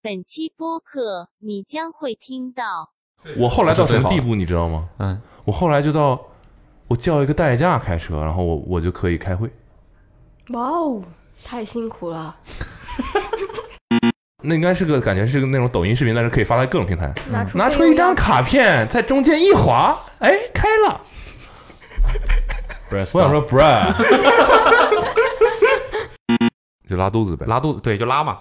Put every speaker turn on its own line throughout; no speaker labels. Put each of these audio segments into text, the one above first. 本期播客你将会听到
我后来到什么地步，你知道吗？
嗯，
我后来就到我叫一个代驾开车，然后我我就可以开会。
哇哦，太辛苦了，
那应该是个感觉是个那种抖音视频，但是可以发在各种平台。
拿出
拿出一张卡片，在中间一划，哎，开了。
不是，
我想说，bra，就拉肚子呗。
拉肚子，对，就拉嘛，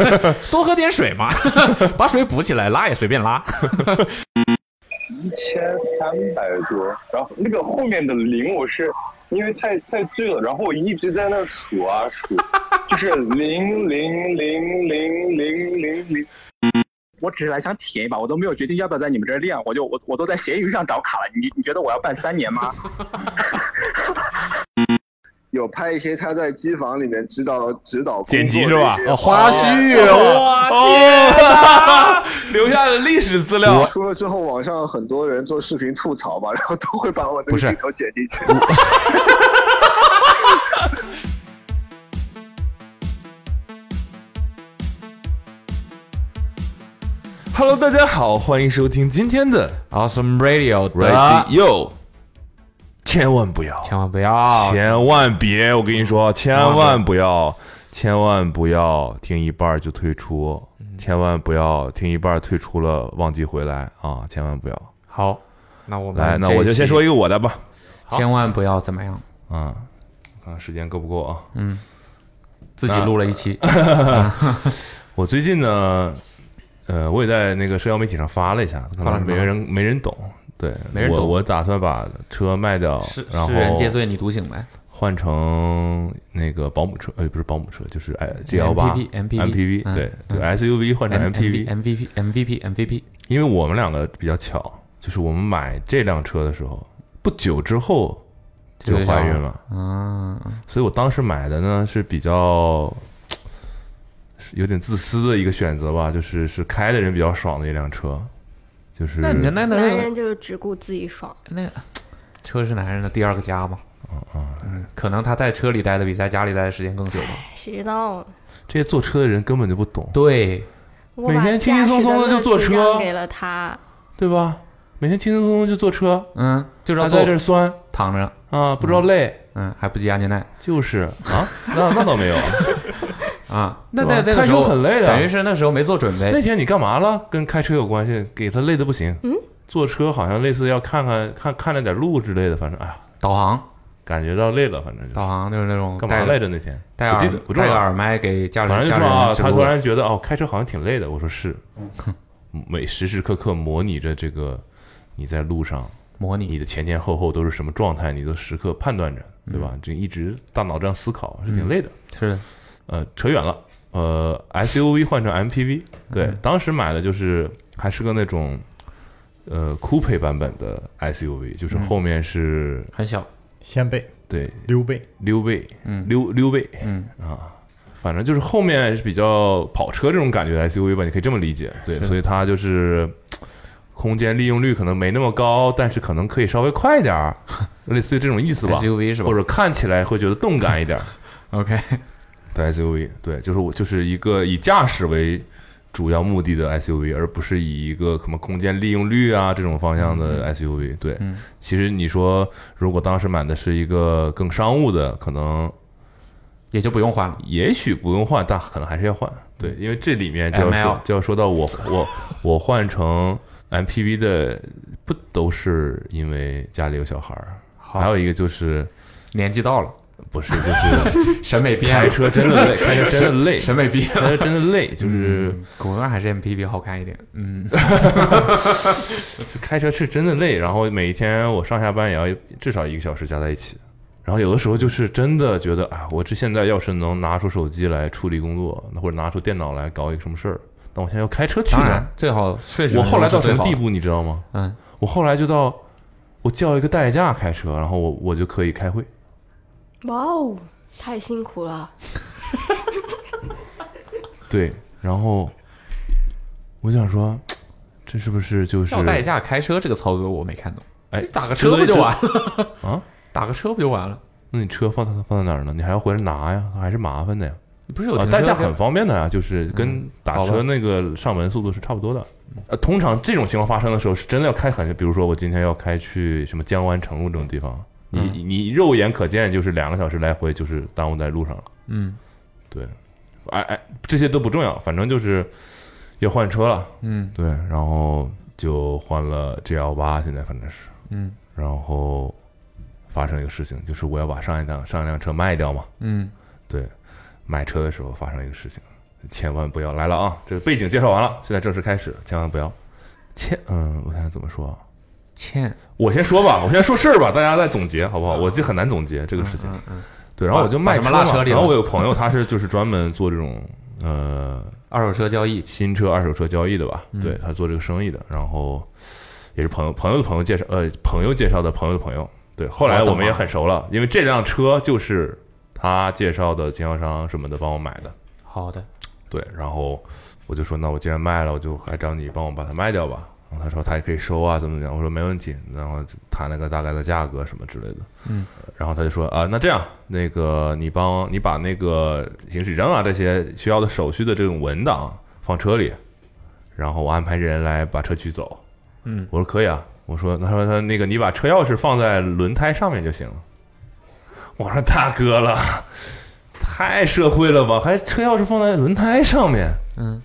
多喝点水嘛， 把水补起来，拉也随便拉。
一千三百多，然后那个后面的零我是因为太太醉了，然后我一直在那数啊数，就是零零零零零零零。
我只是来想体验一把，我都没有决定要不要在你们这儿练，我就我我都在闲鱼上找卡了。你你觉得我要办三年吗？
有拍一些他在机房里面指导指导工 作
剪辑
的
是吧
一些
花絮，哎哇，
哦，留下的历史资料
我。出了之后，网上很多人做视频吐槽嘛，然后都会把我那
不
个
是
镜头剪进去。
嗯 Hello，大家好，欢迎收听今天的
Awesome Radio 的
Right You，千万不要，
千万不要，
千万别，我跟你说，千万不要，千万不要听一半儿就退出，
嗯
千万不要听一半儿退出了忘记回来啊，千万不要。
好，那我们
来，那
嗯这一
我就先说
期，
一个我的吧。
千万不要怎么样，
啊，看看时间够不够啊？
自己录了一期，
我最近呢，呃，我也在那个社交媒体上发了一下，可
发了
能
什么
没人没人懂。对，
没人懂
我我打算把车卖掉，
是
然后
是人皆醉你独醒呗，
换成那个保姆车，呃，不是保姆车，就是哎 G L 八
MPV
MPV，
嗯
对，就
嗯
S U V 换成 MPV，
MVP MVP MVP，
因为我们两个比较巧，就是我们买这辆车的时候，不久之后就怀孕了，
啊，
所以我当时买的呢是比较是有点自私的一个选择吧，就是是开的人比较爽的一辆车，就是
那你的那
男
那
人就只顾自己爽，
那个车是男人的第二个家嘛，嗯，可能他在车里待的比在家里待的时间更久吧，
哎谁知道？啊
这些坐车的人根本就不懂，
对，
我把
每天轻轻松松地就坐车
驾驶的乐趣让给了他，
对吧？每天轻轻松松就坐车，
嗯，就
还
让
在这儿酸
躺着，
啊，不知道累。
嗯，还不系安全带
就是啊，那那倒没有。
啊。那
对吧
那那
开
个时候
车很累的
等于是那时候没做准
那
备。
天你干嘛了？跟开车有关系？给他累的不行。嗯，坐车好像类似要看看看看了点路之类的，反正哎呀，
导航，
感觉到累了，反正就是
导航就是那种
干
带
嘛
着
来着那天？
带
我记
耳
得，我
带
忘
个
了
耳麦给家
反
人
正就
家
说啊，他
人指
突
路
然觉得哦，开车好像挺累的。我说是，每时时刻刻模拟着这个你在路上，
模
你
拟
的前前后后都是什么状态，你都时刻判断着，对
嗯
吧？这一直大脑这样思考是挺累的。
是的，
呃，扯远了，呃，SUV 换成 MPV，对，
嗯
当时买的就是还是个那种呃 coupe 版本的 SUV，就是
嗯
后面是、
很小，
掀背、
对
溜背，
溜背，
嗯
溜溜背，啊
嗯
反正就是后面是比较跑车这种感觉的 SUV 吧，你可以这么理解，对，
是
所以它就是空间利用率可能没那么高，但是可能可以稍微快一点 儿，类似于这种意思吧，
，SUV 是吧
或者看起来会觉得动感一点儿。
？OK，
的 SUV，对，就是我就是一个以驾驶为主要目的的 SUV，而不是以一个什么空间利用率啊这种方向的 SUV。对，
嗯
其实你说如果当时买的是一个更商务的，可能
也就不用换了。
也许不用换，但可能还是要换。对，因为这里面就要
ML
说就要说到我我我换成 MPV 的，不都是因为家里有小孩儿，还有一个就是
年纪到了，
不是 就是
审美变
开
了，
车真 的累，开车真的累，
审美变 了。
但是真的累，就是
嗯果断还是 MPV 好看一点。嗯，
开车是真的累，然后每一天我上下班也要至少一个小时加在一起，然后有的时候就是真的觉得啊，我这现在要是能拿出手机来处理工作，或者拿出电脑来搞一个什么事儿，但我现在要开车去
当
呢
然。最好睡
我后来到什
最
么
好
地
的？
步，你知道吗？
嗯，
我后来就到我叫一个代驾开车，然后我我就可以开会。
哇哦，太辛苦了，
对，然后我想说，这是不是就是
叫代驾开车这个操作我没看懂，
哎，
打个车不就 完了？
啊？
打个车不就完了？
那你车放它放在哪儿呢？你还要回来拿呀，还是麻烦的呀。
不是有
啊，
停车
代驾
跟
很方便的啊，就是跟
嗯
打
好吧嗯
车那个上门速度是差不多的。呃，通常这种情况发生的时候，是真的要开很，比如说我今天要开去什么江湾城路这种地方，你
嗯
你肉眼可见就是两个小时来回，就是耽误在路上了。
嗯
对，哎哎，这些都不重要，反正就是要换车了。
嗯
对，然后就换了 G L 八，现在反正是，
嗯
然后发生一个事情，就是我要把上一辆上一辆车卖掉嘛。
嗯，
对，买车的时候发生一个事情，千万不要来了啊！这个背景介绍完了，现在正式开始，千万不要欠嗯，我看怎么说啊？
欠
我先说吧，我先说事儿吧，大家再总结好不好？我这很难总结这个事情。
嗯嗯，
对，然后我就
把
卖
把什么
嘛
拉车里了
然后我有朋友他是就是专门做这种呃
二手车交易，
新车、二手车交易的吧？
嗯
对他做这个生意的，然后也是朋友朋友的朋友介绍，呃，朋友介绍的朋友的朋友。对，后来
我
我
懂
们也
了
很熟了，因为这辆车就是他介绍的经销商什么的帮我买的。
好的，
对，然后我就说，那我既然卖了，我就还找你帮我把它卖掉吧。然后他说他也可以收啊，怎么怎么样？我说没问题，然后就谈了个大概的价格什么之类的。
嗯
呃，然后他就说啊，那这样，那个你帮你把那个行驶证啊这些需要的手续的这种文档放车里，然后我安排人来把车取走。
嗯，
我说可以啊，我说那他说他那个你把车钥匙放在轮胎上面就行了。我说大哥了，太社会了吧，还车钥匙放在轮胎上面？
嗯，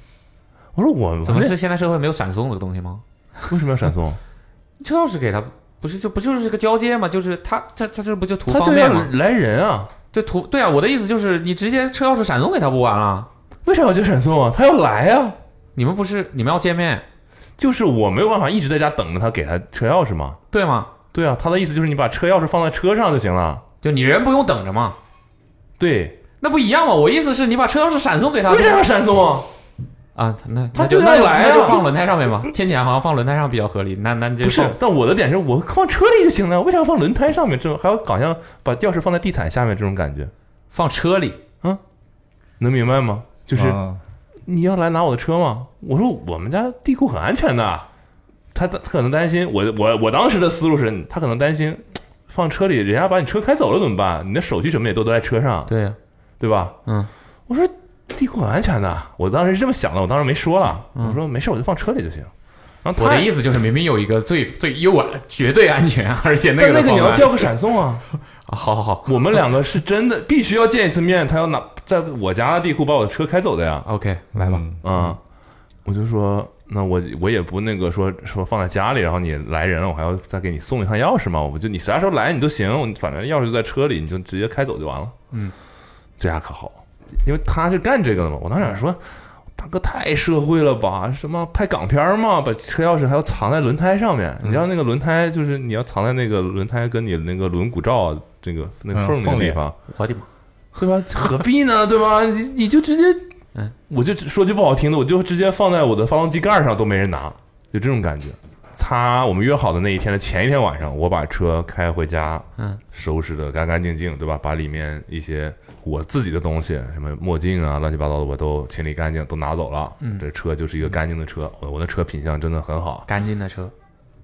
我说我
怎么
那
是现在社会没有闪送这个东西吗？
为什么要闪送？
车钥匙给他不是就不就是个交接吗？就是他他他这不就图
他
方
就
便
要
吗？
来人啊，
对图对啊，我的意思就是你直接车钥匙闪送给他不完了？
为啥要叫闪送啊？他要来啊，
你们不是你们要见面
就是我没有办法一直在家等着他给他车钥匙嘛。
对吗？
对啊，他的意思就是你把车钥匙放在车上就行了。
就你人不用等着吗？
对，
那不一样吗？我意思是你把车钥匙闪送给他
为啥要闪送啊？
啊，那
他
那
就
就
要
那
来
那就
啊
放轮胎上面吧。听起来好像放轮胎上比较合理。那那你就
不是
放，
哦但我的点是我放车里就行了，为啥要放轮胎上面？这种还要好像把钥匙放在地毯下面这种感觉，
放车里，
能明白吗？就是
啊
你要来拿我的车吗？我说我们家地库很安全的。他他可能担心我我我当时的思路是，他可能担心放车里，人家把你车开走了怎么办？你的手续什么也都都在车上，
对啊呀、
对吧？
嗯，
我说地库很安全的，我当时是这么想的，我当时没说了，
嗯
我说没事，我就放车里就行。然后他
我的意思就是，明明有一个最最优啊，绝对安全，而且那
但
个
那个
的
你
方
要
案
叫个闪送 啊！
啊好好好
我们两个是真的必须要见一次面，他要拿在我家的地库把我的车开走的呀。
，OK，来吧，
嗯
啊、我就说，那我我也不那个说说放在家里，然后你来人了，我还要再给你送一趟钥匙嘛？我就你啥时候来你都行，我反正钥匙就在车里，你就直接开走就完了。
嗯，
这下可好，因为他是干这个的嘛。我当时想说，大哥太社会了吧？什么拍港片儿嘛，把车钥匙还要藏在轮胎上面。
嗯
你知道那个轮胎就是你要藏在那个轮胎跟你那个轮毂罩啊这个那个
嗯
缝那个
缝里
地方，
我的妈，
对吧？何必呢？ 对吧？你你就直接，
嗯，
我就说句不好听的，我就直接放在我的发动机盖上都没人拿，就这种感觉。他我们约好的那一天的前一天晚上，我把车开回家，
嗯，
收拾的干干净净，对吧？把里面一些我自己的东西，什么墨镜啊、乱七八糟的，我都清理干净，都拿走了。
嗯
这车就是一个干净的车，我我的车品相真的很好，
干净的车，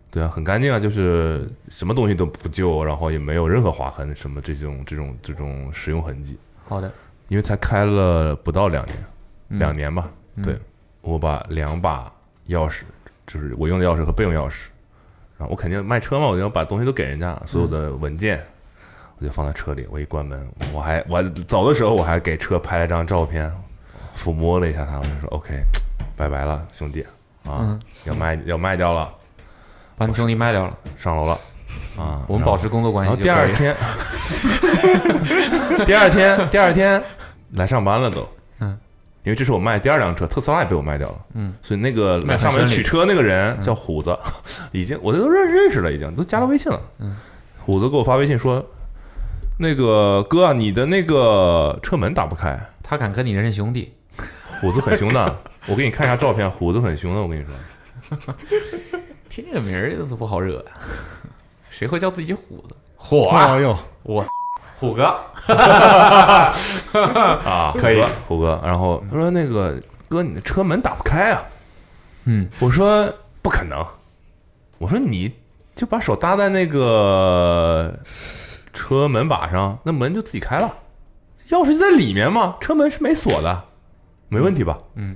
对啊，很干净啊，就是什么东西都不旧，然后也没有任何划痕，什么这种这种这种使用痕迹。
好的，
因为才开了不到两年，
嗯
两年吧。
嗯
对，我把两把钥匙，就是我用的钥匙和备用钥匙，然后我肯定卖车嘛，我就要把东西都给人
嗯
家，所有的文件我就放在车里。我一关门，我还我走的时候我还给车拍了张照片，抚摸了一下它，我就说 OK，拜拜了，兄弟啊，
嗯
要卖要卖掉了，
把你兄弟卖掉了，
上楼了啊，
我们
然后
保持工作关
然后
系就
第二
可以
天，
了，
第 二天，第二天来上班了都。
嗯，
因为这是我卖第二辆车，特斯拉也被我卖掉了。
嗯，
所以那个
卖
来
很
上门
顺利
取车那个
嗯
人叫虎子， 已经我都认认识了，已经都加了微信了。
嗯，
虎子给我发微信说。那个哥啊，你的那个车门打不开，
他敢跟你认兄弟，
虎子很凶 的。我给你看一下照片，虎子很凶的，我跟你说。
听这个名儿就是不好惹呀、 谁会叫自己虎子？虎啊，
哎呦，
我虎哥，
啊，
可以
虎哥虎哥。然后他说那个哥，你的车门打不开啊。
嗯，
我说不可能，我说你就把手搭在那个车门把上，那门就自己开了，钥匙就在里面嘛，车门是没锁的，没问题吧？
嗯，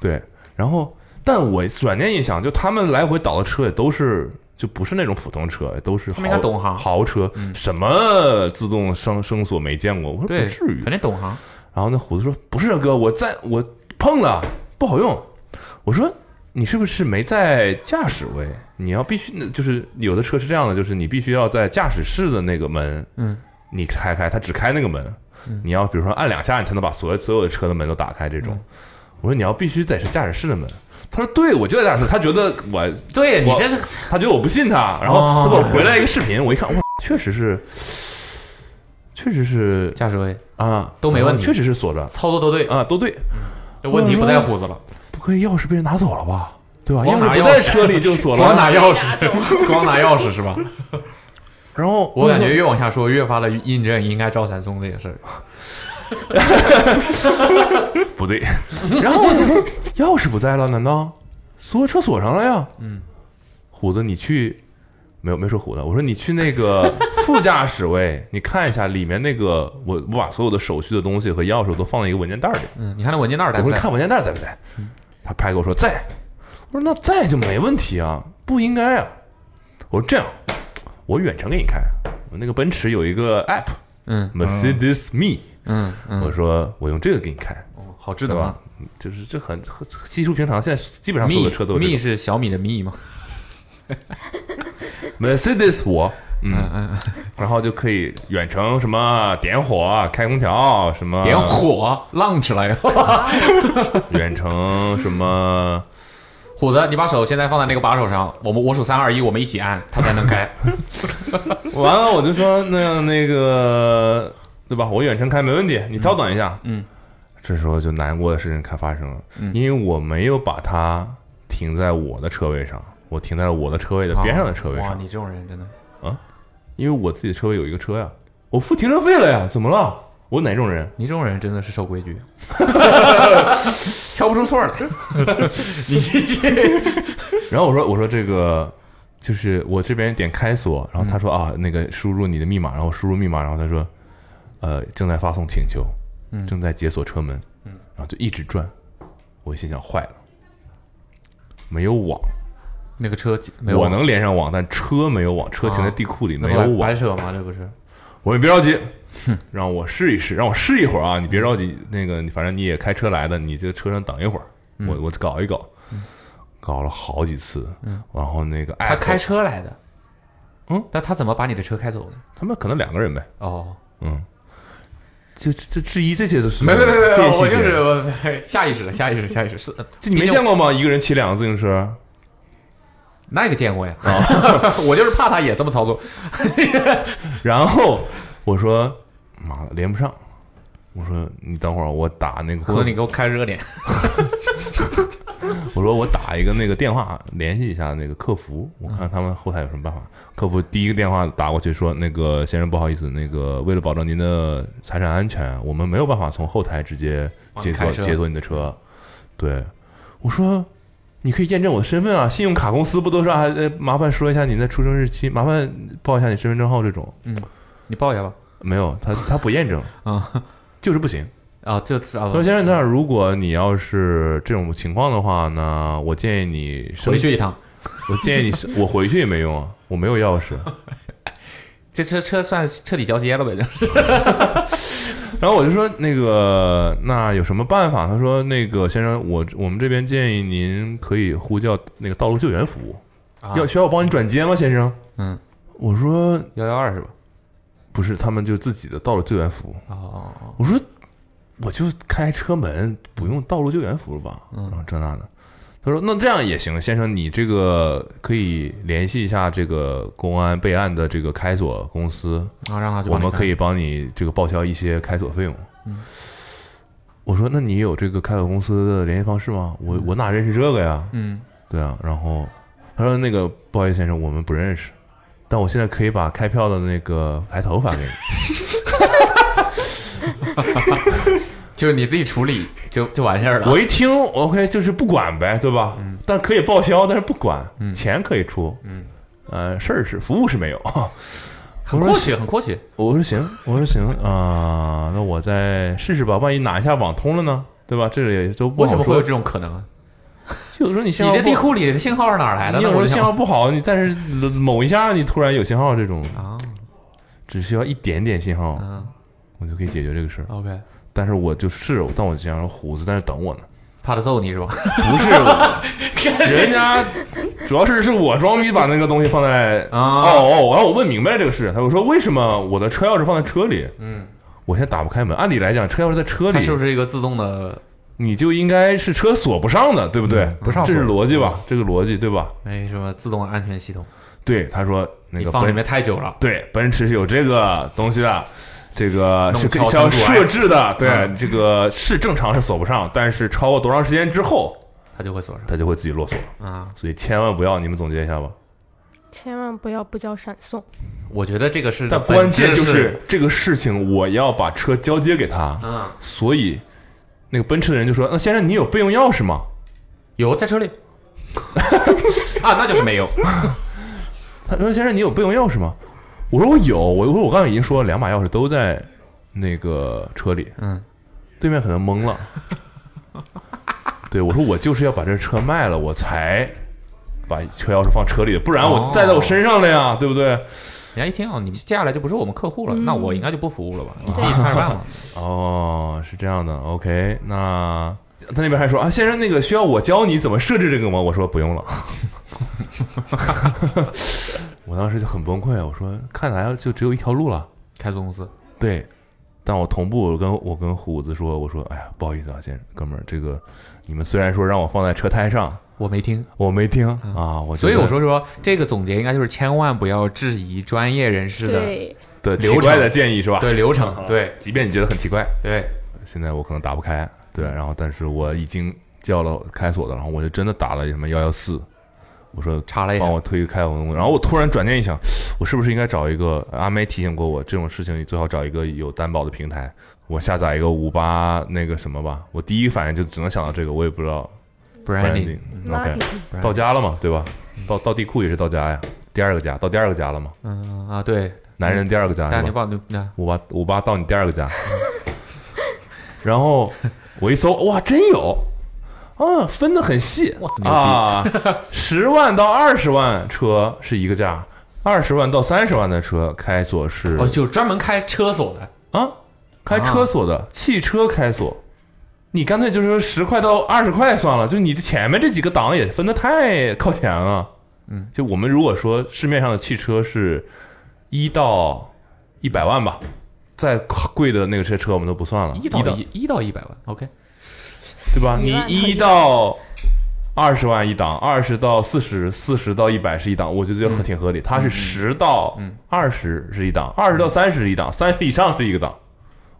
对。然后，但我转念一想，就他们来回倒的车也都是，就不是那种普通车，都是
他们应该
豪
懂行嗯
豪车，什么自动升升锁没见过，我说
对，
不至于
肯。定懂行。
然后那虎子说：“不是啊哥，我在我碰了，不好用。”我说：“你是不是没在驾驶位？你要必须，就是有的车是这样的，就是你必须要在驾驶室的那个门，
嗯，
你开开，它只开那个门。你要比如说按两下，你才能把所有所有的车的门都打开。这种，
嗯
我说你要必须得是驾驶室的门。”他说：“对，我就在驾驶室。”他觉得我
对你
我
这是
他觉得我不信他，然后
哦
他给我回来一个视频，我一看，哇，确实是，确实是
驾驶位
啊，
都没问题
确实是锁着
操作都对，
啊，都对，
这问题不在虎子了，
不可以钥匙被人拿走了吧？对吧？
光
钥匙
拿
不
钥
在
匙
车里就锁
光
了。
拿钥匙， 光拿钥匙 是吧？
然后
我感觉越往下说，越发的印证应该赵三松这件 事儿。
不对， 然后我就说钥匙不在了，难道锁车锁上了呀？嗯，虎子，你去没有没说虎子，我说你去那个 副驾驶位，你看一下里面那个，我我把所有的手续的东西和钥匙都放在一个文件袋里。
嗯，你看那文件袋儿在
我
不
说
在？
看文件袋在不在？他拍给我说在。我说那在就没问题啊，不应该啊。我说这样，我远程给你开。我那个奔驰有一个 app，
嗯
，Mercedes Me，、
嗯嗯，
我说我用这个给你开，
哦好智
对吧
能啊！？
就是这很很稀疏平常，现在基本上所有的
密
车都有这
密
种。
是小米的密吗？
Mercedes 我，嗯，
嗯嗯，
然后就可以远程什么点火、啊开空调什么
点火浪起来！
远程什么。
虎子，你把手现在放在那个把手上，我们我数三二一，我们一起按，它才能 开。
完了，我就说那那个对吧？我远程开没问题，你稍等一下。
嗯，
这时候就难过的事情开发生了，因为我没有把它停在我的车位上，我停在了我的车位的
啊
边上的车位
哇，
上，
你这种人真的，
因为我自己的车位有一个车呀，我付停车费了呀，怎么了？我哪种人？
你这种人真的是守规矩，啊 挑不出错来。 你继续。
然后我说我说这个就是我这边点开锁，然后
嗯
他说、啊那个输入你的密码，然后输入密码，然后他说呃正在发送请求，
嗯
正在解锁车门，嗯，然后就一直转，我心想坏了，没有网，
那个车没有
我
网，
能连上网，但车没有网，车停在
啊
地库里、
那
没
不
有
白
网
白，扯吗？这不是？
我说你别着急。让我试一试，让我试一会儿啊！你别着急，那个你反正你也开车来的，你就车上等一会儿，
嗯
我我搞一搞，搞了好几次，然后那个
嗯他
app
开车来的。
嗯，
那他怎么把你的车开走的？
他们可能两个人呗，
哦，
嗯，就就质疑这些就是
没没没
这
没，
些
我
细节
就是我 下意识的，下意识的，下意识是。
就你没
毕竟
见过吗？一个人骑两个自行车，
那个见过呀， 我就是怕他也这么操 作。
然后我说妈的连不上，我说你等会儿我打那个
虎
客
子，
服
你，给我开热点。
我说我打一个那个电话联系一下那个客服，我
嗯
看他们后台有什么办法。客服第一个电话打过去说，那个先生不好意思，那个为了保证您的财产安全，我们没有办法从后台直接
帮你
解
开
锁
车
解锁你的车。对，我说你可以验证我的身份啊，信用卡公司不都是啊？呃麻烦说一下您的出生日期，麻烦报一下你身份证号这种。
你报一下吧。
没有，他他不验证
啊
就是不行。
啊，就是啊
他，说先生，那如果你要是这种情况的话呢，我建议你升
回去一趟。
我建议你是， 我回去也没用啊，我没有钥匙。
这车车算是彻底交接了呗，就是。
然后我就说那个，那有什么办法？他说那个先生，我我们这边建议您可以呼叫那个道路救援服务，要需要我帮你转接吗，先生？
啊嗯，
我说
幺幺二是吧？
不是，他们就自己的道路救援服务。
哦哦哦，
我说我就开车门，不用道路救援服务吧？
嗯
然后这那的。他说：“那这样也行，先生，你这个可以联系一下这个公安备案的这个开锁公司，
然后让他去
我
帮你
们
开
可以帮你这个报销一些开锁费用。
嗯
我说，那你有这个开锁公司的联系方式吗？我我哪认识这个呀？
嗯
对啊，然后他说那个不好意思先生，我们不认识，但我现在可以把开票的那个抬头发给 你。
就是你自己处理就就完事儿了。
我一听，OK，就是不管呗，对吧？但可以
嗯
报销，但是不管，钱可以出，嗯，呃，事儿是服务是没有。
很阔气，很阔气。
我说行，我说行啊、那我再试试吧，万一哪一下网通了呢，对吧？这也都不
为
好
什么会有
说
这。种可能啊？
就有时候你信
你
号
这地
不好
库里的信号是哪儿来的
你
呢？
有时
我
候
就
信
想
号不好，你但 是某一下你突然有信号，这种
啊，
只需要一点点信号，
嗯
我就可以解决这个事儿。
，OK，
但是我就是，但我想让胡子，但是等我 呢，
怕他揍你是吧？
不是我，人 家主要是是我装逼把那个东西放在哦
啊
哦，然后我问明白了这个事，他就说为什么我的车钥匙放在车里，
嗯，
我现在打不开门。按理来讲，车钥匙在车
它
里，
是不是一个自动的？
你就应该是车锁不上的，对不对？
嗯不上
这是
锁
逻
嗯
辑吧？这个逻辑对吧？
哎，什么自动安全系统？
对，他说那
你
个
放里
奔
面太久了，
对，奔驰是有这个东西的，这个
弄
是可以
超
需
声
要
阻碍
设置的。对，
嗯
这个是正常是锁不上，但是超过多长时间之后，
它就会锁上
它就会自己落锁。
啊。
所以千万不要，你们总结一下吧。
千万不要不交闪送。
我觉得这个是，
但关键就是这个事情，我要把车交接给他，
嗯，
所以那个奔驰的人就说：“那先生，你有备用钥匙吗
有在 车里啊，那就是没有。？”
他说：“先生，你有备用钥匙吗？”我说：“我有。”我我说：“我刚才已经说了，两把钥匙都在那个车里。”
嗯，
对面可能懵了。对我说，我就是要把这车卖了，我才把车钥匙放车里的，不然我
哦
带在我身上了呀，对不对？
人家一听哦，你接下来就不是我们客户了，
嗯
那我应该就不服务了吧？你自己看着办吧。
哦，是这样的。OK，那他那边还说啊，先生，那个需要我教你怎么设置这个吗？我说不用了。 我当时就很崩溃，啊我说看来就只有一条路了。
开总公司，
对，但我同步我跟我跟虎子说，我说哎呀，不好意思啊，先生，哥们儿，这个你们虽然说让我放在车胎上，
我没听，
我没听啊，我觉
嗯所以
得
我说说这个总结应该就是千万不要质疑专业人士的
对，
的
流
奇怪
程
的建议是吧？，
对 流程，对
即便你觉得很奇怪，
对，
现在我可能打不开，对，
嗯
然后但是我已经叫了开锁的，然后我就真的打了什么幺幺四，我说
查了一下
帮我推开我的门然后我突然转念一想，我是不是应该找一个阿妹提醒过我这种事情，你最好找一个有担保的平台，我下载一个五八那个什么吧，我第一反应就只能想到这个，我也不知道
branding，嗯
OK，
marketing
到家了嘛，对吧？到到地库也是到家呀，第二个家到第二个家了嘛，
嗯啊，对，
男人第二个家
但
是
你
吧？
报你那
五八五八到你第二个家，然后我一搜，哇，真有啊，分的很细
哇牛逼
啊，十万到二十万车是一个价，二十万到三十万的车开锁是
哦，就是专门开车锁的，
啊，开车锁的，汽车开锁。你干脆就说十块到二十块算了，就你这前面这几个档也分的太靠前了。
嗯，
就我们如果说市面上的汽车是一到一百万吧，再贵的那个些车我们都不算了，
一
一嗯
到一一到一百万，OK，
对吧？
一
你
万到
一
一
到二十万一档，二十到四十，四十到一百是一档，我觉得很挺合理。它是十到
嗯
二十是一档，二十到三十是一档，三十以上是一个档。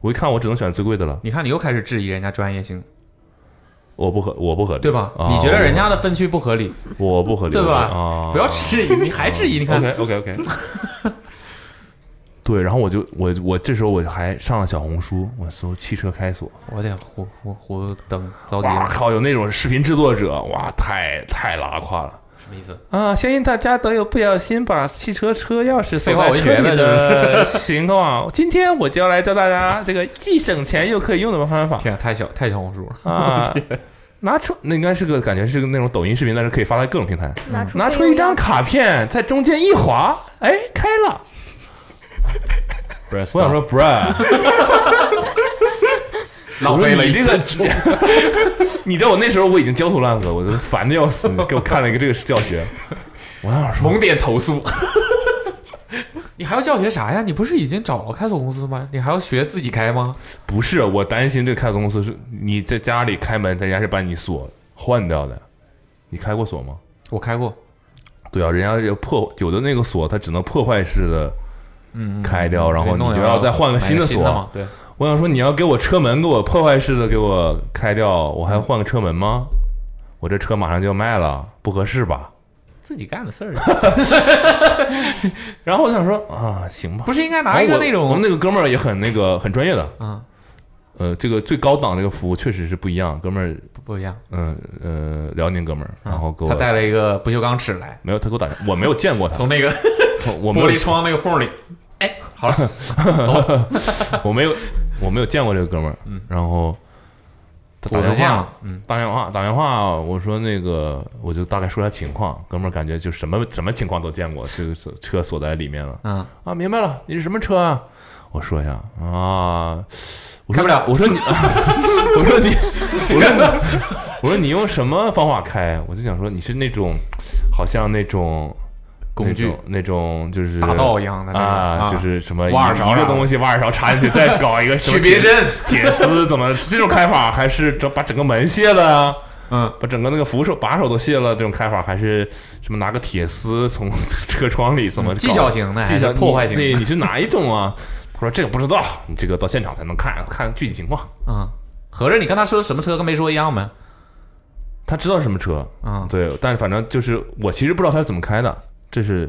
我一看，我只能选最贵的了。
你看你又开始质疑人家专业性，
嗯我不合，我不合理，
对吧？
啊
你觉得人家的分区不合理，
我不合理，
对吧
啊，？
不要质疑，你还质疑，你看
OK OK OK。对，然后我就我我这时候我还上了小红书，我搜汽车开锁，
我得胡胡胡等着急
哇
了，
靠，有那种视频制作者，哇，太太拉胯了。
什么意思？
啊，相信大家都有不小心把汽车车钥匙
废
锁
话
在
我就
车
觉
里
得
的情况。今天我就要来教大家这个既省钱又可以用的方法
天啊，太小太小红书 了，
啊！拿出那应该是个感觉是个那种抖音视频，但是可以发在各种平台。
拿出
拿出一张卡片，在中间一划，哎，开了。
不是，
我想说 Brian，
浪费了
你
一
这
次
个， 你知道我那时候我已经焦头烂额，我都烦的要死。你给我看了一个这个 教学，我想说，
蒙点投诉。 你还要教学啥呀？你不是已经找了开锁公司吗？你还要学自己开吗？
不是，我担心这个开锁公司是你在家里开门，人家是把你锁换掉的。你开过锁吗？
我开过，
对啊，人家有破有的那个锁，它只能破坏式的
嗯，
开掉，然后
对弄
你就
点
要再换个
买
新
的
的锁。
嘛。对，
我想说，你要给我车门给我破坏式的给我开掉，我还要换个车门吗？我这车马上就要卖了，不合适吧？
自己干的事儿，
然后我想说啊，行吧，
不是应该
然
拿
后
一个
我
那
我们
种
那个哥们儿也很那个很专业的，
啊，
呃，这个最高档这个服务确实是不一样，哥们儿，
不不一样。
嗯呃辽宁哥们儿，
啊
然后给我
他带了一个不锈钢尺来，
没有他给我打电话，我没有见过他，
从那个
我我没
玻
有
璃窗那个缝里，哎，好了，
我没有我没有见过这个哥们儿，
嗯
然后他打
我
电
就见
话
了，，嗯，
打电话打电话，我说那个我就大概说下情况，哥们儿感觉就什么什么情况都见过，这个车锁在里面了
嗯，
啊，明白了，你是什么车啊？我说一下啊，我说
开不了
我 说你，我说你，我说你，我说你用什么方法开？我就想说你是那种，好像那种
工具
那种那种就是
大盗一样的那种
啊，
啊
就是什么
挖耳
一
勺
一个
啊
东西挖耳勺插进去，再搞一个 什么
取别
铁
针，
铁丝，怎么这种开法？还是整把整个门卸了啊？
嗯，
把整个那个扶手把手都卸了，这种开法还是什么拿个铁丝从 车窗里怎么搞
技巧型的还
技
是
巧
破坏型的
对，你是哪一种啊？ 他说这个不知道，你这个到现场才能看看具体情况。
嗯，合着你跟他说什么车跟没说一样呗？
他知道是什么车，
嗯
对，但反正就是我其实不知道他是怎么开的，这是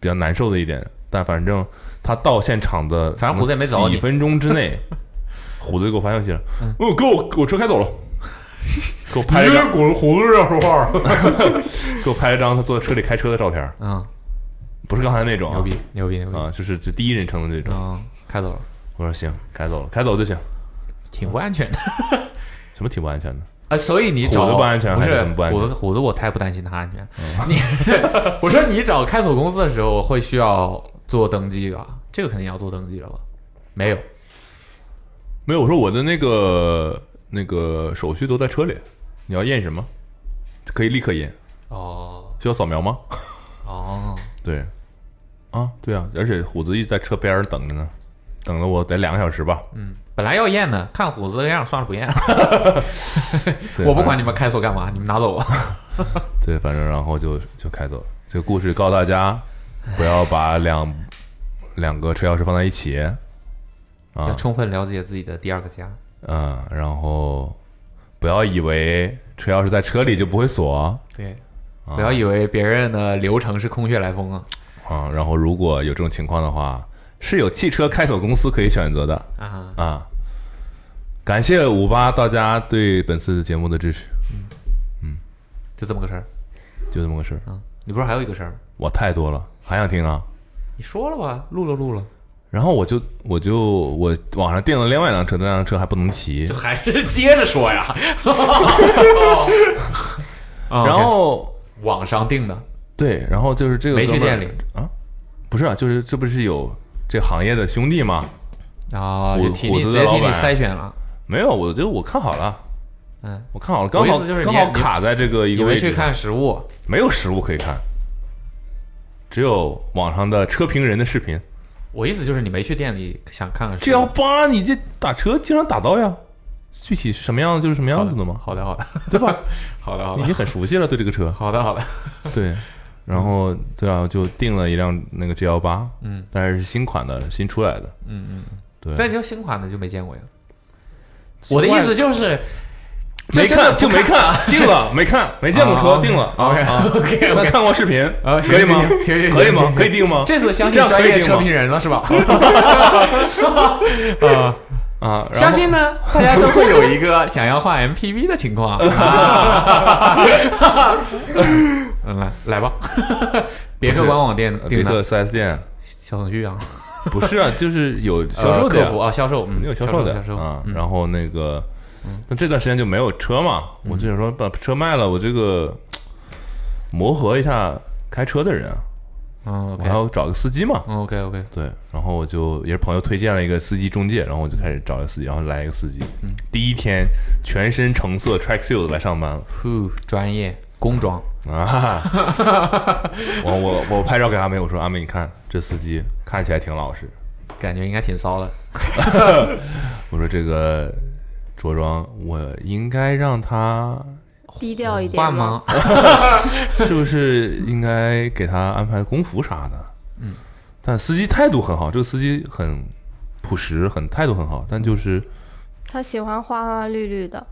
比较难受的一点。但反正他到现场的，
反正虎子也没找你嗯
几分钟之 内，虎子就给我发消息了，哦，哥，我我车开 走了，给我拍了一张，
滚胡子要说话，啊
给我拍了一张他坐在车里开车的照片，
嗯，
不是刚才那种啊，
牛逼牛逼牛逼，
啊，就是这第一人称的那种。
嗯，开走了，
我说行，开走了，开走就行。
挺不安全的。
什么挺不安全的？
啊，所以你
虎
找
子不安全
不
还是
是
怎么不安全嗯
虎子，虎子我太不担心他安全了。你我说你找开锁公司的时候会需要做登记吧？这个肯定要做登记了吧？没有，
没有，我说我的那个那个手续都在车里，你要验什么？可以立刻验，
哦
需要扫描吗？
哦，
对，啊，对啊，而且虎子一直在车边儿等着呢，等了我得两个小时吧。
嗯，本来要验的，看虎子的样，算了不验了。我不管你们开锁干嘛，你们拿走我。
对，反正然后就就开走了。这个故事告诉大家，不要把两两个车钥匙放在一起，啊
要充分了解自己的第二个家。
嗯，然后不要以为车钥匙在车里就不会锁
对，不要以为别人的流程是空穴来风啊
啊。然后如果有这种情况的话，是有汽车开锁公司可以选择的
啊！
啊。感谢五八大家对本次节目的支持，
就这么个事儿
就这么个事儿。
啊。你不是还有一个事儿？
我太多了，还想听啊？
你说了吧，录了录了，
然后我就我就我网上订了另外一辆车，那辆车还不能提。
还是接着 说呀。
哦
然
然
后
后
网上订的，
对，然后就是这个
没去
哥们儿
店里
啊？不是啊，就是这不是有这行业的兄弟吗？
啊，
虎
也替
虎
你
子
直
的
接替
老
你
板
筛选了。
没有，我就我看好了。
嗯，
我看好了，刚好
我意思就是你
刚好卡在这个一
你
个
没
位置，
去看实物
没有实物可以看，只有网上的车评人的视频。
我意思就是你没去店里想看看实物。
这幺八，你这打车经常打到呀，具体是什么样子就是什么样子的嘛，
好的好 的，
对吧？
好的好
你已
的
经很熟悉了对这个车，
好的 好的，
对。然后对啊，就订了一辆那个 G 幺八，
嗯，
但是是新款的，新出来的，
嗯嗯。
对。
但就新款的就没见过呀。我的意思就是，
没
真的啊
看就没看，定了没看，没见过车，定了。
OK
啊 啊
OK
那
OK，
看过视频
啊行
哦可以吗？
行行行
可以吗
行？
可以定吗？
这次相
这
信
样可以
专业
定吗
车评人了是吧？
啊，然
相
后
信呢，大家都 会有一个想要 换 MPV 的情况。嗯，来来 吧，别呃克官网店
呃别
订
克
的
4S 店
小程序啊，
不是啊，就是有销售
呃
的呀
客服啊，销售，嗯，
有
销
销售的
销售
啊。
嗯
然后那个，那这段时间就没有车嘛，
嗯
我就想说把车卖了，我这个磨合一下开车的人啊，
嗯
我还
，OK，
要找个司机嘛。
嗯，OK OK，
对，然后我就也是朋友推荐了一个司机中介，然后我就开始找一个司机，然后来一个司机，第一天全身橙色 track suit 来上班了。
呼，专业工装，
啊！我我我拍照给阿美，我说阿美，你看这司机看起来挺老实。
感觉应该挺骚的。
我说这个着装，我应该让他
低调一点
换吗？？
是不是应该给他安排工服啥的？嗯，但司机态度很好，这个司机很朴实，很态度很好，但就是
他喜欢花花绿绿的，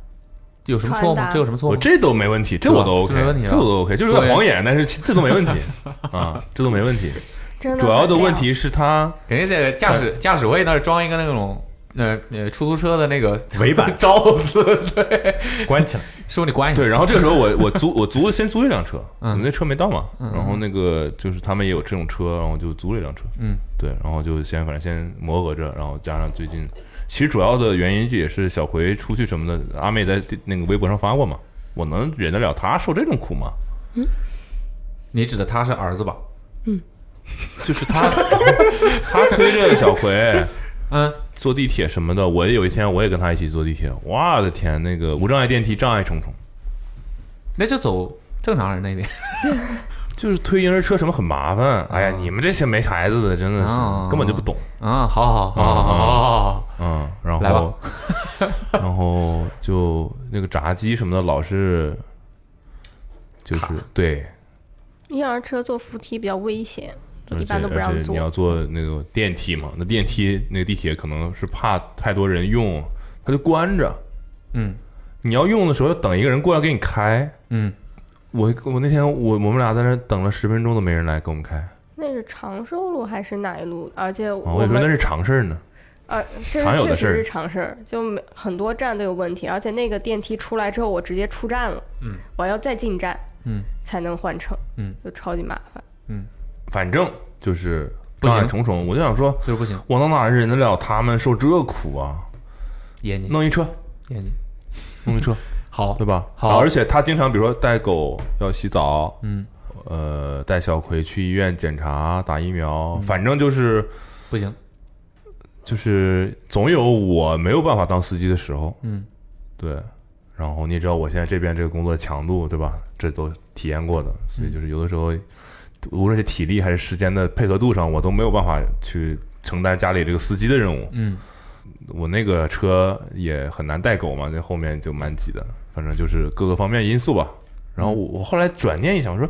有什么错
穿
吗
搭？
这有什么错
我
吗？
这都没问题，这我都
哦
OK，
对吧这没问题啊
这我都 OK，就是有点晃眼，但是这都没问题啊，这都没问题。
真的
主要的
很
问
亮
题是他。
肯定在驾驶驾驶位那儿装一个那种呃呃出租车的那个
尾板
招子，对，
关起来。
师傅你关一下。
对，然后这个时候我我租我租先租一辆车，我
嗯
们那车没到嘛，
嗯
然后那个就是他们也有这种车，然后就租了一辆车，
嗯，
对，然后就先反正先磨合着，然后加上最近，其实主要的原因也是小葵出去什么的，阿妹在地那个微博上发过嘛，我能忍得了她受这种苦吗？
你指的他是儿子吧？
就是她她推着小葵。
嗯，
坐地铁什么的，我也有一天我也跟她一起坐地铁，我的天，那个无障碍电梯障碍重重，
那就走正常人那边。
就是推婴儿车什么很麻烦。哎
嗯
呀，你们这些没孩子的真的
啊
是根本就不懂。
啊，好好好好好好好，
嗯，然
来吧
后，然后就那个炸鸡什么的，老是就是对，
婴儿车坐扶梯比较危险，就
而
一
且
般都不
而
让
且
坐
你。要坐那个电梯嘛，那电梯那个地铁可能是怕太多人用，它就关着。
嗯
你要用的时候要等一个人过来给你开。
嗯，
我我那天我我们俩在那儿等了十分钟都没人来给我们开，啊，
那是长寿路还是哪一路？而且我
哦我以为那
们
是常事儿呢。
啊，这
常有
是
的
确
事儿
实是常事儿，就每很多站都有问题。而且那个电梯出来之后，我直接出站了，嗯，我要再进站，
嗯，
才能换乘，
嗯，
就超级麻烦。
反正就是
不行
障碍重重，我就想说，
就是不行，
我能哪忍得了他们受这苦啊？
爷你
弄一车，
爷你
弄一车。
好
对吧？
好
然后而且他经常比如说带狗要洗澡，
嗯，
呃，带小葵去医院检查、打疫苗，
嗯
反正就是
不行，
就是总有我没有办法当司机的时候，
嗯，
对。然后你也知道我现在这边这个工作强度，对吧？这都体验过的，所以就是有的时候，无论是体力还是时间的配合度上，我都没有办法去承担家里这个司机的任务。
嗯，
我那个车也很难带狗嘛，那后面就蛮挤的，反正就是各个方面因素吧。然后我我后来转念一想，我说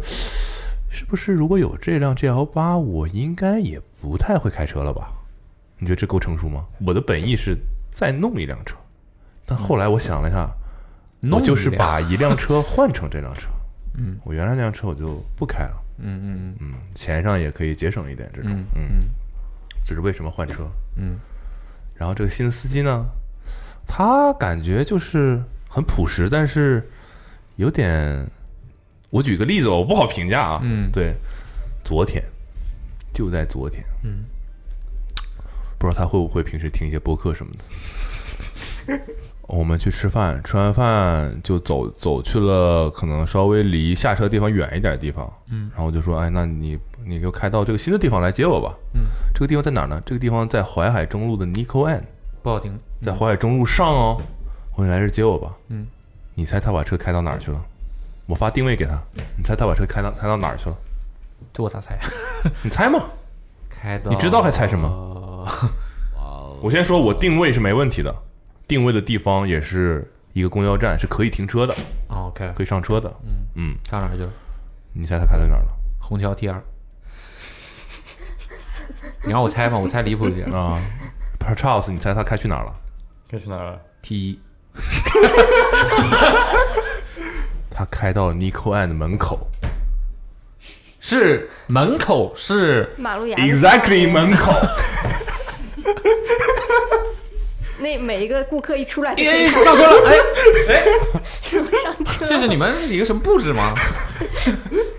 是不是如果有这辆 GL 八，我应该也不太会开车了吧？你觉得这够成熟吗？我的本意是再弄一辆车，但后来我想了一下，我
弄
就是
一辆
把一辆车换成这辆车。嗯，我原来那辆车我就不开了，
嗯嗯嗯
钱上也可以节省一点。这种，
嗯
嗯，这是为什么换车？
嗯，
然后这个新司机呢，他感觉就是很朴实，但是有点……我举个例子吧，我不好评价啊。
嗯
对，昨天就在昨天，嗯，不知道他会不会平时听一些播客什么的。我们去吃饭，吃完饭就走走去了，可能稍微离下车地方远一点的地方。嗯，然后我就说，哎，那你你给我开到这个新的地方来接我吧。嗯，这个地方在哪儿呢？这个地方在淮海中路的 Nico N。
不好听，
在淮海中路上哦。我说来这接我吧。
嗯，
你猜他把车开到哪儿去了？我发定位给他，你猜他把车开到开到哪儿去了？
这我咋猜？
你猜嘛？
开呃到
你知道还猜什么？我先说，我定位是没问题的，定位的地方也是一个公交站，是可以停车的，
哦？OK，
可以上车的。嗯
开到哪儿去了？
你猜他开到哪儿了？
虹桥 T 二。你让我猜吗？我猜离谱一点
啊、p e r c h a r l e 你猜他开去哪儿了？
该去哪儿了？
，T 一
他开到了 Nico N 的门口
是门口是
马路牙子上
，exactly
面
门口。
那每一个顾客一出来就可以
哎上车了，哎，
是不是上车？
这是你们一个什么布置 吗？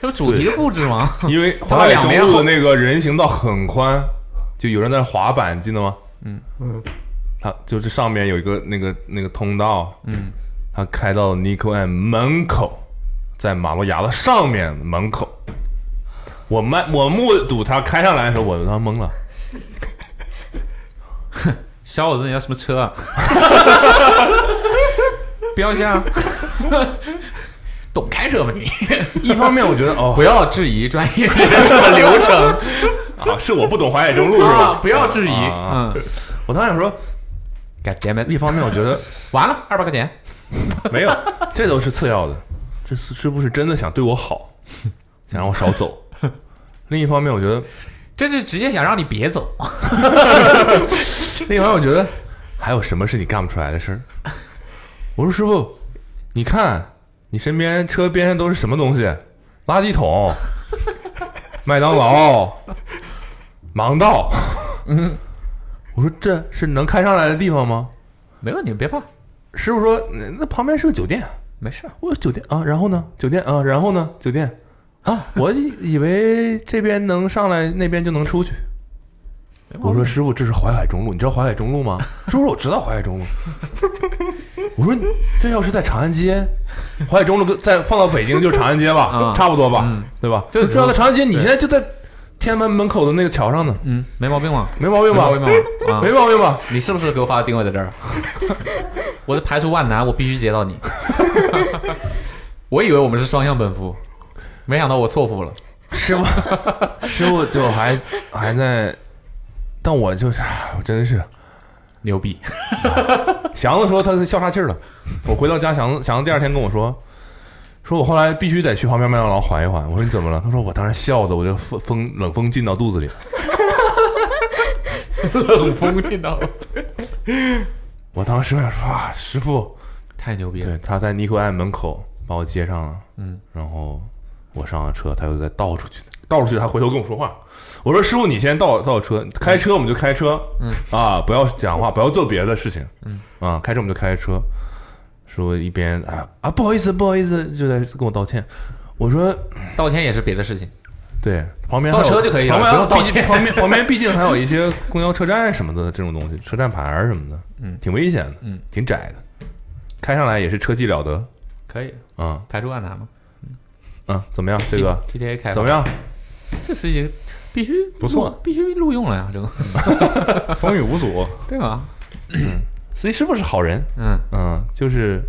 这不主题的布置吗？
因为
它
华海
两
中
边
路的
后
那个人行道很宽，就有人在那滑板，记得吗？嗯嗯，他就是上面有一个那个那个通道，嗯，他开到 Nico M 门口，在马路牙子上面门口，我慢我目睹他开上来的时候，我都他妈懵了。
小伙子，你要什么车、 啊？标啊箱，懂开车吗 你？
一方面我觉得哦
不要质疑专业人士的流程
啊，是我不懂淮海中路 是
啊
吧？！
不要质疑。
啊
嗯
我当时想说，
，God damn
一
it！
方面我觉得
完了，二百块钱。
没有，这都是次要的，这是是不是真的想对我 好，想让我少走？另一方面，我觉得，
这是直接想让你别走，
另一方面，我觉得还有什么是你干不出来的事儿？我说师傅，你看你身边车边上都是什么东西？垃圾桶、麦当劳、盲道，嗯，我说这是能开上来的地方吗？
没问题，别怕，
师傅说那那旁边是个酒店，
没事儿。
我说酒店啊，然后呢？酒店啊，然后呢？酒店啊，我以以为这边能上来，那边就能出去。
没毛
我
病
说师傅，这是淮海中路，你知道淮海中路吗？师傅说我知道淮海中路。我说这要是在长安街，淮海中路跟再放到北京就是长安街吧，
嗯
差不多吧
嗯，
对吧？
对
这要在长安街，你
对
现在就在天安门门口的那个桥上呢，
嗯，没毛病 嘛，
没毛病
没
吧
毛？病嘛。啊，
没毛病吧？
你是不是给我发的定位在这 儿？我得排除万难，我必须接到你。 我以为我们是双向奔赴，没想到我错付了。
师 傅，师傅就还还在，但我就是，哎我真是
牛逼！
祥子说他是消岔气儿了。我回到家，祥子祥子第二天跟我说，说我后来必须得去旁边麦当劳缓一缓。我说你怎么了？他说我当时笑的，我就风风冷风进到肚子里。
冷风进到了，
我当时我想说啊，师傅，
太牛逼了！
对，他在尼克爱门口把我接上了，
嗯，
然后我上了车，他又再倒出去的，倒出去他回头跟我说话。我说师傅，你先倒倒车，开车我们就开车，嗯啊，不要讲话，不要做别的事情，嗯啊，开车我们就开车。师傅一边啊啊不好意思不好意思，就在跟我道歉。我说
道歉也是别的事情，
对，旁边
倒
还有
车就可以了
旁边
不用道
毕竟
歉
旁边旁边毕竟还有一些公交车站什么的这种东西，车站牌儿什么的，嗯，挺危险的，
嗯，
挺窄的，开上来也是车技了得，
可以
嗯
排除万难嘛。
嗯，怎么样？这个
T T A 开吧
怎么？样？
这是一个必须
不错
录，必须录用了呀， 这个
风雨无阻。
对吧？
所以师傅是好人，
嗯，
嗯，就是，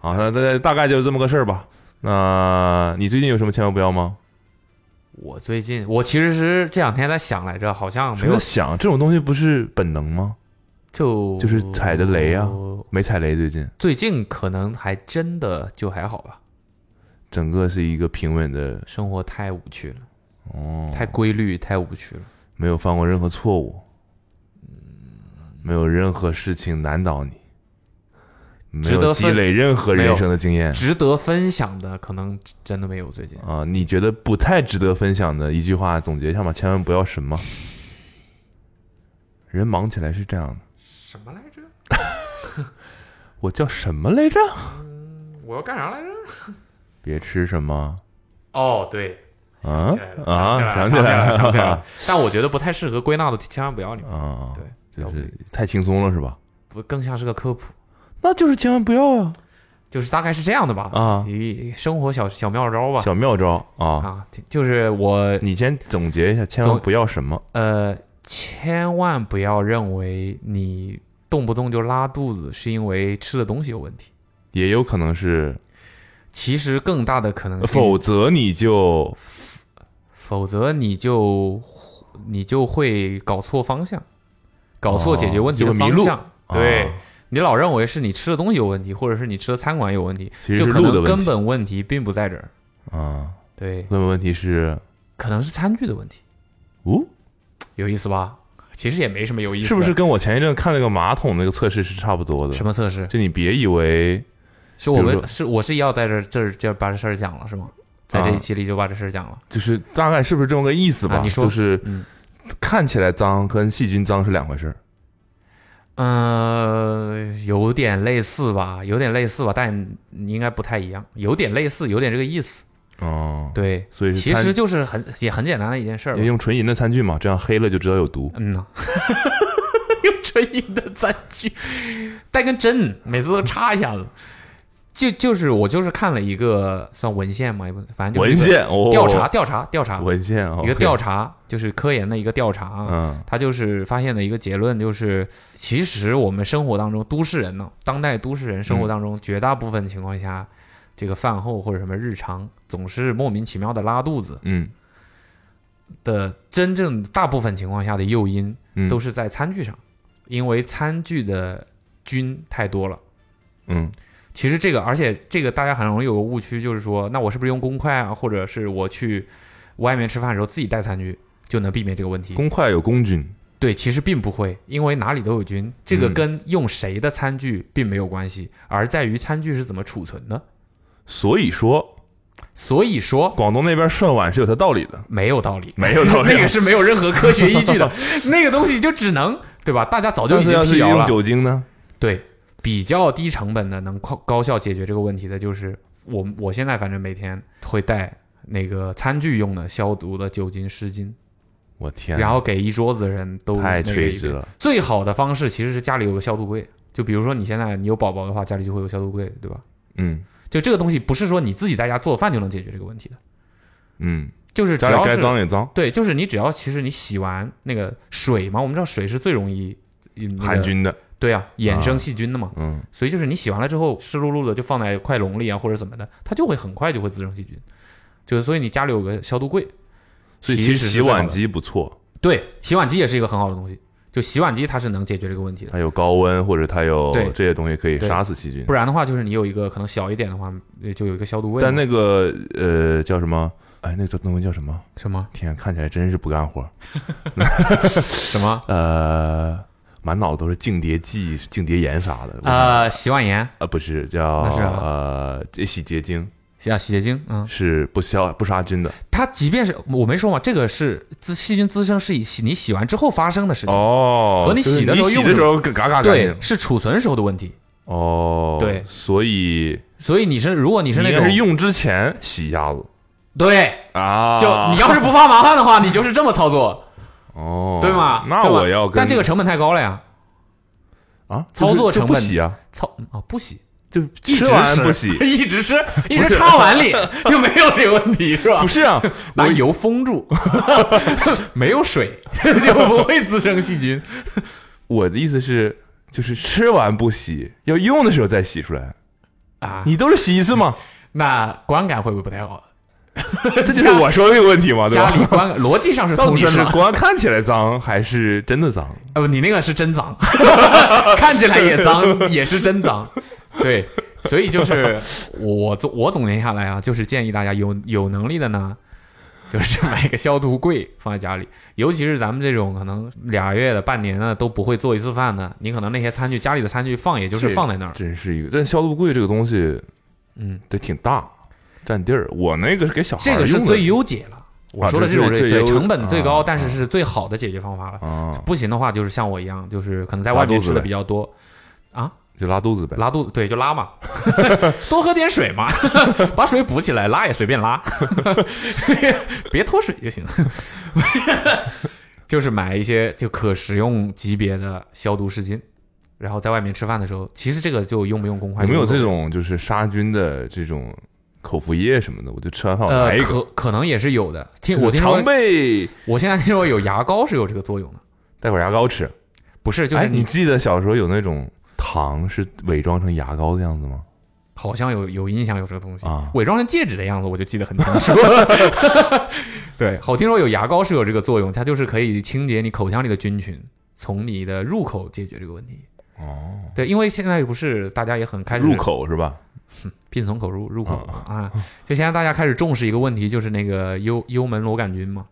啊，那大大概就是这么个事儿吧。那你最近有什么千万不要吗？
我最近我其实是这两天在想来着，好像没
没有
有
想这种东西不是本能吗？
就
就是踩的雷啊没踩雷，最近
最近可能还真的就还好吧，
整个是一个平稳的
生活太无趣了，
哦，
太规律，太无趣了。
没有犯过任何错误，没有任何事情难倒你，没
值得
有
分
积累任何人生的经验
值得分享的可能真的没有，最近
啊、你觉得不太值得分享的一句话总结一下吧，千万不要什 么。人忙起来是这样的，
什么来着？
我叫什么来着？
我要干啥来着？
别吃什么
哦，对，
啊
起来了
啊！
想
起
起来
来
了，想起来了
了。
但我觉得不太适合归纳的，千万不要里面，
啊！
对，
就是太轻松了是吧？
不更像是个科普，
那就是千万不要啊！
就是大概是这样的吧？
啊
一生活小小妙招吧。
小妙招啊！
啊，就是我
你先总结一下，千万
总
不要什么
呃，千万不要认为你动不动就拉肚子是因为吃的东西有问题，
也有可能是，
其实更大的可能性，
否则你就
否则你就你就会搞错方向，搞错解决问题
哦
的
就会迷
方
路
向。对、
啊
你老认为是你吃的东西有问题，或者是你吃的餐馆有问题，
其实
就是可
路的
能
问
根
题
本问题并不在这儿。
啊。
对，
问问题是，
可能是餐具的问题，
哦，
有意思吧？其实也没什么有意思
是
的，
不是跟我前一阵看那个马桶那个测试是差不多的？
什么测试？
就你别以为
是我
比如
们
说
是我是要在这儿这儿这儿把这事儿讲了是吗？在这
啊
一期里就把这事儿讲了。
就是大概是不是这么个意思吧？
啊你说
就是
嗯
看起来脏跟细菌脏是两回事儿。
呃，有点类似吧，有点类似吧，但你应该不太一样，有点类似，有点这个意思。
哦，，
对，
所以是
其
餐
实就是很也很简单的一件事儿吧。
用纯银的餐具嘛，这样黑了就知道有毒。
嗯 呐，用纯银的餐具，带根针，每次都插一下子。就就是我就是看了一个算文献嘛，也不反呃正就是
文
一个
献哦，
调查调查调查
文献哦，
一个调
查，
查，就是科研的一个调查啊。
嗯
他就是发现的一个结论，就是其实我们生活当中，都市人呢，当代都市人生活当中，绝大部分情况下，这个饭后或者什么日常，总是莫名其妙的拉肚子
嗯
的，真正大部分情况下的诱因
嗯，
都是在餐具上，因为餐具的菌太多了。
嗯
其实这个，而且这个大家很容易有个误区，就是说，那我是不是用公筷啊，或者是我去外面吃饭的时候自己带餐具，就能避免这个问题？
公筷有公菌，
对，其实并不会，因为哪里都有菌，这个
嗯
跟用谁的餐具并没有关系，而在于餐具是怎么储存的。
所以说
所以说
广东那边涮碗是有它道理的，
没有道理，
没有道理
那个是没有任何科学依据的，那个东西就只能对吧？大家早就
但
已
是
经
要是
辟谣
用
了。
酒精呢？
对，比较低成本的能高高效解决这个问题的，就是我我现在反正每天会带那个餐具用的消毒的酒精湿巾，
我天，
然后给一桌子人都
太
那个
垂
一
直
遍
了。
最好的方式其实是家里有个消毒柜，就比如说你现在你有宝宝的话，家里就会有消毒柜，对吧？
嗯
就这个东西不是说你自己在家做饭就能解决这个问题的，
嗯，
就是只
家里
要
该
是
脏也脏，
对，就是你只要其实你洗完那个水嘛，我们知道水是最容易嗯那个
含菌的，
对啊，衍
啊
生细菌的嘛，
嗯，
所以就是你洗完了之后湿漉漉的就放在快笼里啊或者怎么的，它就会很快就会滋生细菌。就是所以你家里有个消毒柜，
所以
其
其
实
实
是
洗
最好
碗
的
机不错，
对，洗碗机也是一个很好的东西。就洗碗机它是能解决这个问题的，
它有高温或者它有
对
这些东西可以
对
杀死细菌
不。然的话就是你有一个可能小一点的话，呃就有一个消毒位嘛。
但那个呃叫什么？哎，那个东西叫什么？
什么
天，啊看起来真是不干活。
什么
呃，满脑子都是净碟剂、净碟盐啥的。我
呃洗碗盐
呃，不是叫
那是啊
呃这洗洁精
洗洗洁精，嗯，
是不消不杀菌的。
它即便是我没说嘛，这个是滋细菌滋生是以洗你洗完之后发生的事情，
哦
和你
就是
洗的时候
洗
用
的
什
时
么
候嘎嘎干
对，
净。
是储存时候的问题。
哦，
对
所以
所以你是如果你
你
是那
应
种
该是用之前洗一下子
对，
啊
就你要是不怕麻烦的话，你就是这么操作。
哦，
对吗？
那
对吧
我要跟
但这个成本太高了呀，
啊
操
就是
作
就
成
不
本
洗啊，
操啊不洗，
就
一直
吃完
吃，
不洗
一 直吃，一直插碗里 就没有这个问题是吧？
不是啊，
拿油封 住，没有水 就不会滋生细菌。
我的意思是，就是吃完不洗，要用的时候再洗出来
啊
你都是洗一次吗？
那观感会不会不太好？
这就是我说的这个问题嘛，对
家里
吧？
观感逻辑上是
到
通
底
顺
是
的，
光看起来脏，还是真的脏？
呃，不你那个是真 脏，看起来也脏，也是真脏，对，所以就是我总我总结下来啊，就是建议大家有有能力的呢，就是买个消毒柜放在家里，尤其是咱们这种可能俩月的、半年的都不会做一次饭的，你可能那些餐具家里的餐具放也就是
这
放在那儿，
真是一个，但消毒柜这个东西
嗯，
得挺大，占地儿。我那个是给小孩
这
儿
个是
用的
最优解了。我
啊
说的
这
这种
是
是
最
对
优
成本最高，
啊
但是是最好的解决方法了。
啊，
不行的话，就是像我一样，就是可能在
拉
外
肚
面
子
吃的
呗
比较多，
就拉肚子呗。
拉肚子，对，就拉嘛， 多喝点水嘛， 把水补起来，拉也随便拉， 别脱水就行。 就是买一些就可食用级别的消毒湿巾，然后在外面吃饭的时候，其实这个就用不用公筷，
有没有
用不
这
用
种就是杀菌的这种口服液什么的？我就吃完饭我来
呃，
一个。
可可能也是有的。听
就是
我听说
常，备
我现在听说有牙膏是有这个作用的，
带会儿牙膏吃。
不是，就
哎，
是
你
你
记得小时候有那种糖是伪装成牙膏的样子吗？
好像有有印象有这个东西
啊，
伪装成戒指的样子，我就记得很清 楚。 对，好听说有牙膏是有这个作用，它就是可以清洁你口腔里的菌群，从你的入口解决这个问题。
哦，
对，因为现在不是大家也很开始
入口哦是吧？
病从口入，入口啊，就现在大家开始重视一个问题，就是那个幽幽门螺杆菌嘛，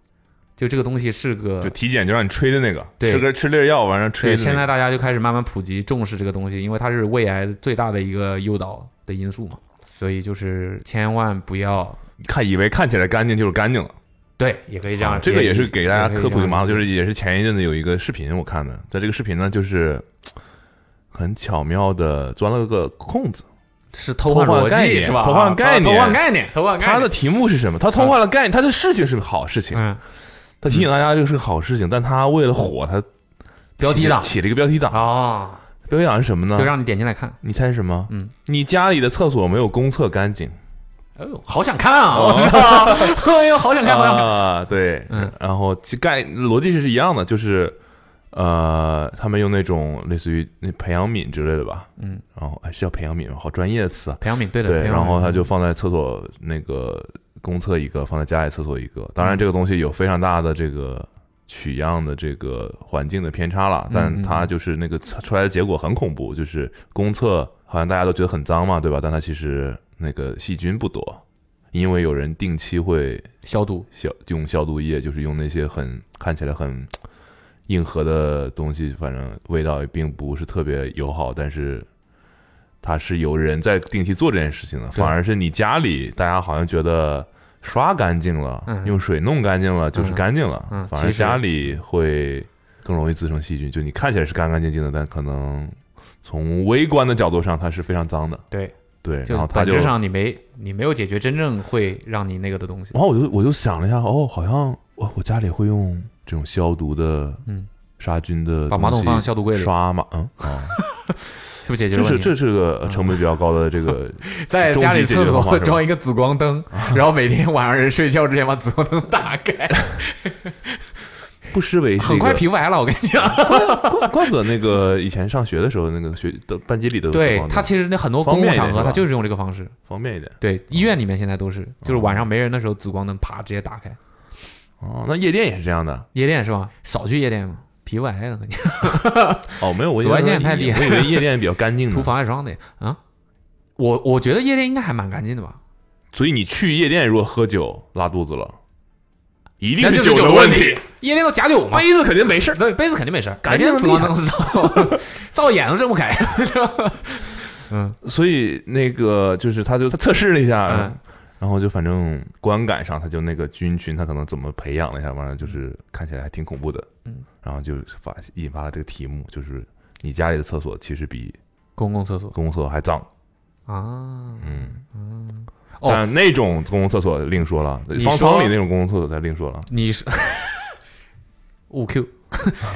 就这个东西是个
就体检就让你吹的那个，
对
吃根吃粒儿药完了吹
对，
的那个。
现在大家就开始慢慢普及重视这个东西，因为它是胃癌最大的一个诱导的因素嘛，所以就是千万不要
看以为看起来干净就是干净了，
对，也可以这
啊
样，
这个也是给大家科普的
嘛，
嘛，就是也是前一阵子有一个视频我看的，在这个视频呢就是很巧妙的钻了个空子。
是偷
换
换逻
概
辑
念
是吧？
偷换概念
啊偷换概念，偷换概
他的
念。
题目是什么？他偷换了概念，他的事情是个好事情，
嗯，
他提醒大家这个是个好事情，但他为了火，他
标题
起
党
起了一个标题党，
哦，
标题党是什么呢？
就让你点进来看。
你猜是什么？
嗯，
你家里的厕所没有公厕干净。
哎呦，好想看啊！我操，哎呦，好 想看，好想看。
哦啊，对，
嗯，
然后其概逻辑是一样的，就是呃，他们用那种类似于那培养皿之类的吧，
嗯，
然后哎是叫培养皿吗？好专业的词啊，
培养皿对的，
对，
培养皿
然后他就放在厕所那个公厕一个，放在家里厕所一个，
嗯
当然这个东西有非常大的这个。取样的这个环境的偏差了，但
嗯
它就是那个测出来的结果很恐怖，就是公厕好像大家都觉得很脏嘛，对吧？但它其实那个细菌不多，因为有人定期会
消毒，
消用消毒液，就是用那些很看起来很硬核的东西，反正味道也并不是特别友好，但是它是有人在定期做这件事情的，
对
反而是你家里大家好像觉得刷干净了，
嗯
用水弄干净了就是干净了，
嗯
反而
其实
家里会更容易滋生细菌。就你看起来是干干净净的，但可能从微观的角度上，它是非常脏的。
对，
对，然
就
后它
本
就，
质
然
上你没你没有解决真正会让你那个的东西。
后我就我就想了一下，哦，好像我我家里会用这种消毒的，
嗯，
杀菌的东西，
把马桶放消毒柜里
刷马， 嗯，哦，
是不是解嗯决
这
了问
是
题？
这是个成本比较高的这个
在家里厕
终极解决方法
所
是吧啊
装一个紫光灯，然后每天晚上人睡觉之前把紫光灯打开，
不失为是
很
一
快
个
皮肤癌了。我跟你讲，
怪怪不得那个以前上学的时候，那个学的班级里的
对它其实那很多公
方
共
便一点
场合
是吧
它就是用这个方式。
方便一点
对，医院里面现在都是，就是晚上没人的时候，紫光灯啪直接打开。
哦。那夜店也是这样的
夜店是吧？少去夜店嘛，皮肤癌了，和你
哦，没有，我以
紫外
为
线太厉害
我以为夜店比较干净呢
涂。防晒霜的啊。我我觉得夜店应该还蛮干净的吧，
所以你去夜店如果喝酒拉肚子了，一定
那就是
酒
酒
的
的
问
问
题，
夜店都假酒嘛，
杯子肯定没事儿。
对杯子肯定没事儿，
干
改
净
天紫光
厉害
灯是照照 眼都 睁不开。
所以那个就是他就他测试了一下，
嗯
然后就反正观感上他就那个菌群他可能怎么培养了一下，完了就是看起来还挺恐怖的，
嗯，
然后就发引发了这个题目，就是你家里的厕所其实比
公共厕所
公共厕所还脏，
啊，
嗯，
哦
但那种公共厕所另说了，
说
方舱里那种公共厕所才另说了，
你是五 Q，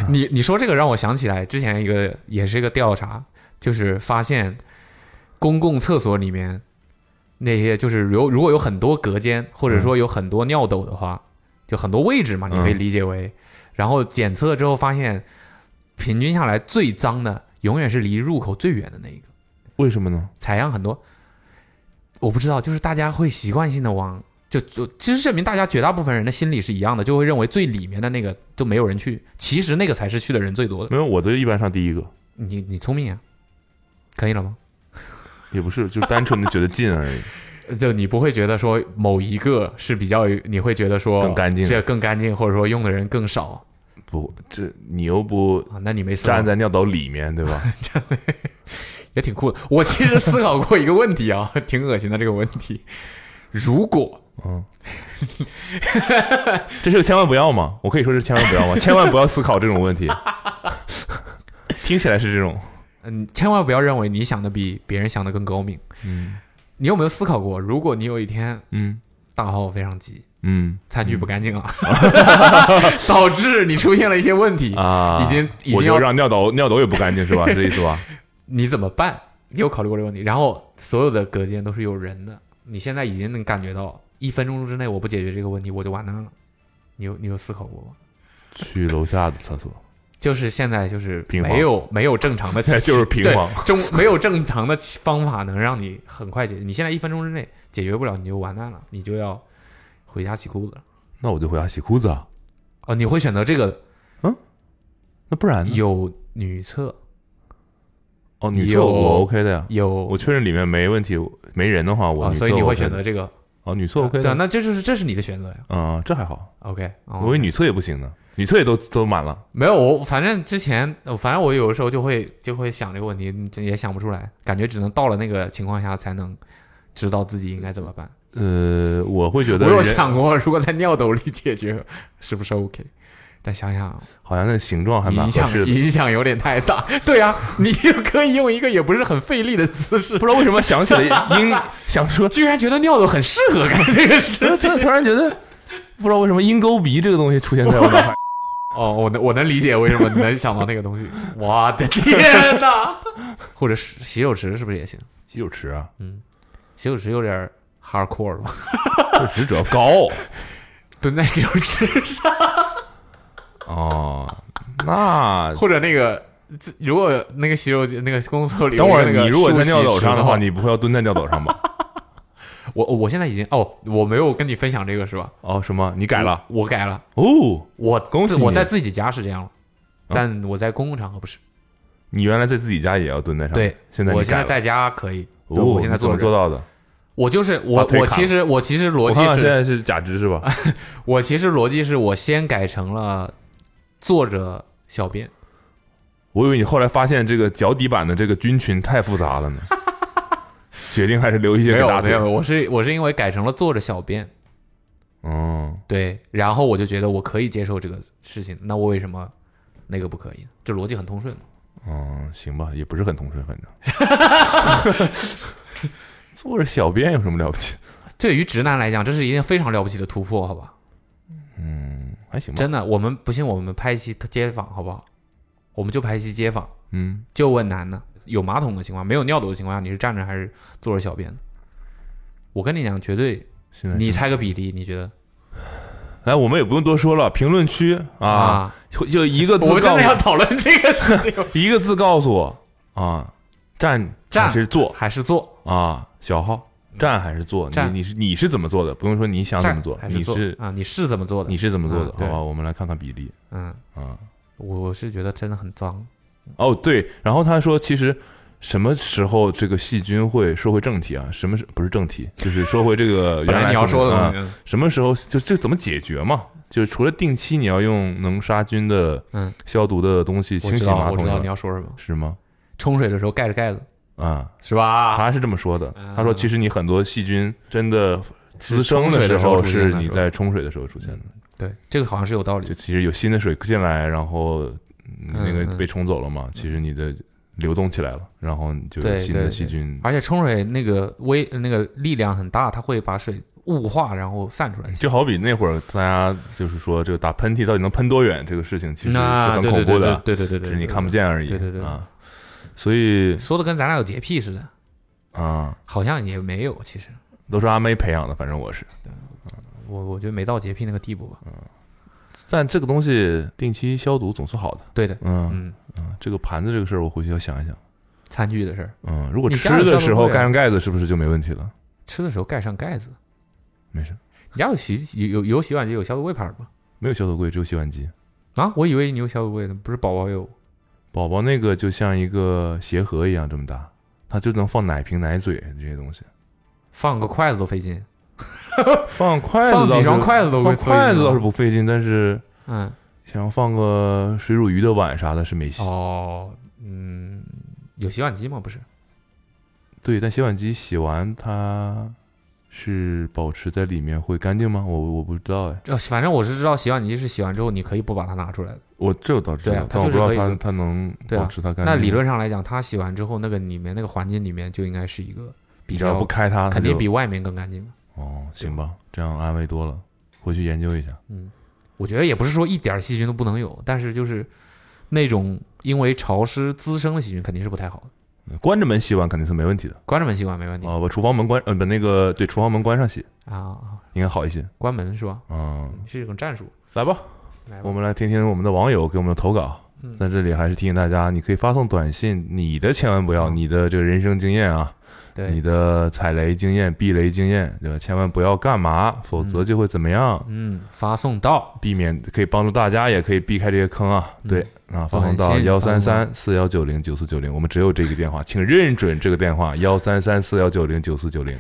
你你说这个让我想起来之前一个也是一个调查，就是发现公共厕所里面那些就是有如果有很多隔间，或者说有很多尿斗的话，就很多位置嘛，你可以
嗯
理解为，然后检测之后发现，平均下来最脏的永远是离入口最远的那一个，
为什么呢？
采样很多，我不知道，就是大家会习惯性的往就就其实证明大家绝大部分人的心理是一样的，就会认为最里面的那个就没有人去，其实那个才是去的人最多的。
没有，我都一般上第一个，
你你聪明啊，可以了吗？
也不是，就是单纯的觉得近而已。
就你不会觉得说某一个是比较，你会觉得说
更干净
这更干净，或者说用的人更少
不，这你又 不
啊？那你没思考
站在尿斗里面，对吧？
也挺酷的。我其实思考过一个问题啊， 挺恶心的这个问题。如果
嗯，这是个千万不要吗？我可以说是千万不 要吗？千万不要思考这种问题。 听起来是这种，
嗯，千万不要认为你想的比别人想的更高明。
嗯
你有没有思考过，如果你有一天
嗯
大号非常急，
嗯
餐具不干净啊， 导致你出现了一些问题，
啊，
已经已
我
经
就
要
让尿斗尿斗也不干净是吧？是这意思吧？
你怎么办？你有考虑过这个问题？然后所有的隔间都是有人的，你现在已经能感觉到，一分钟之内我不解决这个问题，我就完蛋了。你有你有思考过吗？
去楼下的厕所，
就是现在就是
平房，
没有没有正常的
就是平房
对，中没有正常的方法能让你很快解决。你现在一分钟之内解决不了，你就完蛋了，你就要回家洗裤子了。
那我就回家洗裤子啊。
哦，你会选择这个
那不然呢
有女厕，
哦，女厕
有
我 OK 的呀，
有
我确认里面没问题，没人的话我
啊，
女厕
所以你
OK
会
的
选择这个
哦，女厕 OK
对
的，
啊，那这就是这是你的选择呀。
嗯，这还好，
OK，哦
我以为女厕也不行呢，女厕也都都满了。
没有我，反正之前，呃反正我有的时候就会就会想这个问题，也想不出来，感觉只能到了那个情况下才能知道自己应该怎么办。
呃，我会觉
我
得
有
人
想过， 如果在尿斗里解决是不是 OK？但想想
好像那形状还蛮
影
合
响
适的，
影响有点太大。对啊，你就可以用一个也不是很费力的姿势，
不知道为什么想起 了英，想说
居然觉得尿斗很适合干这个事 情。
突然觉得，不知道为什么鹰钩鼻这个东西出现在我脑海。
哦，我能我能理解为什么你能想到那个东西。我的天哪！ 或者是洗手池是不是也行？
洗手池啊，
洗手池有点儿 hardcore 了吧，
洗手池主要 高
蹲在洗手池上，
哦，那
或者那个这如果那个洗手间那个公厕里有
等会儿
那个
你如果在
梳洗
尿斗
池
上的
的
话，你不会要蹲在尿斗上 吧？
我我现在已经哦，我没有跟你分享这个是吧？
哦，什么？你改了？
我改了，
哦，
我
恭喜你哦
我在自己家是这样了，但我在公共场合不是。
你原来在自己家也要蹲在上，
对，
啊现在你
我现
改
在
了
在家可以，
哦
对我现在
你怎么
做
做
到？
到的？
我就是我
把腿
我
砍
其实我其实逻
我
辑
看看
是
现在是假肢是吧？
我其实逻辑是我先改成了坐着小便，
我以为你后来发现这个脚底板的这个菌群太复杂了 呢，决定还是留一些
没
给大
有没
腿。
有，我是我是因为改成了坐着小便，
嗯，
对，然后我就觉得我可以接受这个事情，那我为什么那个不可以，这逻辑很通顺嘛。
嗯，行吧，也不是很通顺，反正 做着小编有什么了不起？
对于直男来讲，这是一件非常了不起的突破，好吧？
嗯，还行吧，
真的，我们不信，我们拍一期街访好不好？我们就拍一期街访，
嗯，
就问男的，有马桶的情况，没有尿斗的情况下，你是站着还是坐着小便的？我跟你讲，绝对，
现在
你
是
猜个比例，你觉得
来，我们也不用多说了，评论区啊，？就就一个字
我们真
告
的要
诉，
讨论这个事情，
一个字告诉我啊，站
站
还是坐
还是坐？
啊，小号站还是坐？
站
你你是你是怎么做的？不用说你想怎么
站
做，
还
你
坐
是
啊？你是怎么做的？
你是怎么做的？
啊
好
对
吧，我们来看看比例
嗯，
啊。
我是觉得真的很脏。
哦，对，然后他说，其实什么时候这个细菌会说回正题啊？什么是不是正题？就是说回这个
本
原
来
来
你要说的嗯
啊
东，西，
什么时候就这怎么解决嘛？就是除了定期你要用能杀菌的、
嗯
消毒的东西
我
清洗
知
马
道，我
桶
知
以
道
外
你要说什么。
是吗？
冲水的时候盖着盖子，
啊，
是吧？
他是这么说的。他说，
啊
其实你很多细菌真的滋生
冲水
时
的时候嗯
候
出现
是
的
你
是吧
在冲水的时候出现的，
对，这个好像是有道理
就。其实有新的水进来，然后嗯那个
嗯嗯
被冲走了嘛，其实你的流动起来了，然后你就有
对
新
对
的
对
细菌
而且冲水那个微那个力量很大，它会把水雾化，然后散出来。
就好比那会儿大家就是说这个打喷嚏到底能喷多远这个事情，其实是
那
很
对
恐
啊对
怖
对
的，
对对对对，
只
对
是你看不，见而已。
对对对
啊，所以
说的跟咱俩有洁癖似的，
啊，
好像也没有。其实
都是阿妹培养的，反正我是。
我我觉得没到洁癖那个地步吧。
嗯但这个东西定期消毒总是好的。
对的，
嗯，
嗯，
这个盘子这个事儿，我回去要想一想。
餐具的事儿，
嗯，如果
你
吃
家有
的
消毒
时候
柜啊
盖上盖子，是不是就没问题了？
吃的时候盖上盖子。
没事，
你家有洗有有有洗碗机有消毒柜盘吗？
没有消毒柜，只有洗碗机。
啊，我以为你有消毒柜呢，不是宝宝有。
宝宝那个就像一个鞋盒一样这么大，它就能放奶瓶、奶嘴这些东西。
放个筷子都费劲，
放筷子
放
倒
几
是
双筷子都
放
不费劲哦
筷子
了
倒是不费劲，但是
嗯，
想要放个水煮鱼的碗啥的，是没戏。
哦，嗯，有洗碗机吗？不是，
对，但洗碗机洗完它是保持在里面会干净吗？我我不知道哎，
呃，反正我是知道洗碗机是洗完之后你可以不把它拿出来的。
我这我倒知
对
道
啊，
但
它
我不知
就是
道
可以
它
的
它能
对啊
保持它干净。
那理论上来讲，它洗完之后那个里面那个环境里面就应该是一个比
你只要
较
不开它，它
肯定
就
比外面更干净的。
哦，行吧，这样安慰多了，回去研究一下。
我觉得也不是说一点儿细菌都不能有，但是就是那种因为潮湿滋生的细菌肯定是不太好的。
嗯关着门洗碗肯定是没问题的
关着门洗碗没问题啊
啊，把厨房门关呃把那个对厨房门关上洗
啊，
应该好一些。
关门是吧？
嗯，
是一种战术。
来吧，嗯
来吧
我们来听听我们的网友给我们的投稿。在这里还是提醒大家，你可以发送短信，你的千万不要，你的这个人生经验啊，你
对，
的踩雷经验、避雷经验，对吧？千万不要干嘛，否则就会怎么样？
嗯，发送到
避免可以帮助大家，也可以避开这些坑啊。对啊，发送到
短信
幺三
发
三四幺九零九四九零，我们只有这个电话，请认准这个电 话幺三三四幺九零九四九零。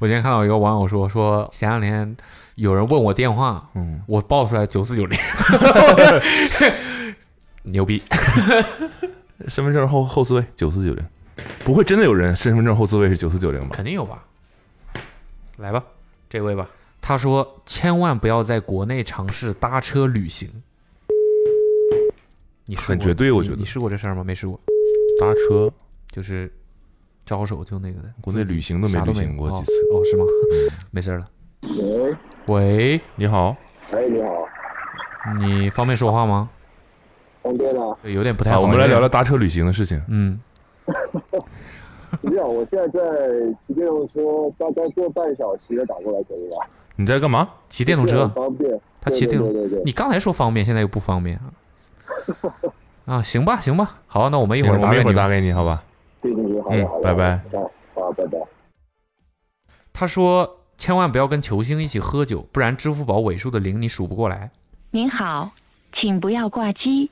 我今天看到一个网友说，说前两天有人问我电话，
嗯，
我报出来九四九 零， 牛逼！
身份证后后四位九四九零，不会真的有人身份证后四位是九四九零吧？
肯定有吧？来吧，这位吧。他说：“千万不要在国内尝试搭车旅行。”你试
很
过
绝对我
你
觉得
你试过这事儿吗？没试过，
搭车，
就是招手就那个的。
国内旅行都没
啥
旅
没有
行过几次。嗯
哦，哦是吗？ 没事儿了。
喂，
喂，
你好，
哎，你好，
你方便说话吗？
方便啊？
有点不太
啊，
好。
我们来
有点
聊聊。搭车旅行的事情。
嗯，
你好，我现在在骑电动车，大概坐半小时打过来可以吧？
你在干嘛？
骑电动车
很，方便。
他骑电动
对对对对
你刚才说方便，现在又不方便啊。啊，行吧，行吧，好，那我们一会儿
行我们一会儿
打
打
给你。
给你，好吧？
对对对，好
嗯
的好的，
拜拜
好，好，拜拜。
他说，千万不要跟球星一起喝酒，不然支付宝尾数的零你数不过来。
您好，请不要挂机。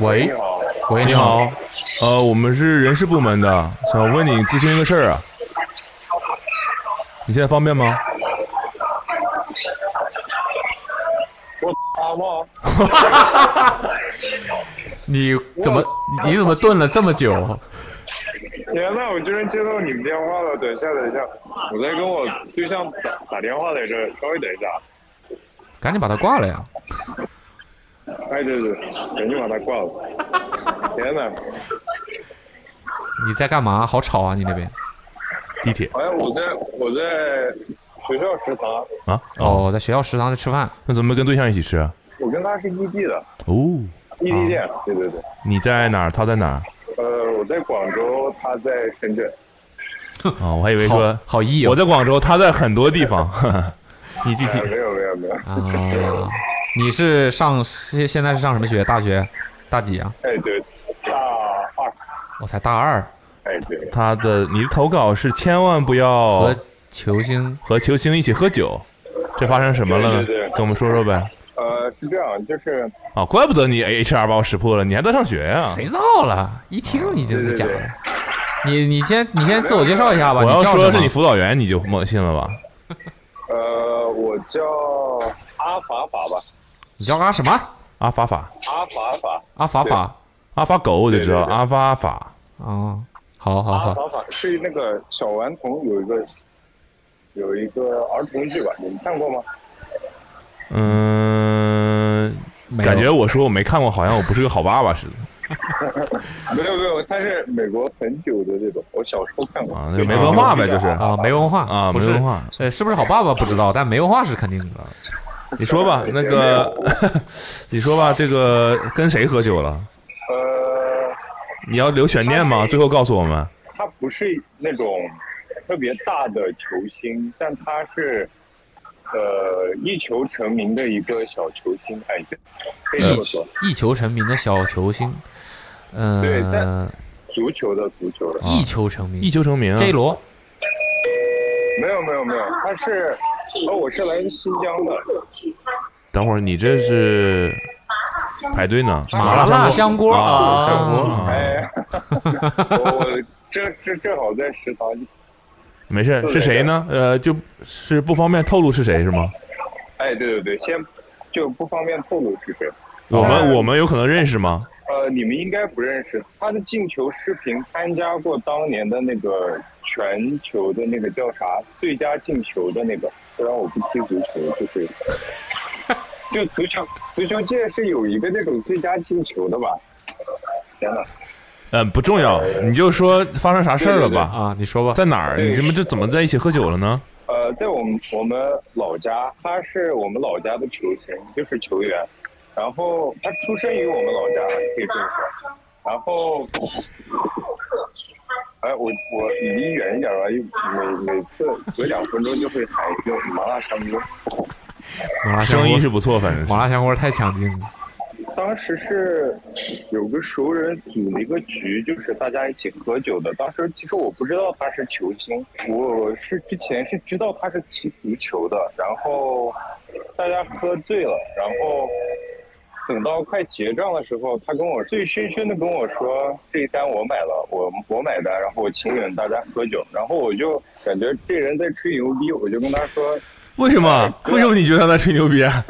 喂，
好，
喂，
你好，呃，我们是人事部门的，想问你咨询一个事儿啊。你现在方便吗？
我好吗？
你怎么你怎么顿了这么久？
天呐，我居然接到你们电话了！等一下，等一下，我在跟我对象打打电话来着，稍微等一下。
赶紧把他挂了呀！
哎，对对，对人就把它挂了。 天哪！
你在干嘛？好吵啊！你那边
地铁
好像我在我在学校食堂，
啊？
哦，在学校食堂在吃饭，
那怎么没跟对象一起吃啊？
我跟他是异地的，
哦，
异地恋。对对对，
你在哪儿？他在哪 儿？
呃，我在广州，他在深圳。
啊，我还以为
好
说
好意哦。
我在广州，他在很多地方。 你具体
哎没有没有没有，
啊，你是上现现在是上什么学？大学大几啊？
哎对，大二，
我才大二，
哎对，
他的你的投稿是千万不要
和球星
和球星一起喝酒，这发生什么了呢？
对对对
跟我们说说呗。
呃是这样，就是
啊，怪不得你 HR 把我识破了，你还在上学呀、
谁知道了？一
啊
听你就是假的。你你先你先自我介绍一下吧，
我要
啊你叫
说是
什
你
么？
辅导员，你就猛信了吧？
呃我叫阿法法吧，
你叫阿什么？
阿法法，
阿法法，
阿法法
阿法狗我就知道，
对对对
阿法法。
啊，好好
阿
好，
法法是那个小顽童有一个有一个儿童剧吧，你们看过吗？
嗯，
没有
感觉我说我没看过，好像我不是个好爸爸似的
没有没有，它是美国很久的这种，我小时候看过。
啊，那没文化呗，就是
啊没文化
啊，
不
没
是
文化。
呃，是不是好爸爸不知道，但没文化是肯定的。
你说吧，那个， 你说吧，这个跟谁喝酒了？
呃，
你要留悬念吗？最后告诉我们。
他不是那种特别大的球星，但他是呃一球成名的一个小球星，哎，可以这
呃
么说，
一球成名的小球星，
对
呃
但，足球的足球的，
一球成名，
一球成名啊
J 罗
没有没有没有，他是哦，我是来自新疆的，
等会儿你这是排队呢？
麻辣香锅
啊，
啊
香锅啊，
哎，我这这正好在食堂，
没事，是谁呢？呃，就是不方便透露是谁是吗？
哎，对对对，先就不方便透露是谁。
我们
哦
我们有可能认识吗？
呃，你们应该不认识他的进球视频，参加过当年的那个全球的那个叫啥最佳进球的那个。虽然我不踢足球，就是，就足球足球界是有一个那种最佳进球的吧？天呐，
嗯，不重要，你就说发生啥事儿了吧？
啊，你说吧。
在哪儿？
对
你怎么这怎么在一起喝酒了呢？
呃，在我们我们老家，他是我们老家的球星，就是球员，然后他出生于我们老家，可以这么说。然后，哎，我我离远一点吧，一每每次隔两分钟就会喊一个麻辣香锅。
麻辣香
生
锅
意是不错，反正是
麻辣香锅太抢镜了。
当时是有个熟人组了一个局，就是大家一起喝酒的。当时其实我不知道他是球星，我是之前是知道他是踢足球的，然后大家喝醉了，然后等到快结账的时候，他跟我醉醺醺的跟我说：“这一单我买了，我我买单，然后我请你们大家喝酒。”然后我就感觉这人在吹牛逼，我就跟他说。
为什么？为什么你觉得他在吹牛逼啊？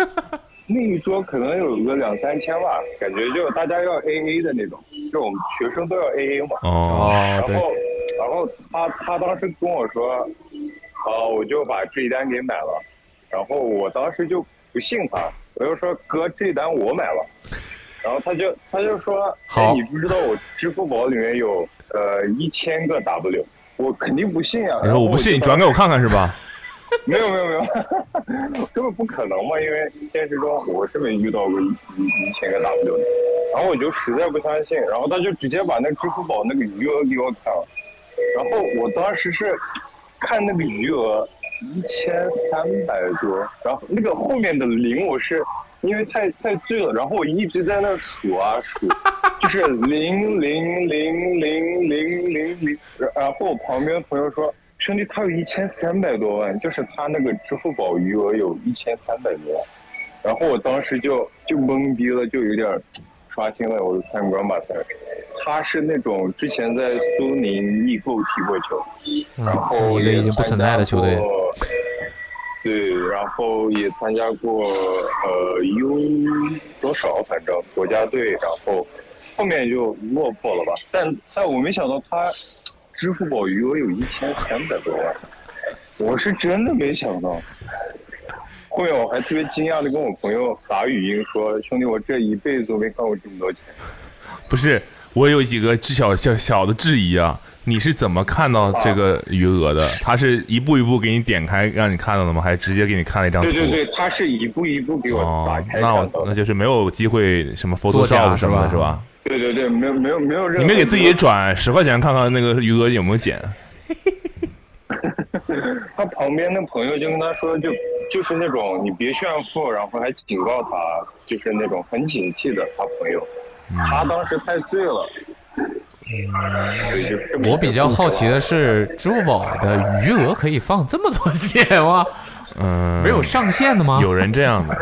那一桌可能有个两三千吧，感觉就大家要 A A 的那种，就我们学生都要 A A 嘛。
哦，
哦，
然
对，
后，然后他他当时跟我说，啊，我就把这一单给买了，然后我当时就不信他，我就说哥，这一单我买了，然后他就他就说，哎，
好
你不知道我支付宝里面有呃一千个 W，我肯定不信啊。
你哎说我不信，你转给我看看是吧？
没有没有没 有，根本不可能嘛！因为现实中我是没遇到过一一一千个 W 的，然后我就实在不相信，然后他就直接把那个支付宝那个余额给我看了，然后我当时是看那个余额一千三百多，然后那个后面的零我是因为太太醉了，然后我一直在那数啊数， 就是零零零零零零零，然后我旁边朋友说。兄弟，他有一千三百多万，就是他那个支付宝余额有一千三百多万，然后我当时就就懵逼了，就有点儿刷新了我的三观吧，算是。他是那种之前在苏宁易购踢过球，然
嗯，
后
一个
也
已经不存在的球队
参加，过。对，然后也参加过呃 U 多少，反正国家队，然后后面就落魄了吧。但但我没想到他支付宝余额有一千三百多万，我是真的没想到。后面我还特别惊讶的跟我朋友打语音说：“兄弟，我这一辈子都没看过这么 多钱。
哦不是，我有几个小小小的质疑啊，你是怎么看到这个余额的？他是一步一步给你点开让你看到的吗？还是直接给你看了一”张图？
对对对，他是一步一步给我打
哦，
开
那
看
我
到
那
的。
就是没有机会什么
作假
Photoshop 什么的
是
是
吧
吧？
对对对，没有没有没有任何。
你没给自己转十块钱看看那个余额有没有减？
他旁边的朋友就跟他说，就就是那种你别炫富，然后还警告他，就是那种很警惕的他朋友。他当时太醉了。所以就这么一个
嗯我比较好奇的是，支付宝的余额可以放这么多 钱吗？
嗯，
没有上限的吗？
有人这样的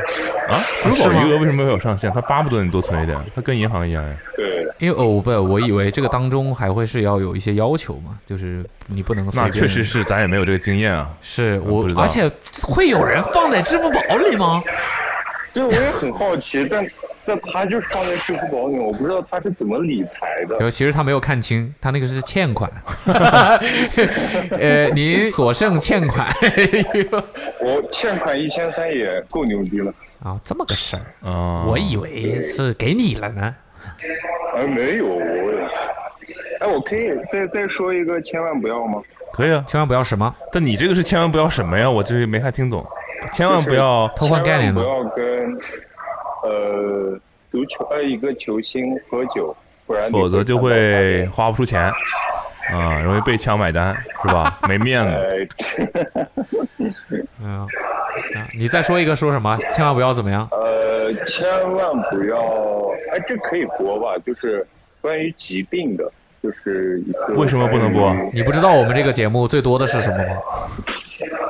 啊？支
是
付宝
吗
余额为什么没有上限？他巴不得你多存一点，他跟银行一样呀。
故事了
因
对，
为哦不，我以为这个当中还会是要有一些要求嘛，就是你不能随
那
便
确实是，咱也没有这个经验啊。
是我
不知，道
而且会有人放在支付宝里吗？
对我也很好奇，但 但他就是放在支付宝里，我不知道他是怎么理财的。
就其实他没有看清，他那个是欠款， 呃，您所剩欠款
我欠款一千三也够牛逼了，
啊，这么个事儿，
啊，
我以为是给你了呢。
而哎没有我。哎，我可以再再说一个，千万不要吗？
可以啊。
千万不要什么
但你这个是千万不要什么呀？我这没太听懂，千万不要
偷换概念
千万
吗
不？要跟呃足球呃一个球星喝酒，不然你
否则就
看到他
会
的
花不出钱，啊，容易被抢买单，是吧？没面子。
呃
嗯，啊你再说一个说什么？千万不要怎么样？
呃，千万不要哎，这可以播吧？就是关于疾病的，就是一个
为什么不能播
关于
你不知道我们这个节目最多的是什么吗？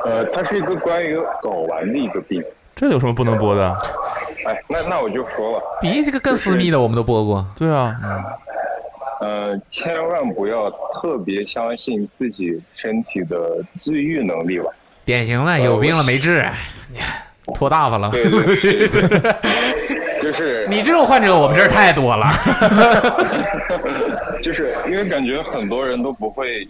呃，它是一个关于睾丸的一个病。
这有什么不能播的？
哎，那那我就说了，
比这个更私密的我们都播过。
对啊，
呃，千万不要特别相信自己身体的自愈能力吧。
典型
哎
的有病了没治，拖大发了。
对对对对，就是
你这种患者我们这儿太多了。
就是因为感觉很多人都不会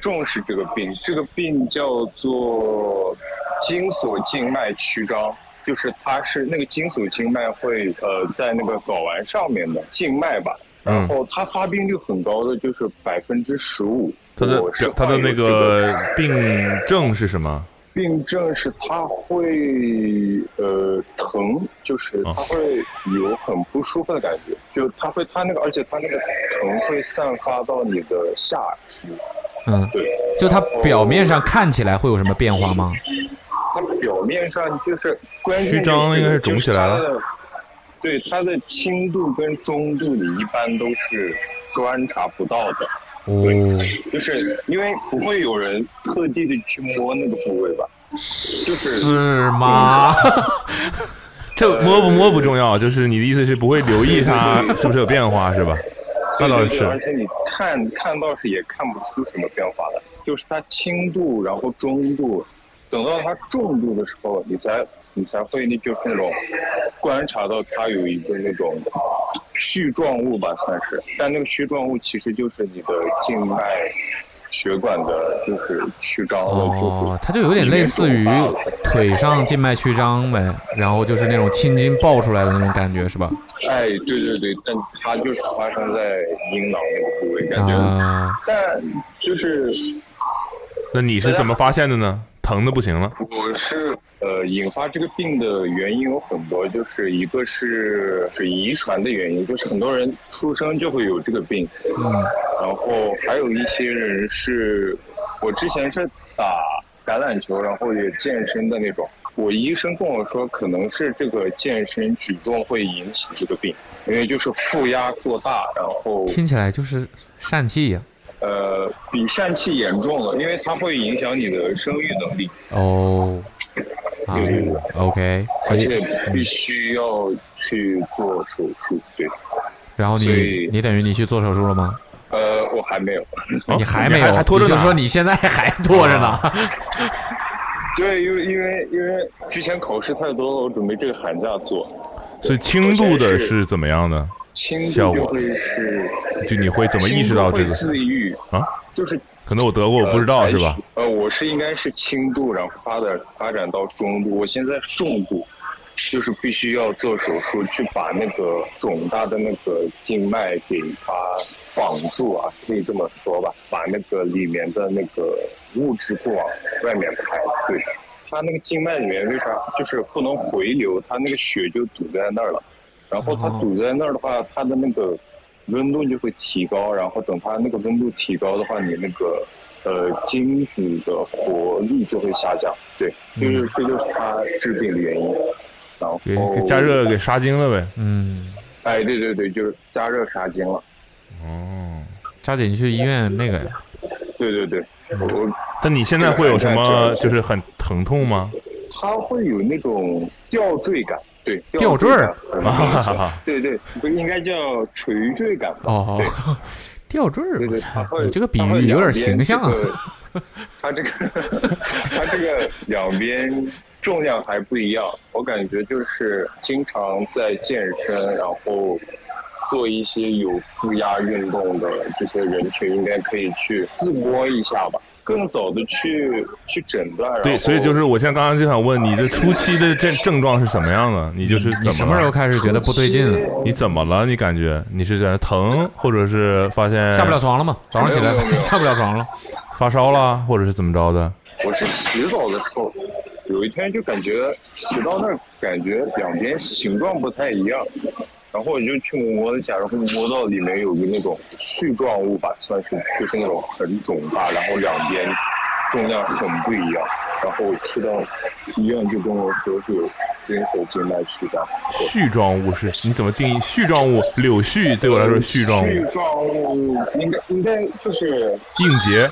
重视这个病，这个病叫做精索静脉曲张，就是它是那个精索静脉会呃在那个睾丸上面的静脉吧。
嗯
然后它发病率很高的就是百分之十五，
他的
我是
他的
患有
那
这个
个病症是什么？
病症是它会呃疼，就是它会有很不舒服的感觉，就呃它会它那个，而且它那个疼会散发到你的下肢，
嗯，
对，
就它表面上看起来会有什么变化吗？
它表面上就是关键、就是、
曲张应该是肿起来了
就是它的对它的轻度跟中度，你一般都是观察不到的，
哦，
就是因为不会有人特地的去摸那个部位吧，就是
是吗？
这摸不摸不重要，就是你的意思是不会留意它 是不是有变化，是吧？那倒
对对对而
是，
且你看看倒是也看不出什么变化来，就是它轻度，然后中度，等到它重度的时候，你才你才会那就是那种观察到它有一个那种絮状物吧，算是，但那个絮状物其实就是你的静脉血管的，就是曲张了，
哦，它就
就
是有点类似于
里面肿大了
腿上静脉曲张呗，然后就是那种青筋爆出来的那种感觉，是吧？
哎，对对对，但它就是发生在阴囊那个部位，感觉，
啊，
但就是
那你是怎么发现的呢？疼的不行了，
我是呃，引发这个病的原因有很多，就是一个是是遗传的原因，就是很多人出生就会有这个病，
嗯，
然后还有一些人是，我之前是打橄榄球，然后也健身的那种，我医生跟我说，可能是这个健身举重会引起这个病，因为就是负压过大，然后
听起来就是疝气呀。
呃比疝气严重了，因为它会影响你的生育能力。
哦，啊
对对对
，OK，所
而
以
且必须要去做手术。对，
然后
所
你
以
你等于你去做手术了吗？
呃，我还没有。
啊
哦你还没有，
还还拖着
你
呢
就说你现在还拖着呢。
对，因为因为因为之前考试太多了，我准备这个寒假做。
所以轻度的是怎么样的？
轻
效
度就
果
会是
就你会怎么意识到这
轻度会
个
自愈
啊？
就是
可能我得过，我不知道
呃
是吧？？
呃，我是应该是轻度，然后发展发展到中度，我现在是重度，就是必须要做手术去把那个肿大的那个静脉给它绑住啊，可以这么说吧，把那个里面的那个物质不往外面排，对。它那个静脉里面为啥就是不能回流，它那个血就堵在那儿了，然后它
哦
堵在那儿的话，它的那个温度就会提高，然后等它那个温度提高的话，你那个呃精子的活力就会下降。对，就是这就是它治病的原因。
呃
然后
给
哦
给加热给杀精了呗。
嗯，
哎，对对对，就是加热杀精了。
哦，
抓紧去医院那个呀。
对对对，我
但你现在会有什么就是很疼痛吗？
它会有那种吊坠感，对，
吊坠儿
感很明显，对对，不应该叫垂坠感吧？
哦
对，
吊坠儿，
对
我
对，
操
它会
你这个比
它会
喻有
两
点形
边
象啊。
这个它这个它这个两边重量还不一样，我感觉就是经常在健身，然后做一些有负压运动的这些人群，应该可以去自摸一下吧，更早的去去诊断。然
对，
后
所以就是我现在刚刚就想问你，这初期的症症状是什么样的？你就是
你
怎
什
么
么时候
了？
开始觉得不对劲了？
你怎么了？你感觉你是在疼，或者是发现
下不了床了吗？早上起来
没有没有没 有
下不了 床了。
发烧了，或者是怎么着的？
我是洗澡的时候，有一天就感觉洗到那儿，感觉两边形状不太一样，然后我就去摸了一下，然后摸到里面有个那种絮状物吧，算是就是那种很肿大，然后两边重量很不一样，然后去到医院就跟我说是有精手静脉曲张。
絮状物是？你怎么定义絮状物？柳絮对我来说是絮状物，
絮状物应该应该就是
硬结。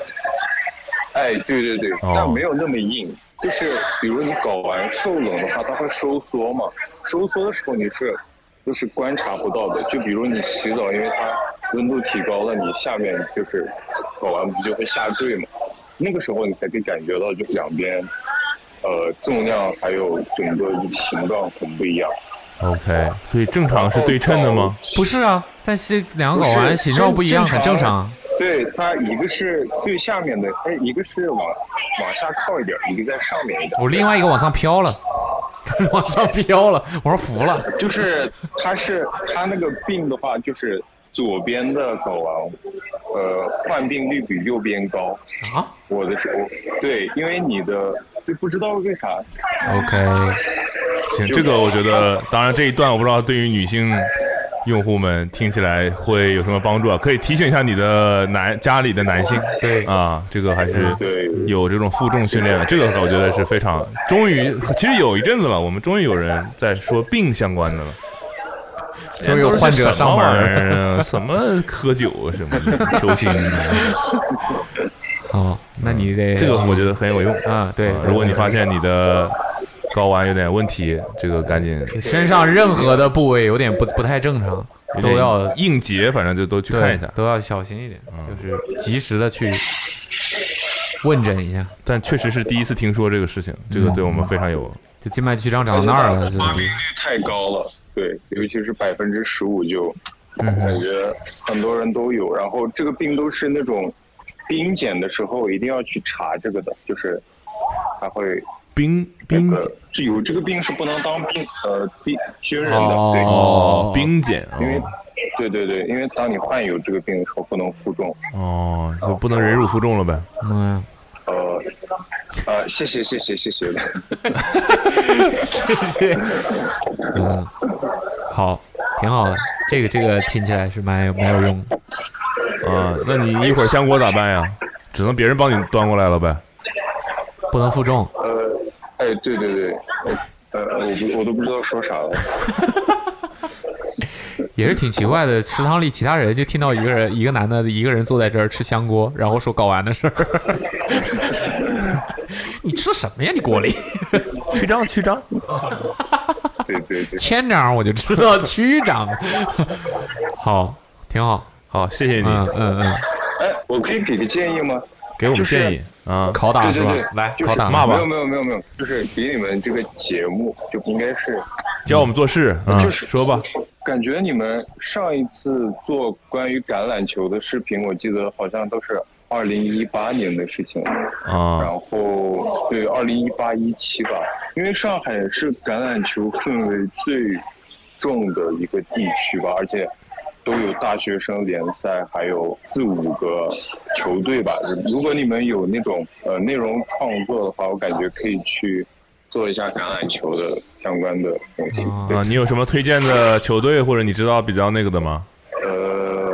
哎，对对对，
哦
但没有那么硬，就是比如你搞完受冷的话，它会收缩嘛，收缩的时候你是就是观察不到的，就比如你洗澡，因为它温度提高了，你下面就是搞完不就会下坠嘛，那个时候你才可以感觉到就两边。呃，重量还有整个形状很不一样，
OK，所以正常是对称的吗？
不是啊，但是两个
不
睾
是
丸形状不一样，很正常。。
对，它一个是最下面的，它一个是往往下靠一点，一个在上面一点。
我另外一个往上飘了， 往上飘了，我说服了。
就是它是它那个病的话，就是左边的睾丸，呃，患病率比右边高。
啊
我的是，我对，因为你的就不知道为啥，
，OK，
行，这个我觉得，当然这一段我不知道对于女性用户们听起来会有什么帮助啊？可以提醒一下你的男家里的男性
对，
啊，这个还是
对
有这种负重训练的，这个我觉得是非常。终于，其实有一阵子了，我们终于有人在说病相关的了。
终于有患者上门
这
儿
都是什么玩意儿啊？什么喝酒啊什么的球星啊，
哦，那你得
这个我觉得很有用
啊，对
啊，
对
如果你发现你的睾丸有点问题，这个赶紧
对身上任何的部位有点不不太正常，
有
都
点
要
应节，反正就都去
对
看一下。嗯
都要小心一点，就是及时的去问诊一下。
但确实是第一次听说这个事情，这个对我们非常有。
就静脉曲张长到那儿了，就是
发病率太高了，对，尤其是百分之十五就，
嗯
感觉很多人都有。然后这个病都是那种冰检的时候一定要去查这个的，就是它会
冰
那
冰
个是有这个病是不能当兵呃兵军人的，对。
哦
哦，冰检
因为
哦，
对对对，因为当你患有这个病的时候，不能负重。
哦，就不能忍辱负重了呗。
嗯，
呃，呃，谢谢谢谢谢谢。
谢谢，嗯，好，挺好的，这个这个听起来是蛮有蛮有用的。
啊，那你一会儿香锅咋办呀？只能别人帮你端过来了呗。
不能负重，
呃，哎，对对对，呃，呃我不我都不知道说啥了。
也是挺奇怪的。食堂里其他人就听到一个人，一个男的，一个人坐在这儿吃香锅，然后说睾丸的事儿。 你吃什么呀？你锅里
曲张曲张，
对对对，
千张我就知道区长。好，挺好。
好，谢谢
嗯
你
嗯嗯，
哎，我可以给个建议吗？
给我们
就是
建议啊。
拷打
对
是
对
吧
对，？
来
就是
拷打
骂吧
没有没有没有没有，就是给你们这个节目就应该是
教我们做事啊
就，是
说吧。
感觉你们上一次做关于橄榄球的视频，我记得好像都是二零一八年的事情了。
啊
然后对二零一八一七吧，因为上海是橄榄球氛围最重的一个地区吧，而且都有大学生联赛，还有四五个球队吧。如果你们有那种呃内容创作的话，我感觉可以去做一下橄榄球的相关的东西。
啊
对
啊！你有什么推荐的球队或者你知道比较那个的吗？
呃，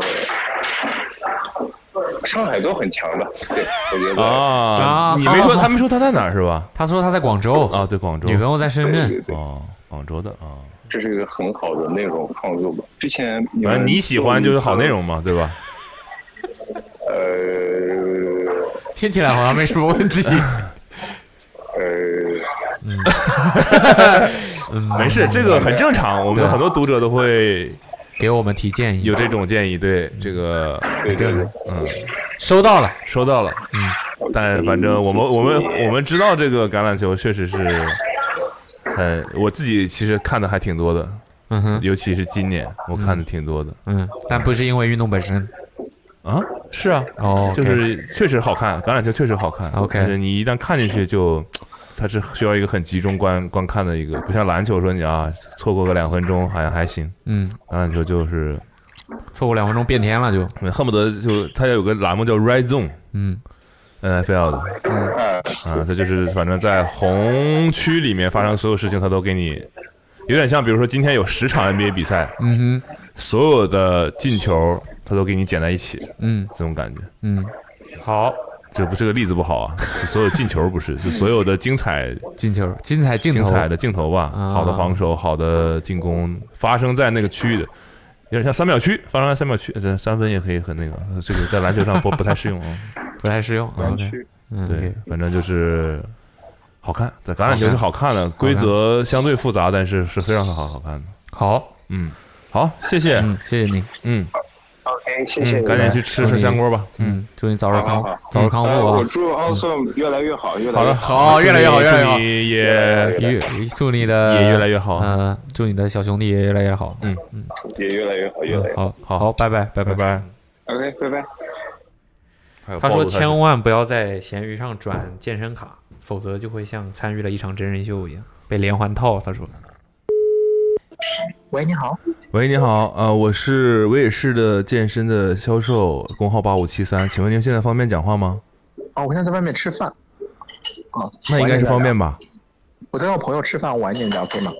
上海都很强的，对，我觉得。
啊
啊
你没
好
说，
好好
他没说他在哪儿是吧？
他说他在广州
啊，，对，广州。
女朋友在深
对
圳
对，对，
哦，广州的啊，
这是一个很好的内容创作吧。之前你
反
们
正你喜欢就是好内容嘛，对吧？
做一个。
听起来好像没什么 问题。
呃呃，
嗯，
没事，这个很正常，我们
对
很
啊
多读者都会
给我们提建议，
有这种建议。对，这个
对对对，
嗯，
收到了，
收到了，嗯，但反正我们我们我们知道这个橄榄球确实是很，我自己其实看的还挺多的，
嗯哼，
尤其是今年我看的挺多的
嗯，但不是因为运动本身，
啊，是啊，
哦，
就是确实好看，橄榄球确实好看。
OK
就是你一旦看进去就，它是需要一个很集中观观看的一个，不像篮球说你啊错过个两分钟好像还行，
嗯，
橄榄球就是
错过两分钟变天了就，
嗯恨不得就它有个栏目叫 Red Zone。
嗯
NFL 的，啊，它就是反正在红区里面发生所有事情，它都给你，有点像，比如说今天有十场 NBA 比赛，
嗯
所有的进球它都给你剪在一起，
哼，嗯
这种感觉。
嗯，好，
这不是个例子不好啊，就所有进球不是，就所有的精彩
进球，精彩 镜
精
头，
彩的镜头吧，
啊
好的防守，好的进攻，发生在那个区域的，有点像三秒区，发生在三秒区，呃这三分也可以很那个，呃这个在篮球上不不太适用啊。
不太适用，OK，
去
嗯，
对
OK，，
反正就是好看，在橄榄球是好看的，规则相对复杂，但是是非常好好看的。
好，
嗯，好，谢谢，
嗯，谢谢你，
嗯
OK，谢谢
嗯，
你
赶
们。
紧去吃吃香锅吧。嗯，
嗯，祝你早日康
好好，
早日康复
呃我
啊，
祝 Awesome 越来越好，越来
嗯好
越
的，
好。
好越来越好
祝你
越来
祝你
越好
越
也
来
越祝你的
也越来越好
呃，祝你的小兄弟也越来越好，
嗯
也越来越好，越
嗯
来越，好。
好，好，拜拜，拜
拜
拜。
拜。
OK，拜拜。
还有
他
呃暴
说
露他
千万不要在闲鱼上转健身卡，否则就会像参与了一场真人秀一样被连环套。他说，
喂，你好，
喂，你好，呃，我是威尔士的健身的销售，工号八五七三，请问您现在方便讲话吗？
哦，我现在在外面吃饭，啊，
那应该是方便
吧？
吧？
我在跟我朋友吃饭，晚一点聊可以吗？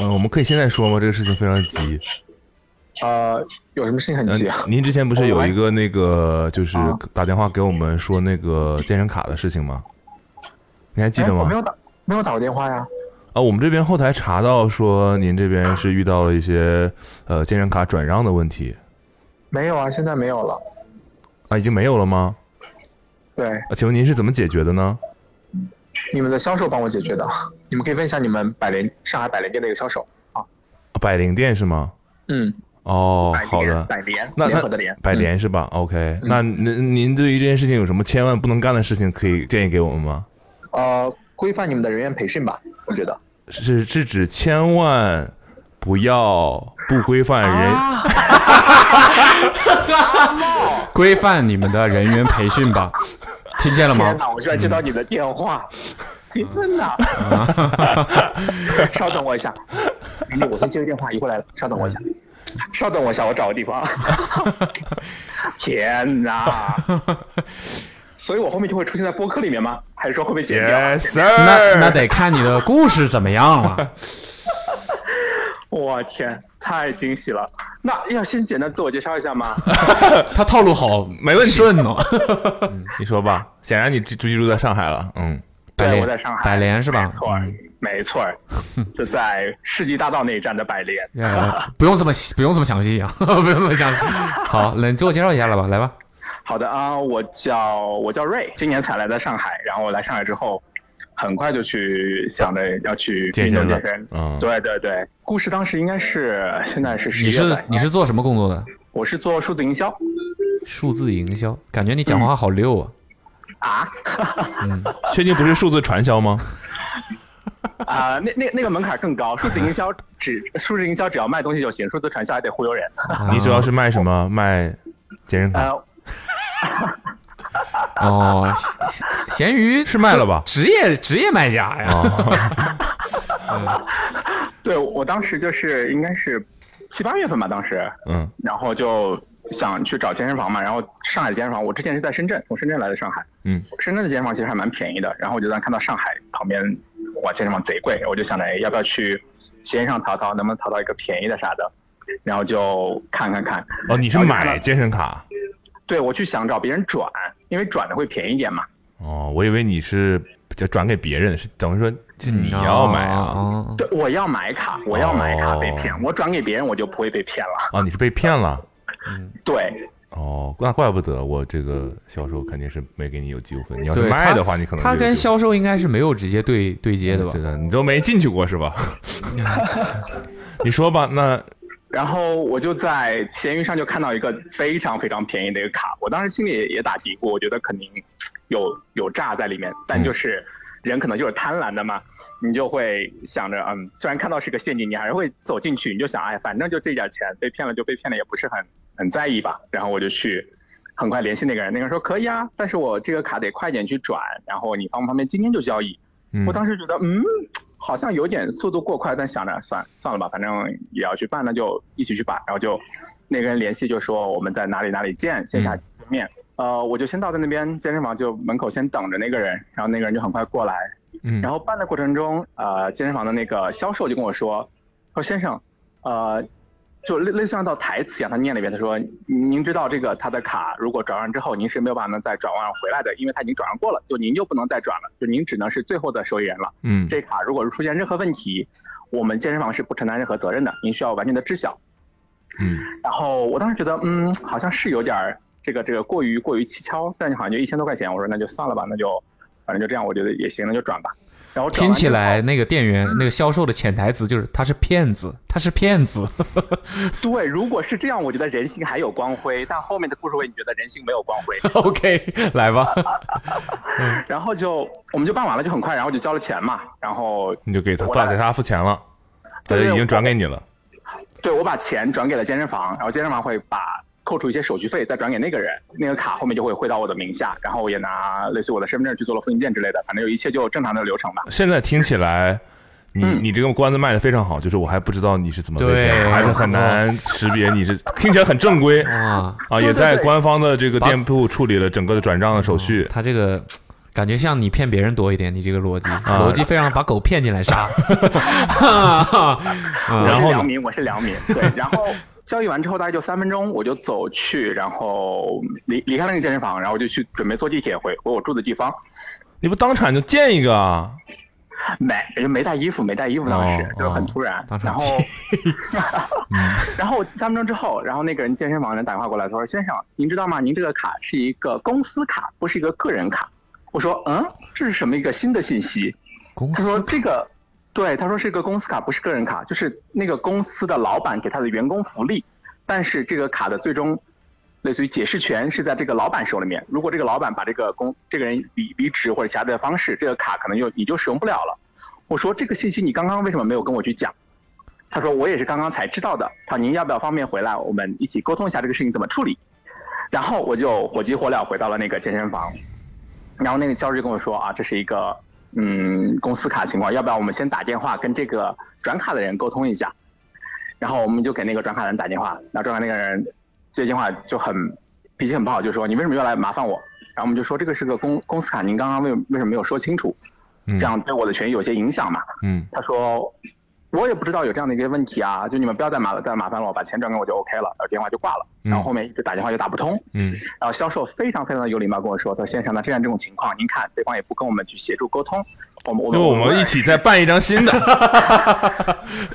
嗯、我们可以现在说吗？这个事情非常急。
呃，有什么事情很急啊
嗯，？您之前不是有一个那个，就是
啊
打电话给我们说那个健身卡的事情吗？你还记得
哎我没
吗？
有打，没有打过电话呀。
啊，我们这边后台查到说您这边是遇到了一些呃健身卡转让的问题
没有啊，现在没有了。
啊，已经没有了吗？
对，
啊，请问您是怎么解决的呢？
你们的销售帮我解决的，你们可以问一下你们百联上海百联店的一个销售。
啊百灵店是吗？
嗯，
哦
百，联
好的，
百联，
那
联
那
合的联，
百联是
嗯
吧？OK，、那您您对于这件事情有什么千万不能干的事情可以建议给我们吗？
嗯。呃，规范你们的人员培训吧，我觉得。
是是指千万不要不规范 人、
规范你们的人员培训 吧，听见了
天
吗？嗯
哪，我居然接到你的电话！天 哪！稍等我一下，哎我先接个电话，一会儿来了。稍等我一下，
嗯
稍等我一下，我找个 地方。天哪！所以我后面就会出现在播客里面吗？还是说会被剪掉
Yes
那
sir，
那得看你的故事怎么样了。
我天，太惊喜了！那要先简单自我介绍一下吗？
他套路好，没问题，顺 哦。
你说吧。显然你居居住在上海了，嗯，
百
对，
联
我在上海，
百联是吧
没错儿，没错儿，就在世纪大道那一站的百联。
呃，不用这么细不用这么详细啊， 不用这么详细。好，那你自我介绍一下了吧，来吧。
好的啊，我叫我叫瑞，今年才来到上海，然后我来上海之后，很快就去想着要去
健
运动
身了
健身。
嗯
对对对，故事当时应该是现在是十
你
一月
是
份，
你是做什么工作的？
我是做数字营销
数字营销，感觉你讲话好溜 啊。
啊
嗯，
确定不是数字传销吗？
啊、那那那个门槛更高，数字营销只数字营销只要卖东西就行，数字传销还得忽悠人。
你主要是卖什么？卖健身卡
呃，
哦，闲闲鱼
是卖了吧
职业职业卖家
哎
呀，
哦
对我当时就是应该是七八月份吧，当时，
嗯
然后就想去找健身房嘛，然后上海的健身房，我之前是在深圳，从深圳来的上海，
嗯，
深圳的健身房其实还蛮便宜的，然后我就当看到上海旁边哇健身房贼贵，我就想着哎要不要去先上淘淘，能不能淘到一个便宜的啥的，然后就看看看，
哦，你是
然后就看到
买健身卡？
对我去想找别人转，因为转的会便宜一点嘛。
哦，我以为你是就转给别人，是等于说是你要买啊？
嗯哦，哦
对，我要买卡，我要买卡被骗
哦，
我转给别人我就不会被骗了。
啊，你是被骗了？
对，
哦，那怪不得我这个销售肯定是没给你有纠纷。你要是
对
卖
他
的话，你可能
他
就有
跟
纠纷
销售应该是没有直接对对接的吧
真？的，你都没进去过是 吧？你说吧，那
然后我就在闲鱼上就看到一个非常非常便宜的一个卡，我当时心里也也打嘀咕，我觉得肯定有有诈在里面，但就是人可能就是贪婪的嘛，你就会想着，嗯，虽然看到是个陷阱，你还是会走进去，你就想，哎，反正就这点钱，被骗了就被骗了，也不是很很在意吧。然后我就去。很快联系那个人，那个人说可以啊，但是我这个卡得快点去转，然后你方不方便今天就交易？
嗯
我当时觉得，嗯，好像有点速度过快，但想着算算了吧，反正也要去办，那就一起去办。然后就那个人联系，就说我们在哪里哪里见，线
嗯
下见面。呃，我就先到在那边健身房就门口先等着那个人，然后那个人就很快过来。
嗯
然后办的过程中，呃，健身房的那个销售就跟我说，说先生，呃，就类类似像道台词一样，他念了一遍，他说您知道这个他的卡如果转让之后，您是没有办法能再转让回来的，因为他已经转让过了，就您就不能再转了，就您只能是最后的受益人了。
嗯
这卡如果是出现任何问题，我们健身房是不承担任何责任的，您需要完全的知晓。
嗯
然后我当时觉得，嗯，好像是有点儿这个这个过于过于蹊跷，但是好像就一千多块钱，我说那就算了吧，那就反正就这样，我觉得也行，那就转吧。然后转完
听起
之后
来，那个店员、那个销售的潜台词就是他是骗子，他是骗子。
对，如果是这样，我觉得人性还有光辉，但后面的故事会你觉得人性没有光辉，
OK，来吧，
然后就我们就办完了，就很快，然后就交了钱嘛，然后
你就给他
我
把
来
给他付钱了，他
对
就
对
已经
我
转给你了。
对我把钱转给了健身房，然后健身房会把扣除一些手续费，再转给那个人，那个卡后面就会汇到我的名下，然后我也拿类似于我的身份证去做了复印件之类的，反正有一切就正常的流程吧。
现在听起来，你
嗯
你这个关子卖的非常好，就是我还不知道你是怎么被
对
骗的，还是很难识别你是，听起来很正规
哇，
啊，
对
也
对
在
对
官方的这个店铺处理了整个的转账的手续。
嗯
他这个感觉像你骗别人多一点，你这个逻辑，逻辑非常把狗骗进来杀。
我
啊然
是
后呢
良民，我是良民。对，然后交易完之后大概就三分钟，我就走去，然后离离开那个健身房，然后我就去准备坐地铁回回我住的地方。
你不当场就见一个啊？
没没带衣服，没带衣服，当时、
哦
就很突然。
当场
然后， 然后三分钟之后，然后那个人健身房人打电话过来，他说：“先生，您知道吗？您这个卡是一个公司卡，不是一个个人卡。”我说：“嗯，这是什么一个新的信息
公？”
他说：“
司
这个，对，他说是一个公司卡，不是个人卡，就是那个公司的老板给他的员工福利，但是这个卡的最终。”类似于解释权是在这个老板手里面，如果这个老板把这个公这个人离离职或者其他的方式，这个卡可能就你就使用不了了。我说这个信息你刚刚为什么没有跟我去讲？他说我也是刚刚才知道的。他说您要不要方便回来，我们一起沟通一下这个事情怎么处理？然后我就火急火燎回到了那个健身房，然后那个销售就跟我说啊，这是一个嗯公司卡情况，要不要我们先打电话跟这个转卡的人沟通一下？然后我们就给那个转卡的人打电话，然后转卡那个人接电话就很脾气很不好，就说你为什么要来麻烦我？然后我们就说这个是个公公司卡，您刚刚为为什么没有说清楚？
嗯
这样对我的权益有些影响嘛？
嗯
他说我也不知道有这样的一个问题啊，就你们不要再麻再麻烦了，我把钱转给我就 OK 了，然后电话就挂了，然后后面一直打电话就打不通，
嗯
然后呃销售非常非常的有礼貌跟我说，他说先生呢，这样这种情况，您看对方也不跟我们去协助沟通，我们我
因为
们
我们一起在办一张新 的，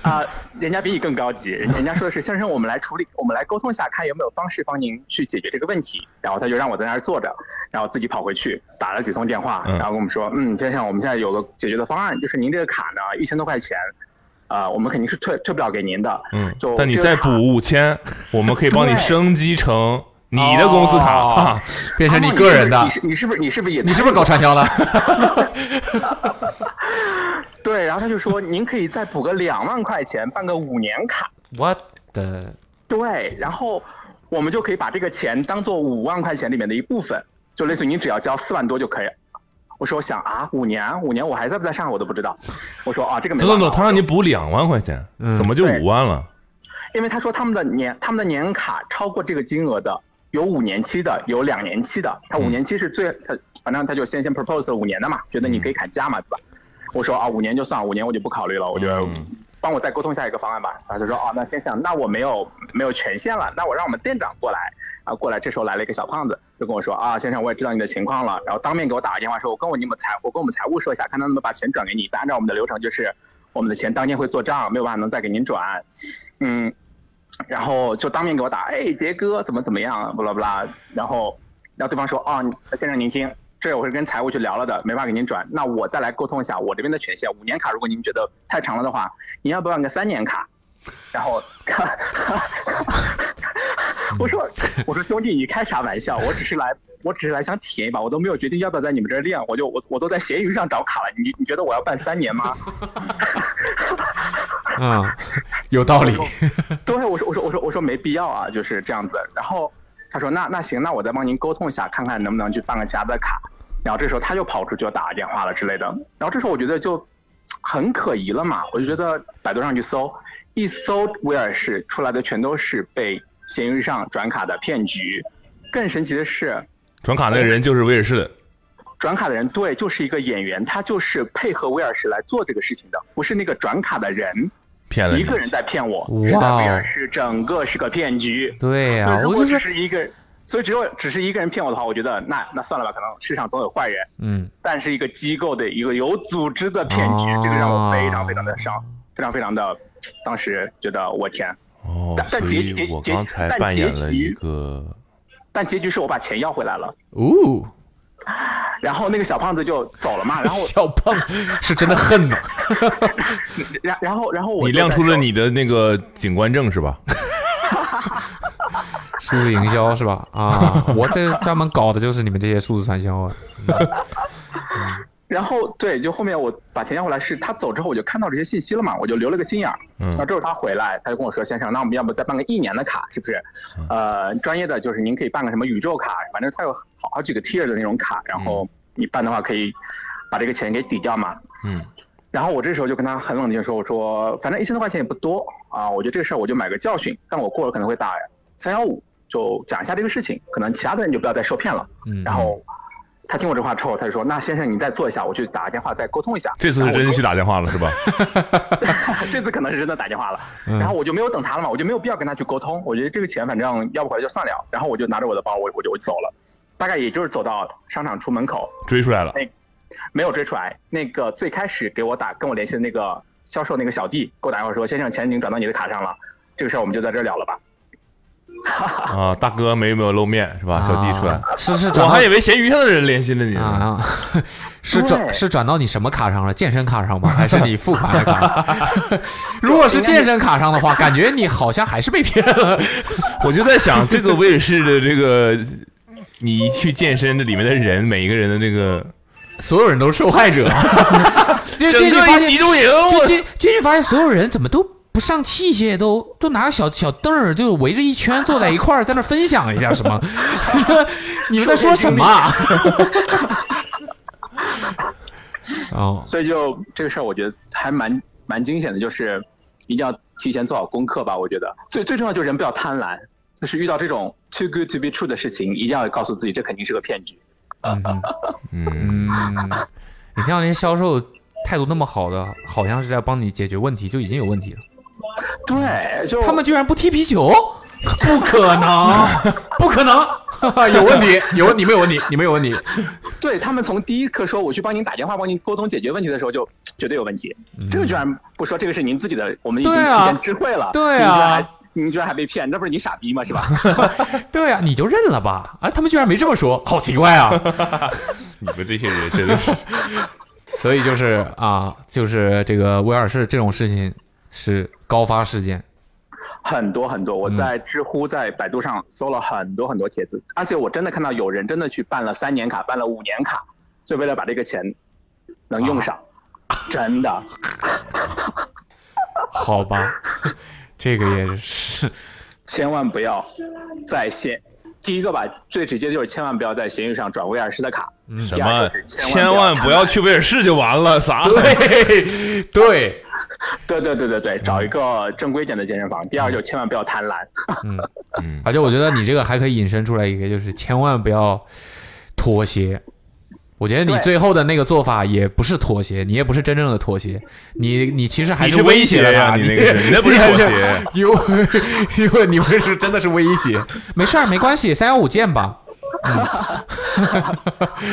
啊、人家比你更高级，人家说的是先生，我们来处理，我们来沟通一下，看有没有方式帮您去解决这个问题。然后他就让我在那儿坐着，然后自己跑回去打了几通电话，
嗯
然后跟我们说，嗯，先生，我们现在有个解决的方案，就是您这个卡呢，一千多块钱，啊，我们肯定是退退不了给您的，
嗯
就，
但你
这个
再
卡
补五千，我们可以帮你
对
升级成你的公司卡
哦
啊。
变成
阿
你
茂
个人的
你，是你是不是你是不是也
你是不是搞传销了？
对？然后他就说，您可以再补个两万块钱，办个五年卡。
我的
对，然后我们就可以把这个钱当做五万块钱里面的一部分，就类似于你只要交四万多就可以。我说我想啊，五年，五年我还在不在上海我都不知道。我说啊，这个没
等
办
等
法
等，他让你补两万块钱，
嗯
怎么就
对
五万了？
因为他说他们的年他们的年卡超过这个金额的，有五年期的，有两年期的。他五年期是最他反正他就先先 propose 了五年的嘛，觉得你可以砍价嘛，对吧？我说啊，五年就算，五年我就不考虑了，我觉得
嗯
帮我再沟通下一个方案吧。然后他说哦，那先生，那我没有没有权限了，那我让我们店长过来啊，过来。这时候来了一个小胖子，就跟我说啊，先生，我也知道你的情况了，然后当面给我打个电话说，我跟我你们财，我跟我们财务说一下，看他能不能把钱转给你。但按照我们的流程，就是我们的钱当天会做账，没有办法能再给您转。嗯，然后就当面给我打，哎，杰哥怎么怎么样，不啦不啦，然后然后对方说，哦，你先生您听，这我是跟财务去聊了的，没法给您转，那我再来沟通一下我这边的权限，五年卡如果您觉得太长了的话，您要不要办个三年卡？然后， 我说我说兄弟，你开啥玩笑？我只是来，我只是来想体验一把，我都没有决定要不要在你们这儿练，我就我我都在闲鱼上找卡了，你你觉得我要办三 年吗？
啊，有道 理。
对，我说我说我说我说没必要啊，就是这样子。然后他说那那行，那我再帮您沟通一下，看看能不能去办个其他的卡。然后这时候他又跑出去要打个电话了之类的。然后这时候我觉得就很可疑了嘛，我就觉得哎百度上去搜，一搜威尔士出来的全都是被闲鱼上转卡的骗局。更神奇的是，
转卡那个人就是威尔士的，
转卡的人对，就是一个演员，他就是配合威尔士来做这个事情的，不是那个转卡的人
骗了你
一个人在骗我，是在威尔士整个是个骗局。
哎
对呀、
所以如
我
果
就
只
是，
是一个，所以只有只是一个人骗我的话，我觉得那那算了吧，可能世上总有坏人。
嗯，
但是一个机构的一个有组织的骗局，
哦
这个让我非常非
哦
常的伤，非常非常的，当时觉得我天。
哦
但，但
所以
结结
我
结
刚才
但
扮
结
演了一
局
个
但结局是我把钱要回来了，
哦，
然后那个小胖子就走了嘛，然后
小胖是真的恨呐，
然然后然后我
你
就
亮
在
出了
手
你的那个警官证是吧？
数字营销是吧？啊，我这专门搞的就是你们这些数字传销啊。
然后对，就后面我把钱要回来，是他走之后我就看到这些信息了嘛，我就留了个心眼儿。
嗯
然后之后他回来，他就跟我说：“先生，那我们要不再办个一年的卡，是不是？
嗯
呃，专业的就是您可以办个什么宇宙卡，反正它有好好几个 tier 的那种卡，然后你办的话可以把这个钱给抵掉嘛。”
嗯。
然后我这时候就跟他很冷静地说：“我说，反正一千多块钱也不多啊，我觉得这个事儿我就买个教训，但我过了可能会打三幺五，就讲一下这个事情，可能其他的人就不要再受骗了。”
嗯，
然后他听我这话之后，他就说：“那先生，你再坐一下，我去打个电话再沟通一下。”
这次是真去打电话了是 吧？
这次可能是真的打电话了。然后我就没有等他了嘛，我就没有必要跟他去沟通。我觉得这个钱反正要不回来就算了。然后我就拿着我的包，我我就我就走了。大概也就是走到商场出门口，
追出来了，
没有追出来。那个最开始给我打跟我联系的那个销售那个小弟给我打电话说：“先生，钱已经转到你的卡上了，这个事儿我们就在这儿聊了吧。”
啊，大哥没有没有露面是吧？小弟出来，
啊是是转
我
到
还以为闲鱼上的人联系了你
啊
呢。
啊，是转
对
是转到你什么卡上了？健身卡上吗？还是你付款的卡？如果是健身卡上的话，感觉你好像还是被骗了。
我就在想，这个威尔士的这个，你一去健身这里面的人，每一个人的这个
所有人都是受害者，这这
整
就
个
发
一集
现，
中营，
这
我
这这就发现所有人怎么都不上器械，都都拿个小小凳儿，就围着一圈坐在一块儿，在那儿分享一下什么？ 你们在说什么啊？哦，
所以就这个事儿，我觉得还蛮蛮惊险的，就是一定要提前做好功课吧。我觉得最最重要就是人不要贪婪，就是遇到这种 too good to be true 的事情，一定要告诉自己这肯定是个骗局。
嗯哼
嗯，
嗯，你听到那些销售态度那么好的，好像是在帮你解决问题，就已经有问题了。
对，就
他们居然不踢皮球， 不可能， 不可能，啊有问题，有你们有问题，你们有问题。
对他们从第一刻说我去帮您打电话、帮您沟通解决问题的时候，就绝对有问题。这个居然不说这个是您自己的，我们已经
嗯对啊
提前知会了，
对啊
您居然还您居然还被骗，那不是你傻逼吗？是吧？
对啊，你就认了吧。啊，他们居然没这么说，好奇怪啊。
你们这些人真的是，
所以就是啊，就是这个威尔士这种事情是高发事件。
很多很多，
嗯
我在知乎、在百度上搜了很多很多帖子，而且我真的看到有人真的去办了三年卡，办了五年卡，就为了把这个钱能用上，
啊
真的。
好 吧，这个也是
千万不要在闲第一个吧，最直接就是千万不要在闲鱼上转威尔士的卡。
嗯
第
什
二
么
个是？
千
万
万不要去威尔士就完了，啥？
对对，
对对对对对，找一
嗯
个正规点的健身房。第二就千万不要贪婪，
嗯，
嗯，
而且我觉得你这个还可以引申出来一个，就是千万不要妥协。我觉得你
对
最后的那个做法也不是妥协，你也不是真正的妥协，你你其实还
你
是
是
威
威胁
了
呀
他
你那个是 你那不是妥协，
因为因为你们是真的是威胁。没事儿，没关系，三幺五见吧。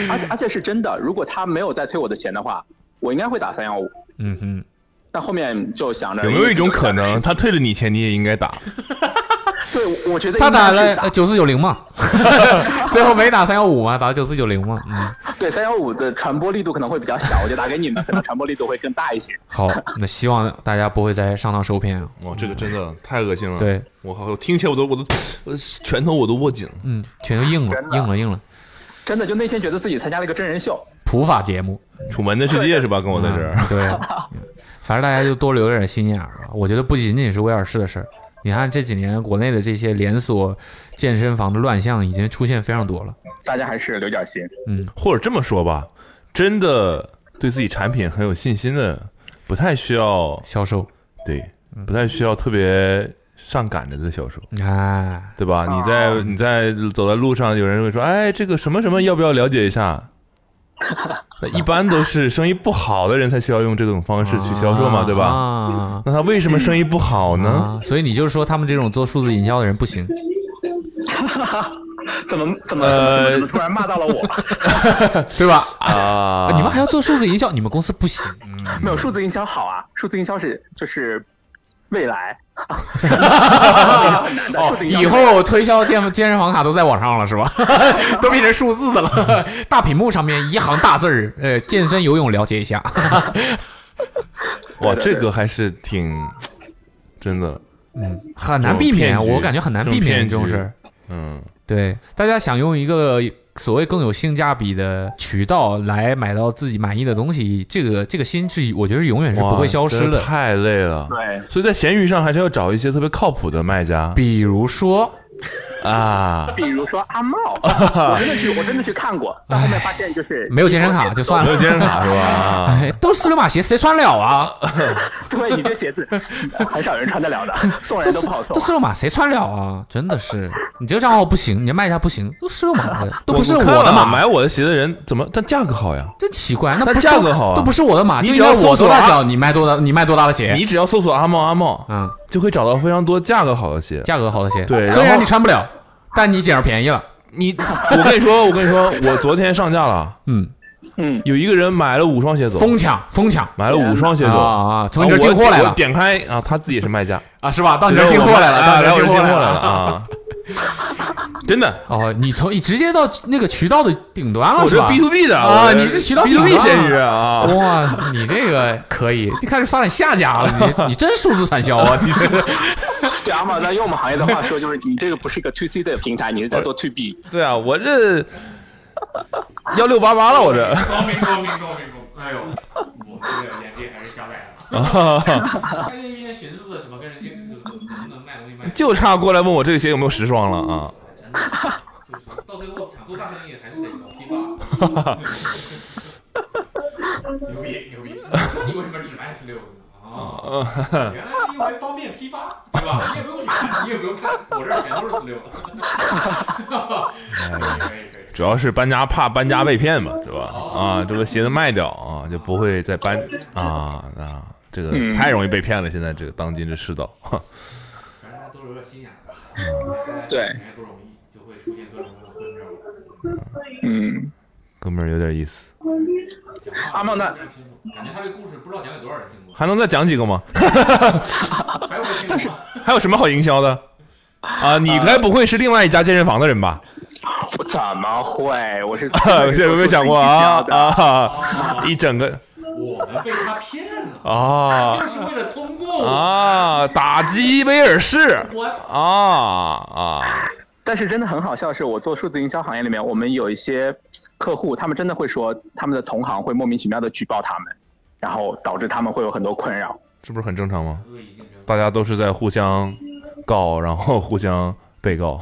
而且而且是真的。如果他没有再退我的钱的话，我应该会打三幺五。
嗯哼，
但后面就想着
有没有一种可能，他退了你钱，你也应该打？
对，我我觉得
他
应该
打
是
了九四九零 嘛，最后没打三幺五嘛，打了九四九零嘛。嗯，
呃
对三幺五的传播力度可能会比较小，我就打给你们，可能传播力度会更大一些。
好，那希望大家不会再上当受骗啊。
哇，这个真的太恶心了。
对，
我靠，我听起来我都我都呃拳头我都握紧了。
嗯，全都硬了，硬了，硬了。
真的，就那天觉得自己参加了一个真人秀，
普法节目，
楚门的世界是吧？跟我在这儿，
啊对， 反正大家就多留点心眼儿吧。我觉得不仅仅是威尔士的事儿，你看这几年国内的这些连锁健身房的乱象已经出现非常多了。
大家还是留点心。
嗯，
或者这么说吧，真的对自己产品很有信心的，不太需要
销售，
对，不太需要特别上赶着的销售。
哎，
对吧？
哦
你在你在走在路上，有人会说：“哎，这个什么什么，要不要了解一 下？”那一般都是生意不好的人才需要用这种方式去销售嘛，对吧？嗯
啊，
那他为什么生意不好呢？
啊所以你就是说他们这种做数字营销的人不行。
怎么怎么怎
呃
么怎么突然骂到了我？
对吧？
啊
哎你们还要做数字营销，你们公司不行。嗯，
没有数字营销好啊，数字营销是就是 未来，难的哦数字营
嗯
销
哦以后推销健健身房卡都在网上了是吧？ 都变成数字的了， 大屏幕上面一行大字儿，呃，健身游泳了解一下。
哇，
对对
这个还是挺真的，
很难避
这
免，
种骗局
我感觉很难避免
这
这
种骗
种
局
事儿。
嗯，
对，大家想用一个所谓更有性价比的渠道来买到自己满意的东西，这个这个心智，我觉得是永远是
哇
不会消失
真
的。
太累了。
对
所以在闲鱼上还是要找一些特别靠谱的卖家
比如说，
啊。
比如说阿茂，我真的去我真的去看过，但后面发现就是
没有健身卡就算
没有
了，
健身卡是吧？
哎，都是四六码鞋，谁穿得了啊？
对你这鞋子很少有人穿得了 的，送
都
人都
是
不好送
都。四六码，谁穿得了啊？真的是，你这个账号不行，你这卖家不行，都四六码 的，都不是
我
我
看
的
了
码，
买我的鞋的人怎么？但价格好呀。
真奇怪，那不
但
是
价
都
格好啊
都不是我的码，
你
就
只
应该
要搜
我
索
多大
啊
脚，你卖多大，你卖多大的鞋，
你只要搜索阿茂阿茂，
嗯，
就会找到非常多价格好的鞋。
价格好的鞋，
对然后
虽然你穿不了，但你捡着便宜了。
你，我跟你说， 我跟你说，我昨天上架了，
嗯，
嗯，
有一个人买了五双鞋走，
疯抢，疯抢，
买了五双鞋
啊
走，
啊！从你这儿进货来
我我
了
点开啊，他自己是卖家，
啊，是吧？到你这儿进货来了，
啊，
到
来我这
你这儿
进
进
货
货
来
来
了
了。
啊，真的，
哦，你从你直接到那个渠道的顶端了，
我
是
这
吧
B to B 的
啊
我
你是渠道
B to
顶
B
端
闲鱼啊，
哇，你这个可以，你开始发展下家了，你你真数字传销啊！你这个
对阿茂，在用我们行业的话说，就是你这个不是一个 to C 的平台，你是在做 to B。
对啊，我这幺六八八了，我这
高明高明高明高！哎呦， 我这个眼界还是狭窄 了。他就一天寻思着什么跟人家怎么怎么能卖东西卖，
就差过来问我这个鞋有没有十双了啊。
就是到最后想做大生意还是得搞批发。 牛逼牛逼！ 你为什么只卖四六？啊，
嗯
原来是因为方便批发，对 吧？你也不用去看，你也不用看，我这儿全都是四六。 可以可以。
主要是搬家怕搬家被骗嘛，
嗯
是吧？啊，这个鞋子卖掉啊，就不会再搬啊啊，这个
嗯
太容易被骗了。现在这个当今这世道，哈
反正大家都留点心眼儿吧，
对，
人家不容易，就会出现各种各样的纷争。
嗯，
哥们儿有点意思，
阿茂那
非常清楚感觉他这故事不知道讲给多少人听过，
还能再讲几个吗？
还有没听过？
还有什么好营销的？啊，你
呃
该不会是另外一家健身房的人 吧？
我怎么会？我 是
我 现在有没有想过啊
做数字营销的
啊？一整个
我们被他骗了，
啊
就是为了通过我。
啊，打击威尔士
我
啊啊！
但是真的很好笑的是，我做数字营销行业里面，我们有一些客户，他们真的会说他们的同行会莫名其妙的举报他们，然后导致他们会有很多困扰。
这不是很正常吗？大家都是在互相告，然后互相被告。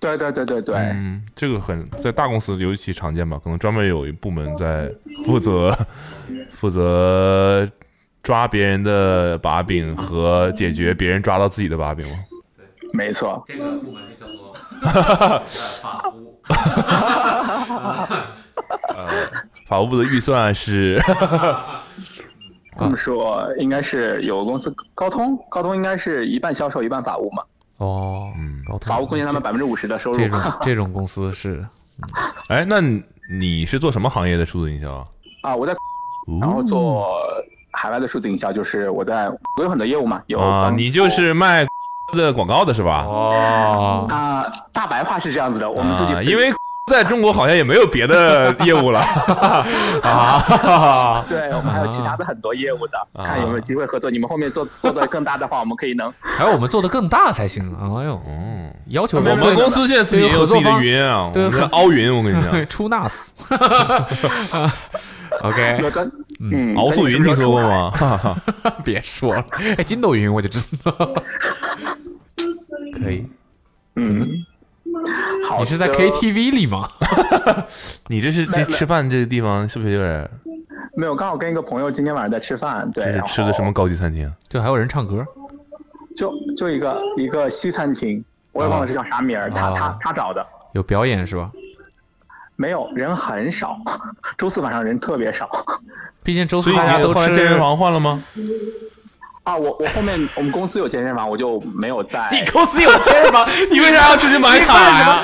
对对对对对，
嗯，这个很在大公司尤其常见吧，可能专门有一部门在负责负责抓别人的把柄和解决别人抓到自己的把柄嘛。
没错。
这个部门就叫做呃法务，
法务部的预算是，
这么说应该是有公司高通，高通应该是一半销售一半法务嘛，
哦，
嗯
高通
法务贡献他们百分之五十的收入
这。种这种公司是
哎，那你你是做什么行业的数字营销啊？
啊，我在然后做海外的数字营销，就是我在我有很多业务嘛，有
啊，你就是卖的广告的是吧？
哦，
啊、大白话是这样子的，我们自己、
啊、因为 在中国好像也没有别的业务 了 啊。
对我们还有其他的很多业务的，
啊
看有没有机会合作。你们后 面做做的更大的话，我们可以能
还有我们做的更大才行。哎呦，
嗯，
要求
我
我们
们 公司现在自己也有自己的云 啊，
对
我们
合
凹云，我跟 你
对
讲，
出 NAS。OK，
有跟嗯
敖哎素云听说过？吗？
别说了，哎，金斗云我就知 道。可以，
但是你们嗯，好的，
你是在 KTV 里吗？
你这是这吃饭这个地方是不是有点
没有？刚好跟一个朋友今天晚上在吃饭，对，
这是
然后
吃的什么高级餐厅？
就还有人唱歌，
就就一个一个西餐厅，我也忘了
啊
是叫啥名儿，他他
啊
他找的，
有表演是吧？
没有人很少， 周四晚上人特别少
毕竟周
所
四
以
大家
你
都
后来
吃
健身，房换了 吗？
啊！我我后面我们公司有健身房，我就没有在。
公司有健 身房，你为啥要出去买卡呀？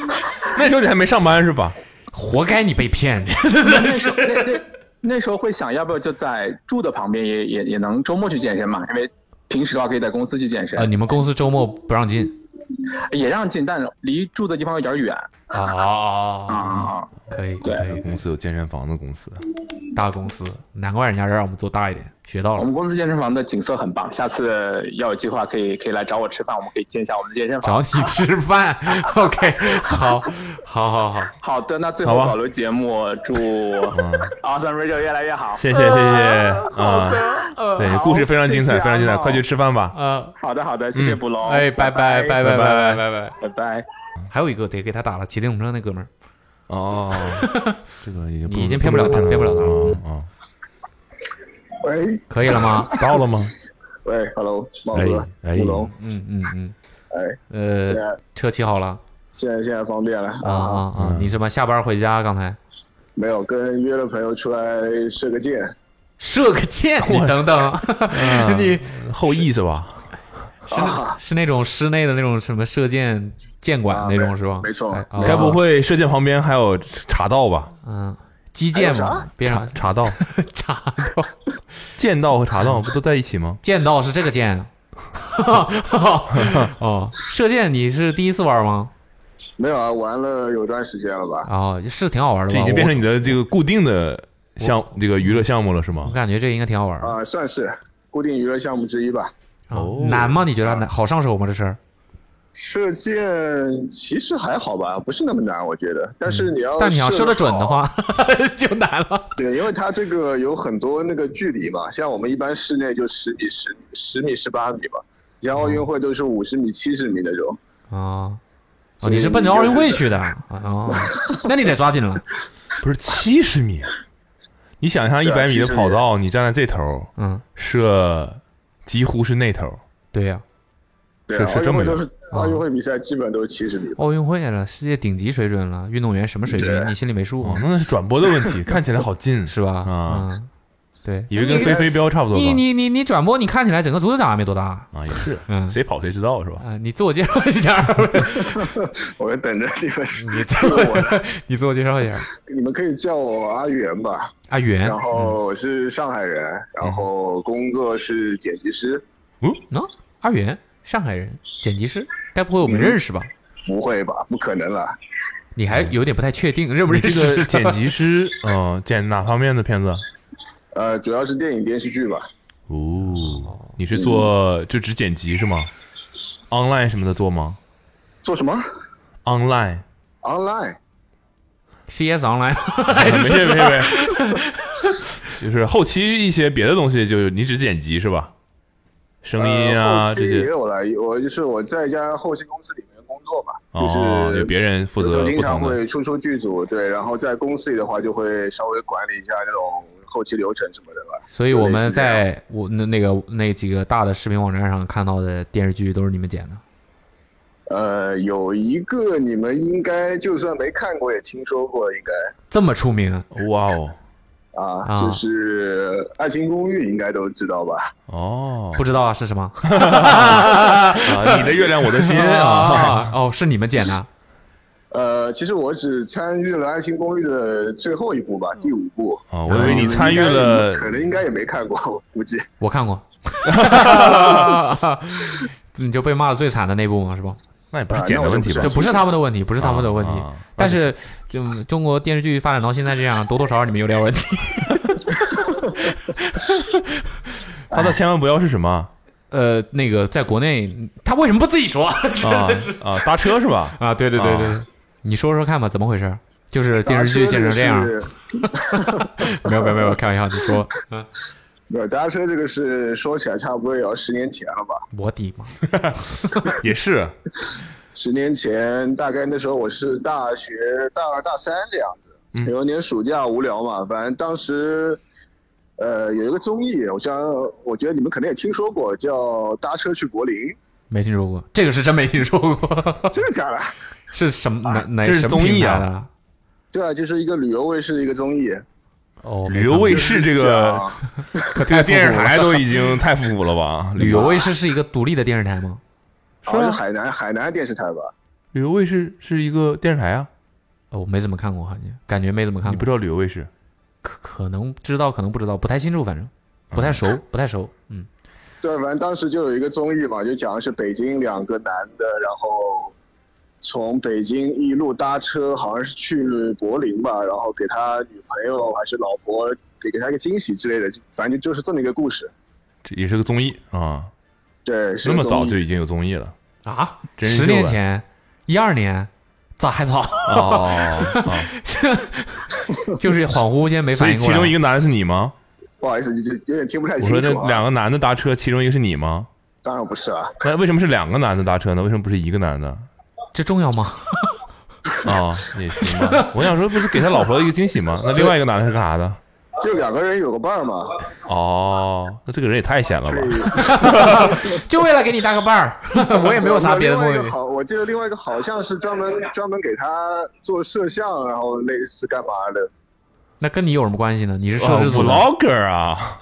那时候你还没上班是吧？
活该你被骗，
那时候那那那时候会想要不要就在住的旁边也也也能周末去健身嘛，因为平时的话可以在公司去健身，
啊！
呃
你们公司周末不让进
也让进，但离住的地方有点远
嗯
啊？
啊。
可以，可
对
以，可
哎公
以，
司有健身房的公司，
大公司，难怪人家让我们做大一点，学到
我
了
们。公司健身房的景色很棒，下次要有计划可以可以来找我吃饭，我们可以见一下我们的健身
找
房。
你吃饭 ，OK，好，好，好，好，
好的，那最
好啊嗯
后
吧
保留节目，祝 Awesome Radio 越来越好。
谢谢谢谢啊！对，故事非常精彩，
嗯谢谢
非常精彩，
阿茂
快去吃饭吧。
呃，
好的好的，谢谢捕龙，
哎，拜拜，拜
嗯拜
拜，
拜
拜
拜
拜，拜拜。
拜拜。
还有一个得给他打了，骑电动车那哥们儿，
哦， 这个已经
你已经骗不了他骗不了他了
啊！
喂
可以了 吗？
到了吗？
喂，Hello，茂哥，
哎哎
古龙，
嗯嗯嗯，
哎，现
呃，
在
车骑好了
现在现在方便了
啊啊啊！你什么下班回家？刚才
没有跟约了朋友出来射个箭，
射个箭，你等 等，你
哎后羿是吧？
是那是那种室内的那种什么射箭箭馆
啊
那种
没
是吧？
没错
哎啊
该不会射箭旁边还有茶道吧？
嗯，击剑
还有
嘛
啥，
边
茶
上
茶 道、
插到
剑道和茶道不都在一起 吗？
剑道是这个剑。哦，射箭你是第一次玩吗？
没有啊，玩了有段时间了吧？
哦，是挺好玩的
这
吧？
已经变
我
成你的这个固定的项这个娱乐项目了是
我
吗？
感觉这应该挺好玩的。
啊，算是固定娱乐项目之一吧。
哦
难吗？你觉得难？好上手吗？这事儿？
射箭其实还好吧，不是那么难，我觉得。但是你要、
嗯但你要射
得
得准的
好，
话，就难了。
对，因为它这个有很多那个距离嘛，像我们一般室内就十米、十十米、十八米嘛，像奥运会都是五十米、七十米那种。
啊、哦，
所以
你是奔着奥运会去的啊、哦？那你得抓紧了。
不是七十米，你想象一
对啊
百米的
70米
跑道，你站在这头
嗯，
射，几乎是那头。
对呀、
对
是
啊，奥
是这
运
么
会
远
都是奥运会比赛基本都是七十米。
奥运会了，世界顶级水准了，运动员什么水平
对
你心里没数
哦，那是转播的问 题，看起来好近
是吧？
啊，
嗯，对。
以为跟飞飞镖差不多吧？
你你你你转播，你看起来整个足球场还没多大啊、
啊，也是，
嗯
谁跑谁知道是吧？
你自我介绍一 下，
我就等着你们，
你自我 你自我介绍一下。
你们可以叫我阿元吧。
啊，圆
然后我是上海人，
嗯
然后工作是剪辑师。
喏，阿元，上海人，剪辑师，该不会我
嗯
们认识吧？
不会吧？不可能了。
你还有点不太确定认不
嗯你
认
这
识
个剪辑师， 嗯、剪哪方面的片子？
呃，主要是电影电视剧吧。
哦，你是做就只剪辑是吗？online 什么的做吗
做什么
？online，
？Online
CS Online
啊没事没事没事， 就是后期一些别的东西，就是你只剪辑是吧？声音啊、
呃、后
这
期也
些，
有了，我就是我在一家后期公司里面工作嘛，
哦，
就是
有别人负
有时
责
候
不
经常
同的
会出出剧组，对，然后在公司里的话就会稍微管理一下那种后期流程什么的 吧。
所以我
类
们
似这样
在我那那个那几个大的视频网站上看到的电视剧都是你们剪的。
呃，有一个你们应该就算没看过也听说过，应该
这么出名啊，
哇哦，
啊，
啊
就是《爱情公寓》应该都知道吧？
哦，
不知道啊是什么
啊，你的月亮我的心 啊，
啊？哦，是你们剪的？
呃，其实我只参与了《爱情公寓》的最后一部吧，第五部。
啊我以为你参与了
可能应该可能应该也没看过，我估计。
我看过，你就被骂的最惨的那部嘛，是吧？
那也不
啊
是剪的问题吧
就？不是他们的问题，不是他们的问题
啊啊。
但是，就中国电视剧发展到现在这样，多多少少你们有点问题。
他的千万不要是什么
呃，那个在国内，他为什么不自己说？
啊啊？搭车是吧？
啊，对对对对
啊，
你说说看吧，怎么回事？就是电视剧
搭车
剪成这样，
个啊 是
没有没有没有，开玩笑，你说，
没有搭车这个是说起来差不多也要十年前了吧？
我的妈！
也是
十年前，大概那时候我是大学大二、大三这样
嗯
子。有一年暑假无聊嘛，反正当时，呃，有一个综艺，我想我觉得你们肯定也听说过，叫《搭车去 柏林》，
没听说过，这个是真没听说过，
真的假的？
是什么哪哪
这是
什么
综艺
品牌
啊
的？
对啊，就是一个旅游卫视的一个综艺，
哦，
旅游卫视
视，
这个
讲
这个电视台 都已经太复古了吧？
旅游卫视是一个独立的电视台吗？
好哦像是海南海南电视台吧？
旅游卫视是一个电视台啊，
哦，我没怎么看过，好像感觉没怎么看
你
过
不，知道旅游卫视？
可可能知道，可能不知道，不太清楚，反
啊
正不太熟，不太熟。嗯，
对，反正当时就有一个综艺嘛，就讲的是北京两个男的，然后从北京一路搭车，好像是去柏林吧，然后给他女朋友还是老婆给给他一个惊喜之类的，就反正就是这么一个故事。
这也是个综艺啊，
对，是
那
个
么早
综艺
就已经有综艺了
啊，
真是
十
秀
年
啊
前，一二年，咋 还早？
哦，啊
就是恍惚间没
所
反
以
应过
其
来。
中一个男的是你吗？
不好意思，就就有点听不太
我
清
说
楚
那两
啊。
个男的搭车，其中一个是你吗？
当然不是啊，
那为什么是两个男的搭车呢？为什么不是一个男的？
这重要吗？
啊，也行吧。我想说，不是给他老婆一个惊喜吗？那另外一个男的是干啥的？
就两个人有个伴儿嘛，
哦，那这个人也太闲了吧
可？以。
就为了给你搭个伴 儿，我也没有啥别的
另
目
外一个
的。
好，我记得另外一个好像是专门专门给他做摄像，然后类似干嘛的。
那跟你有什么关系呢？你是摄
哦
制组的，
vlogger 啊，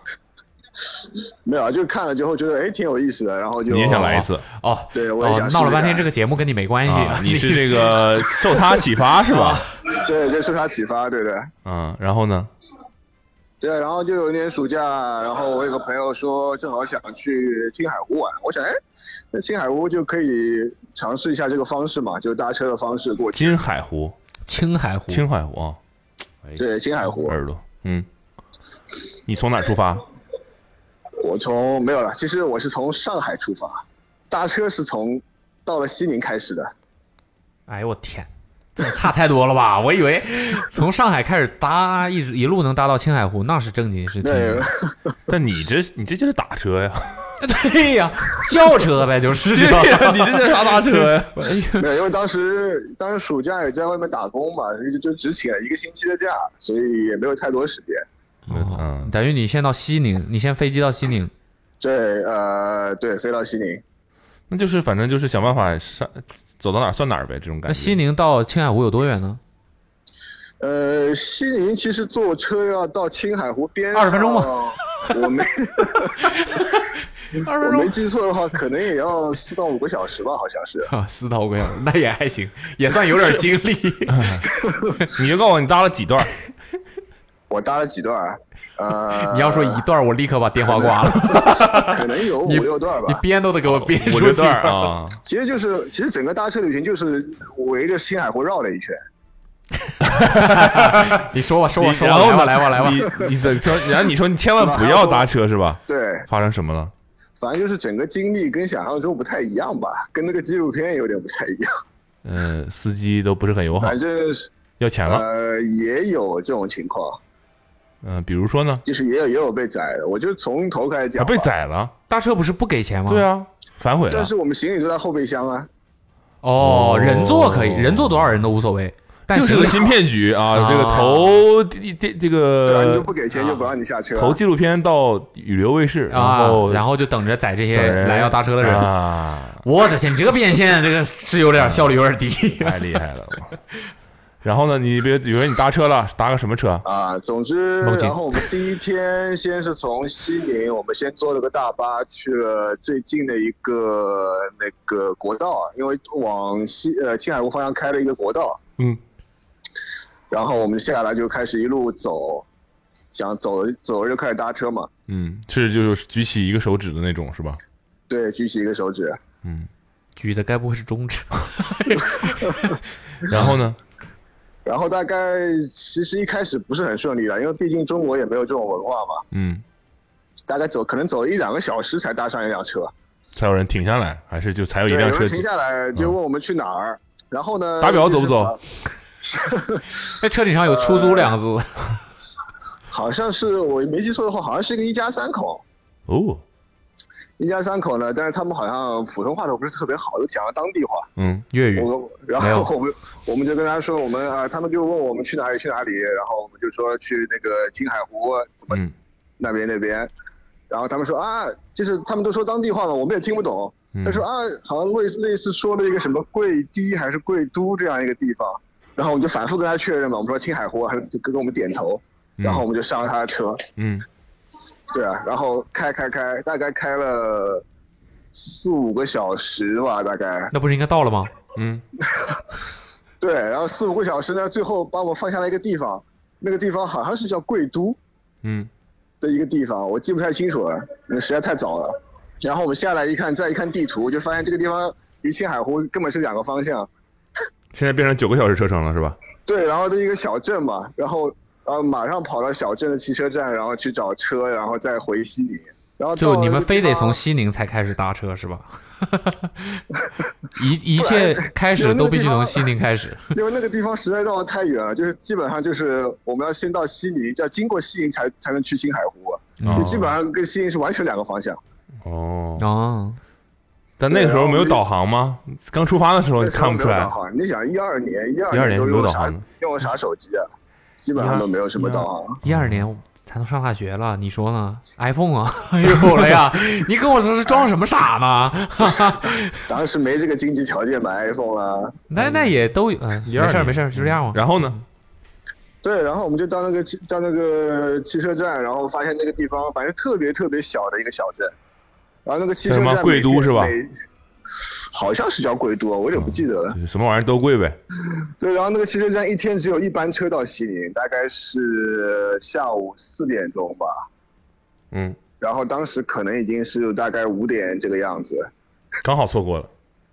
没有，啊，就看了之后觉得哎挺有意思的，然后就
你也想来一次
哦，
对我也
哦
想，试
闹了
试
半天
看
这个节目跟你没关系
啊？你是这个受他启发是吧？
对，这受他启发，对的。
嗯，然后呢？
对，然后就有一年暑假，然后我有个朋友说，正好想去青海湖玩，我想，哎，那青海湖就可以尝试一下这个方式嘛，就搭车的方式过去。
金海湖，
青海湖，
青海湖啊，
哎
对，青海湖，
耳朵，嗯，你从哪儿出发？
我从没有了，其实我是从上海出发，搭车是从到了西宁开始的。
哎呦我天，这差太多 了吧？我以为从上海开始搭，一直一路能搭到青海湖，那是正经是挺。
对，
但你这你这就是打车呀，
对呀，轿车呗，就 是。
你这是啥搭车呀？
没有，因为当时当时暑假也在外面打工嘛，所以就就只请了一个星期的假，所以也没有太多时间。
哦
嗯，
等于你先到西宁，你先飞机到 西宁，
对，呃，对，飞到西宁。
那就是反正就是想办法上走到哪儿算哪儿呗，这种感觉。
那西宁到青海湖有多远呢？
呃，西宁其实坐车要到青海湖边
20分钟吗
吗？我没， 我没记错的话，可能也要四到五个小时吧，好像是。
啊，四到五个小 时，那也还行，也算有点精 力。
你就告诉我你搭了几段儿？
我搭了几段儿，呃，
你要说一段，我立刻把电话挂 了。
可能有五
你
六段儿
你
吧。
编都得给我编
五
出
六
去
段儿！啊，
其实就是，其实整个搭车旅行就是围着青海湖绕了一圈。
你说吧，说吧，说
然
吧，
后
来吧，
呢
来吧，来吧。
你你等说，然后你说你千万不要搭车是吧？
对，
发生什么了？
反正就是整个经历跟想象中不太一样吧，跟那个纪录片有点不太一样。
哦
呃，司机都不是很友好
反，正是
要钱了。
呃也有这种情况，
嗯，比如说呢，
就是也有也有被宰的。我就从头开始
啊
讲吧。
被宰了，
搭车不是不给钱吗？
对，啊，反悔了
但是我们行李都在后备箱啊。
哦，
哦
人座可以，人座多少人都无所谓，但
又是
行
个
李
芯片局啊，
啊
这个投这这这
对啊，你就
个
不给钱就不让你下车。
呃
啊
投纪录片到语流卫视，然
啊，
后
然
后
后就等着载这
等
些
人
拦腰搭车的人。
啊，
我的天，你这个变现这个是有点效率有 点低。
太厉害了。然后呢，你别比如说你搭车了，搭个什么车？
啊，总之，
梦境
然后我们第一天先是从西宁，我们先坐了个大巴去了最近的一个那个国道啊，因为往西呃青海湖方向开了一个国道，啊
嗯，
然后我们下来就开始一路走，想走走着就开始搭车嘛，
嗯，是就是举起一个手指的那种是吧？
对，举起一个手指，
嗯，
举的该不会是中指？
然后呢？
然后大概其实一开始不是很顺利的，因为毕竟中国也没有这种文化嘛，
嗯，
大概走可能走了一两个小时才搭上一辆车，
才有人停下来，还是就才哦有一
对，
辆
有
车
人停下来就问我们去哪儿，然后呢，
打表
就
走不
是
走？
那车顶上有出租两
呃
个字，
好像是我没记错的话，好像是一个一家三口，
哦，
一家三口呢，但是他们好像普通话都不是特别好，就讲了当地话。
嗯
粤语
我然
没有
后我们我们就跟他说，我们啊、他们就问我们去哪里去哪里，然后我们就说去那个青海湖怎么
嗯
那边那边，然后他们说啊，就是他们都说当地话嘛，我们也听不懂。
嗯
他说啊，好像类类似说了一个什么贵堤还是贵都这样一个地方，然后我们就反复跟他确认嘛，我们说青海湖，他就跟我们点头，然后我们就上了他的车，
嗯，
对啊，然后开开开，大概开了四五个小时吧，大概
那不是应该到了吗？
嗯，
对，然后四五个小时呢，最后把我们放下来一个地方，那个地方好像是叫贵都
嗯
的一个地方，我记不太清楚了，因为实在太早了。然后我们下来一看，再一看地图，就发现这个地方离青海湖根本是两个方向。
现在变成九个小时车程了是吧？
对，然后这一个小镇嘛，然后然后马上跑到小镇的汽车站，然后去找车，然后再回西宁。然后到
就
了
你们
这个
非
地
得
方
从西宁才开始搭车是 吧？一一切开始都必须从西宁开始。
因为那个地方实在绕得太远了，就是基本上就是我们要先到西宁，要经过西宁才才能去青海湖，
哦
就嗯基本上跟西宁是完全两个方向。
哦，
哦，
但那个时候没有导航吗？刚出发的时候
那
你
时候
哦看不
没
出
有
来
导。航，你想一二年，一
12
二
年
都
没有
用
导
啥
航嗯的
用啥手机啊？基本上都没有什么导航。
一二年咱都上大学了，你说呢？iPhone 啊，有了呀！你跟我说是装什么傻呢？
嗯
当时没这个经济条件买 iPhone 啊啦。
那那也都有，嗯，
12
没事儿
年
没事儿，就这样吧。
然后呢？
对，然后我们就到那个汽到那个汽车站，然后发现那个地方反正特别特别小的一个小镇，然后那个汽车
叫什么
站
贵都
每天
是吧
每好像是叫贵都，啊我有点不记得了。
就是什么玩意儿都贵呗。嗯
对，然后那个汽车站一天只有一班车到西宁，大概是下午四点钟吧。
嗯，
然后当时可能已经是大概五点这个样子，
刚好错过了。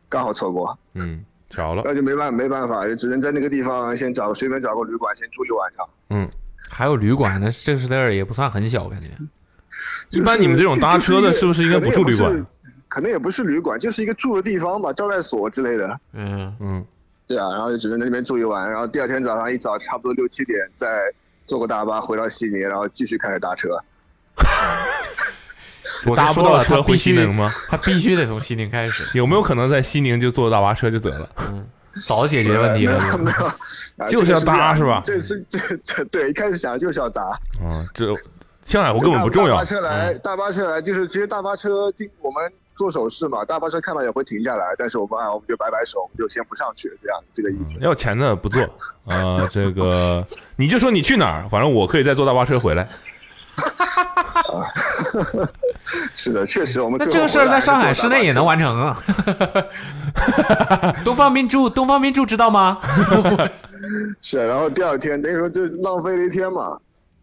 刚好错过，
嗯，巧了。
那就没办没办法，就只能在那个地方先找随便找个旅馆先住一晚上。
嗯，
还有旅馆呢，这个是地儿也不算很小，感觉。
一般你们这种搭车的，是不是应该不住旅
可能也
馆
不？是？可能也不是旅馆，就是一个住的地方吧，招待所之类的。
嗯，
嗯，
对啊，然后就只能在那边住一晚，然后第二天早上一早差不多六七点再坐个大巴回到西宁，然后继续开始搭车。
我
搭
搭
不
不
到
到
他
车
必
回
须
西宁吗？
他必须得从西宁开 始，
有没有可能在西宁就坐大巴车就得了？
早解决问题
没有
了。
没有，啊
就是要搭是吧
这这这这对，一开始想就是要搭，
啊，这青海湖根本不重
大
要
巴。车来，大巴车来，就是其实大巴车经我们做手势嘛，大巴车看到也会停下来，但是我们啊，我们就摆摆手，我们就先不上去，这样这个意思。
要钱的不坐，呃，这个你就说你去哪儿，反正我可以再坐大巴车回来。
是的，确实我们
那
最
这
后
个事儿
回来
在
还是坐
上海
大
市
巴
内也
车
能完成啊！ 东方明珠，东方明珠知道吗？
是，然后第二天等于说就浪费了一天嘛，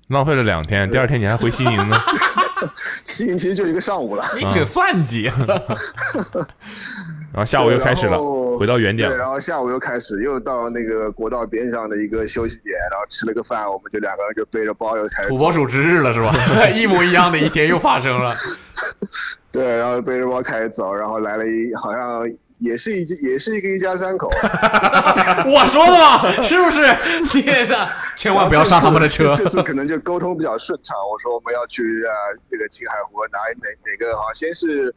浪费了两天，第二天你还回西宁呢。
西宁其实就一个上午了。
你挺算计。
然后下午又开始了
然后，
回到原点
对，然
了。
后下午又开始，又到那个国道边上的一个休息点，然后吃了个饭，我们就两个人就背着包又开 始
土拨鼠之日了是吧？ 一模一样的一天又发生了。
对，然后背着包开始走，然后来了一好像也是一也是一个一家三口，
我说的 嘛，是不是？天哪，千万不要上他们的车
然后。这次这次可能就沟通比较顺畅，我说我们要去呃那个青海湖哪哪哪个，好像先是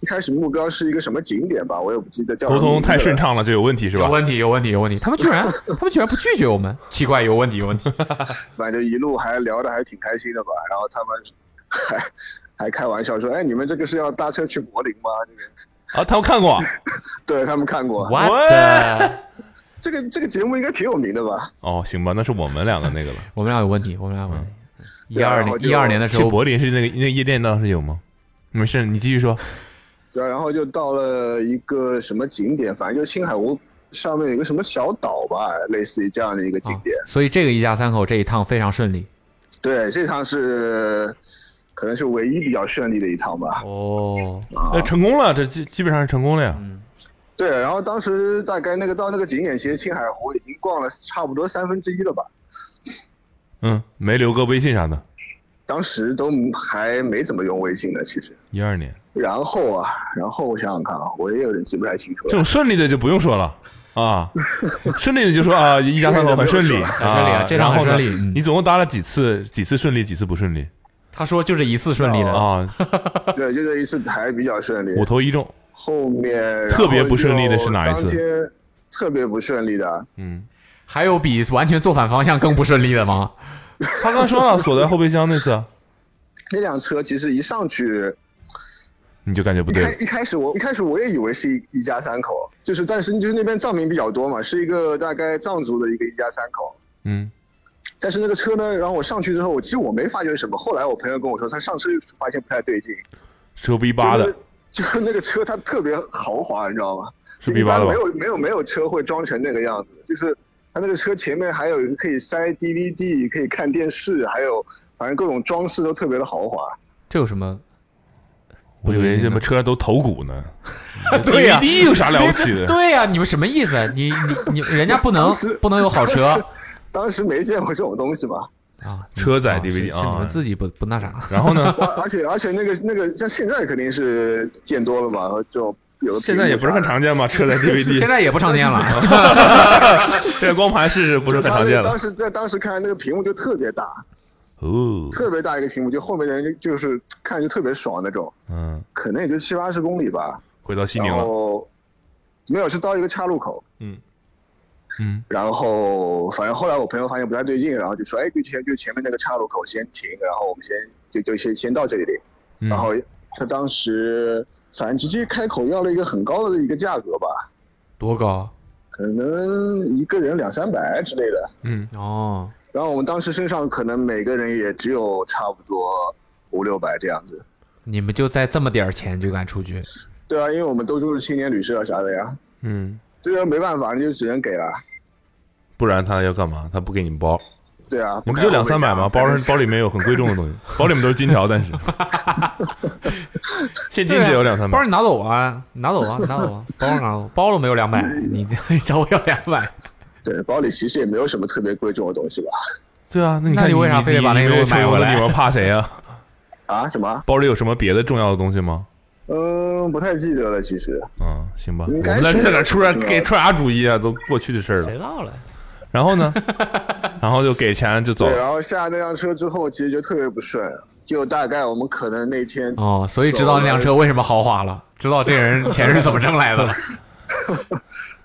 一开始目标是一个什么景点吧，我也不记得叫什
沟
么
通
名字
太
了
顺畅了就有问题是吧
有？问题，有问题，有问题！他们居然，他们居然不拒绝我们，奇怪，有问题，有问题。
反正一路还聊得还挺开心的吧。然后他们还还开玩笑说：“哎，你们这个是要搭车去柏林吗？”这个
啊，他们看过啊
对他们看过，
What？the-
这个这个节目应该挺有名的吧？
哦，行吧，那是我们两个那个了。
我们俩有问题，我们俩有问题。一
对啊
二
然
年
后，就
一二年的时
去
候，啊
柏林是那个那个夜店当时有吗？没事，你继续说。
对啊，然后就到了一个什么景点，反正就青海湖上面有个什么小岛吧，类似于这样的一个景点。
啊所以这个一家三口这一趟非常顺利。
对，这趟是可能是唯一比较顺利的一趟吧。
哦，
啊
那，成功了，这基基本上是成功了呀。
嗯，
对，然后当时大概那个到那个景点，其实青海湖已经逛了差不多三分之一了吧。
嗯，没留个微信啥的。
当时都还没怎么用微信呢，其实。
一二年
然后啊，然后我想想看啊，我也有点记不太清楚
这
了。
种顺利的就不用说了啊，顺利的就说啊，一家三口很顺利，
很顺利啊这趟
然后呢
很顺利嗯
你总共搭了几次？几次顺利？几次不顺利？
他说就这一次顺利的，
啊，
对，就这一次还比较顺利。
五头一中。
后面
特别不顺利的是哪一次
然后就当天特别不顺利的，啊
嗯，
还有比完全做反方向更不顺利的吗？
他刚说了锁在后备箱那次啊，
那辆车其实一上去，
你就感觉不
一
对
开
了。
一开始我一开始我也以为是一一家三口，就是但是就是那边藏民比较多嘛，是一个大概藏族的一个一家三口。
嗯，
但是那个车呢，然后我上去之后，我其实我没发觉什么。后来我朋友跟我说，他上车就发现不太对劲，
车 V 八的，
就那个，就那个车它特别豪华，你知道吗？
是
就
V
一
八
般
的吧
没？有没有没有车会装成那个样子，就是它那个车前面还有一个可以塞 DVD，可以看电视，还有反正各种装饰都特别的豪华。
这有什么？
我以为
什
他
么
们车上都头骨呢。
嗯 对呀
DVD 有啥了不起的？
对呀、你们什么意思？你你你，人家不能
当时
不能有好车
当时没见过这种东西嘛，
啊！
车载
是
DVD
是
啊
你们自己不不那 啥。
然后呢？
哇而且而且那个那个像现在肯定是见多了嘛，就有个
现在也不是很
常
常见吧？车载 DVD，
现在也不常见了，
现在光盘是不是很常见了
当？时在当时看那个屏幕就特别大，
哦，
特别大一个屏幕，就后面的人就就是看着就特别爽那种，
嗯，
可能也就七八十公里吧。
回到西宁
然
了。
后没有，是到一个岔路口。
嗯嗯。
然后反正后来我朋友发现不太对劲，然后就说：“哎，就前就前面那个岔路口先停，然后我们先就就先先到这里。”
嗯
然后他当时反正直接开口要了一个很高的一个价格吧，
多高
可能一个人两三百之类的。
嗯，
哦？
然后我们当时身上可能每个人也只有差不多五六百这样子。
你们就在这么点儿钱就敢出去？
对啊，因为我们都住青年旅社啥的呀，
嗯，
这个没办法，你就只能给啊了。
不然他要干嘛？他不给你们包，
对啊，
你不
开
就
后
两
备
三百
箱
吗？包上包里面有很贵重的东西，包里面都是金条，但 是现金只有两三
包
百
你。拿走啊，拿走啊，拿走啊，包拿走，包了没有两百，
哎
你你找我要两百，
对，包里其实也没有什么特别贵重的东西吧？
对啊，那你
那
看
你为啥非得把那个
你
东西买回来
你 们怕谁啊？
啊？什么？
包里有什么别的重要的东西吗？
嗯，不太记得了，其实。
嗯，行吧，我
应该
们在这
是
点出来给
对
出啥主意啊？都过去的事儿了。
谁到了？
然后呢？然后就给钱就走
对，啊
了。
然后下那辆车之后，其实就特别不顺，就大概我们可能那天
哦，所以知道那辆车为什么豪华了，知道这人钱是怎么挣来 的了。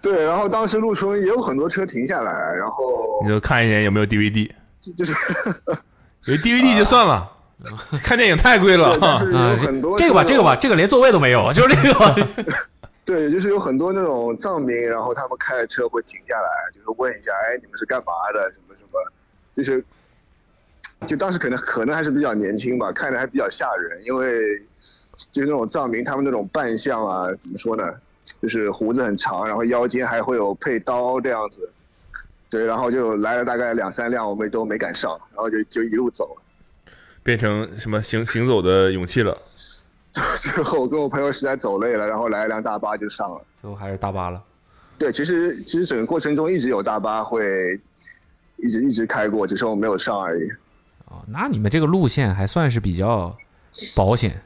对，然后当时路程也有很多车停下来，然后
你就看一眼有没有 DVD，
就就是
有 DVD 就算 了，看电影太贵
啊对，但是
了。
有
啊，
很多
这个吧，
车
这个吧，，这个连座位都没有，就是这 个。
对，就是有很多那种藏民，然后他们开着车会停下来，就是问一下，哎，你们是干嘛的？什么什么，就是，就当时可能可能还是比较年轻吧，看着还比较吓人，因为就是那种藏民他们那种扮相啊，怎么说呢，就是胡子很长，然后腰间还会有佩刀这样子，对，然后就来了大概两三辆，我们都没赶上，然后就就一路走了。
变成什么行行走的勇气了？
最后我跟我朋友实在走累了，然后来了辆大巴就上了。
最后还是大巴了。
对，其实其实整个过程中一直有大巴会一直一直开过，只是我没有上而已。
哦，那你们这个路线还算是比较保险，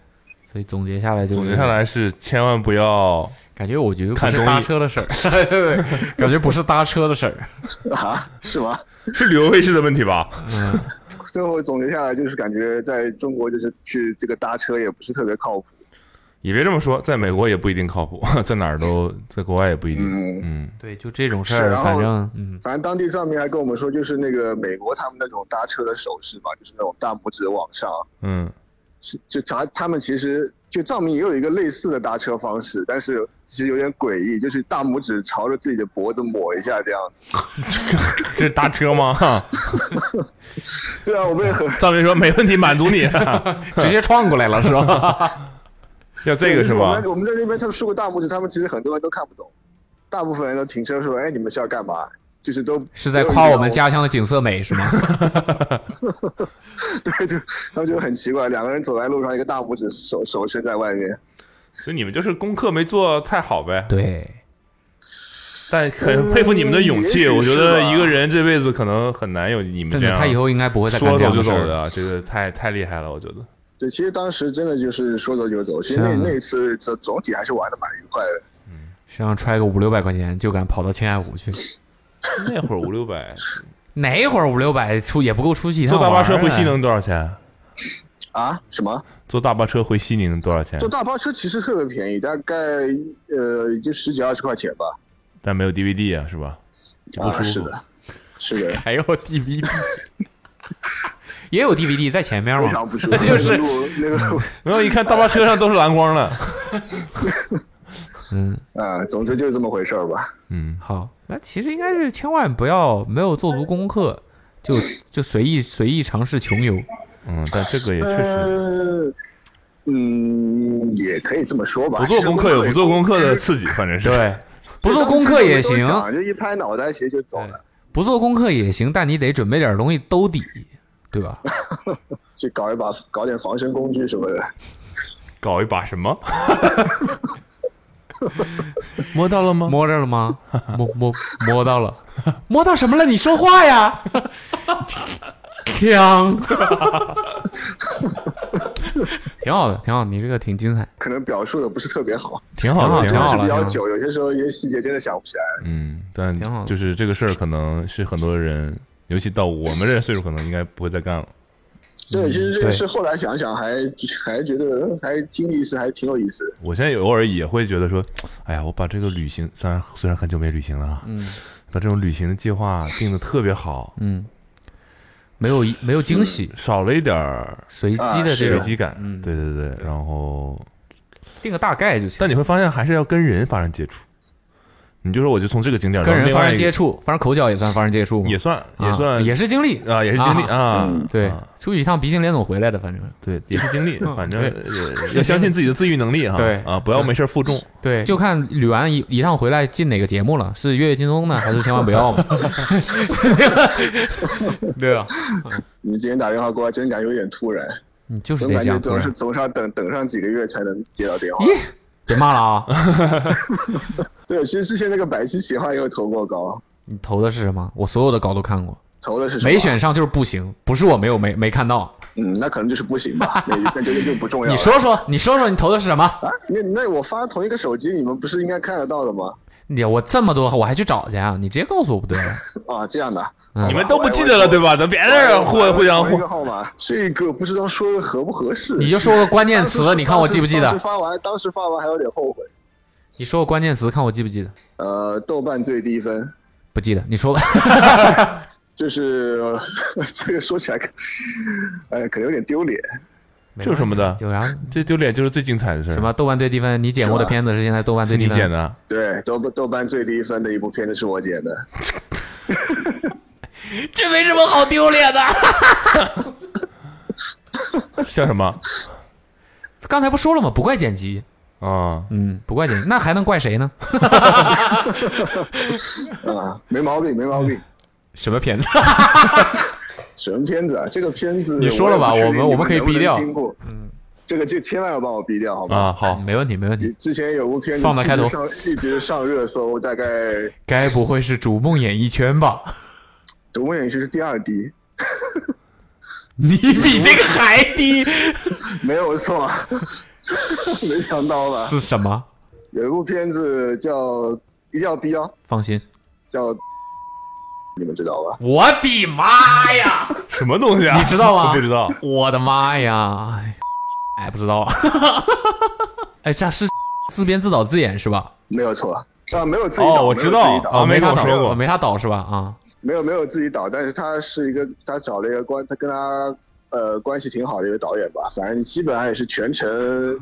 所以总结下来就是
总结下来是千万不要
感觉我觉得不
看
是
综
搭
艺
车的事儿， 对对对，感觉不是搭车的事儿。
啊，是吗？
是旅游卫视的问题吧？
嗯，
最后总结下来就是感觉在中国就是去这个搭车也不是特别靠谱。
也别这么说，在美国也不一定靠谱，在哪儿都，在国外也不一定。
嗯
嗯
对，就这种事
是
儿，
然
反
后
正嗯，
反正当地藏民还跟我们说，就是那个美国他们那种搭车的手势嘛，就是那种大拇指往上，
嗯，
是就他他们其实就藏民也有一个类似的搭车方式，但是其实有点诡异，就是大拇指朝着自己的脖子抹一下这样子。
这是搭车吗？ 哈
对啊，我们也很
藏民说没问题，满足你。
直接撞过来了是吧？
要这个是
我
吧
们？我们在那边他们竖个大拇指，他们其实很多人都看不懂，大部分人都停车说：“哎，你们是要干嘛？”就是都
是在夸我们
家。
家乡的景色美是吗？
对，就他们就很奇怪，两个人走在路上，一个大拇指手手伸在外面。
所以你们就是功课没做太好呗。
对，
但很佩服你们的勇气，
嗯
我觉得
也许是吧
一个人这辈子可能很难有你们
真
这
的，
样。
他以后应该不会再干
说走
这样
就
的事
走
儿。
的，啊这个太太厉害了，我觉得。
对，其实当时真的就是说走就走，其实那
是啊
那次总总体还是玩的蛮愉快的。
身上揣个五六百块钱就敢跑到青海湖去，
那会儿五六百，
哪会儿五六百出也不够出去一趟
坐大巴车
玩儿
回
啊
西宁多少钱？
啊？什么？
坐大巴车回西宁多少钱
坐？大巴车其实特别便宜，大概呃也就十几二十块钱吧。
但没有 DVD 啊，是吧？
啊，是的，是的，
还有 DVD，也有 DVD 在前面
非
嘛
常。不舒服。
就是
那个路那个，
没有，一看大巴车上都是蓝光了。
嗯，
啊，总之就是这么回事儿吧。
嗯，
好，那其实应该是千万不要没有做足功课，就就随意随意尝试 穷游。
嗯，但这个也确实
呃，嗯，也可以这么说吧。
不做功课有不做功课的
其实
刺激，反正是。，
对，不做功课也行，
当时我们都想就一拍脑袋其实就走了，
不做功课也行，但你得准备点东西兜底，对吧？
去搞一把搞点防身工具什么的。
搞一把什 么？摸到了吗？
摸着了吗？ 摸摸摸到了，摸到什么了？你说话呀！枪， 挺好的，挺好的，你这个挺精彩，
可能表述的不是特别好，
挺好的，
挺
真
好
的
的。
了
是比较
挺好
久，有些时候一些细节真的想不起来。
嗯，但
挺好的
就是这个事儿，可能是很多人，尤其到我们这个岁数，可能应该不会再干了。
对，其实这个
对
事后来想想还还觉得嗯还经历是还挺有意思的。
我现在偶尔也会觉得说，哎呀，我把这个旅行，虽然虽然很久没旅行了啊，
嗯
把这种旅行的计划定的特别好，
嗯，没有一没有惊喜，
少了一点儿啊
随机的这
是
随
种，
机感。
嗯
对对对，然后，
定个大概就行。
但你会发现还是要跟人发生接触。你就说，我就从这个景点儿
跟
到
人
另
发
外
生
一
接
个
触，反正口角也算发生接触嘛，
也算也
啊
算
也是经历。
啊，也是经历
啊
啊，
对
啊，
出去一趟鼻青脸肿回来的，反正
对，也是经 历，反正
嗯对
呃要相信自己的自愈能力哈。
对
啊，不要没事儿负 重。
对，就看捋完一一趟回来进哪个节目了，是月月 轻松呢，还是千万不要嘛？ 对吧？
你今天打电话过来，真感觉有点突然，
你就是
总
得
感
这
觉
样，
总是
不然
总是要等等上几个月才能接到电话。
咦，别骂了啊！
对，其实之前那个百期企划也有投过稿，
你投的是什么？我所有的稿都看过，
投的是什么
没。选上就是不行，不是我没有没没看到。
嗯，那可能就是不 行吧，那那这个就不重要了。
你说说，你说说你投的是什么？
啊？那那我发同一个手机，你们不是应该看得到的吗？
你我这么多，我还去找去啊？你直接告诉我不得 了？
啊，这样的，
嗯
你们都不记得了对吧？咱别在这儿互互相
同一
互
个号码，这个不知道说的合不合适。
你就说个关键
当时
词，你看我记不记
当时
得？
发完，当时发完还有点后悔。
你说个关键词，看我记不记得？
呃，豆瓣最低分
不记得，你说吧。
就是、 呃这个说起来，哎，可能有点丢脸。
没
这有什么的
关系有啥
这丢脸就是最精彩的事儿。
什么？豆瓣最低分？你剪过的片子是现在豆瓣
是
最低
你
分？
剪的？
对，豆瓣豆瓣最低分的一部片子是我剪的，
这没什么好丢 脸的。
像什么？
刚才不说了吗？不怪剪辑，
啊，
嗯，不怪剪辑，那还能怪谁呢？
啊，没毛病，没毛
嗯
病。
什么片子？
什么片子啊？这个片子
你说了吧
我也不确定
我们
你
我们可以
能不
逼
能
掉
听过，这个就千万要帮我逼掉，好
啊，
吧？
好，
没问题，没问
你
题。
之前有部片子
放在开头
一直上一直上热搜，大概《
该不会是逐梦演艺圈吧？
独梦演艺圈》是第二低，
你比这个还低
没有错， 没想到吧？
是什么？
有一部片子叫《一定要逼哦，
放心，
叫你们知道吧？
我的妈呀！
什么东西啊？
你知道吗
我不知道。
我的妈呀！哎，不知道啊， 哎，这是自编自导自演是吧？
没有错。啊，没有自己
哦，
导，
我
没
知
有自
道
己导，
啊，
没
没跟
他
我
导
说过
哦，没他导是吧？啊，
没有没有自己导，但是他是一个，他找了一个关，他跟他呃关系挺好的一个导演吧，反正基本上也是全程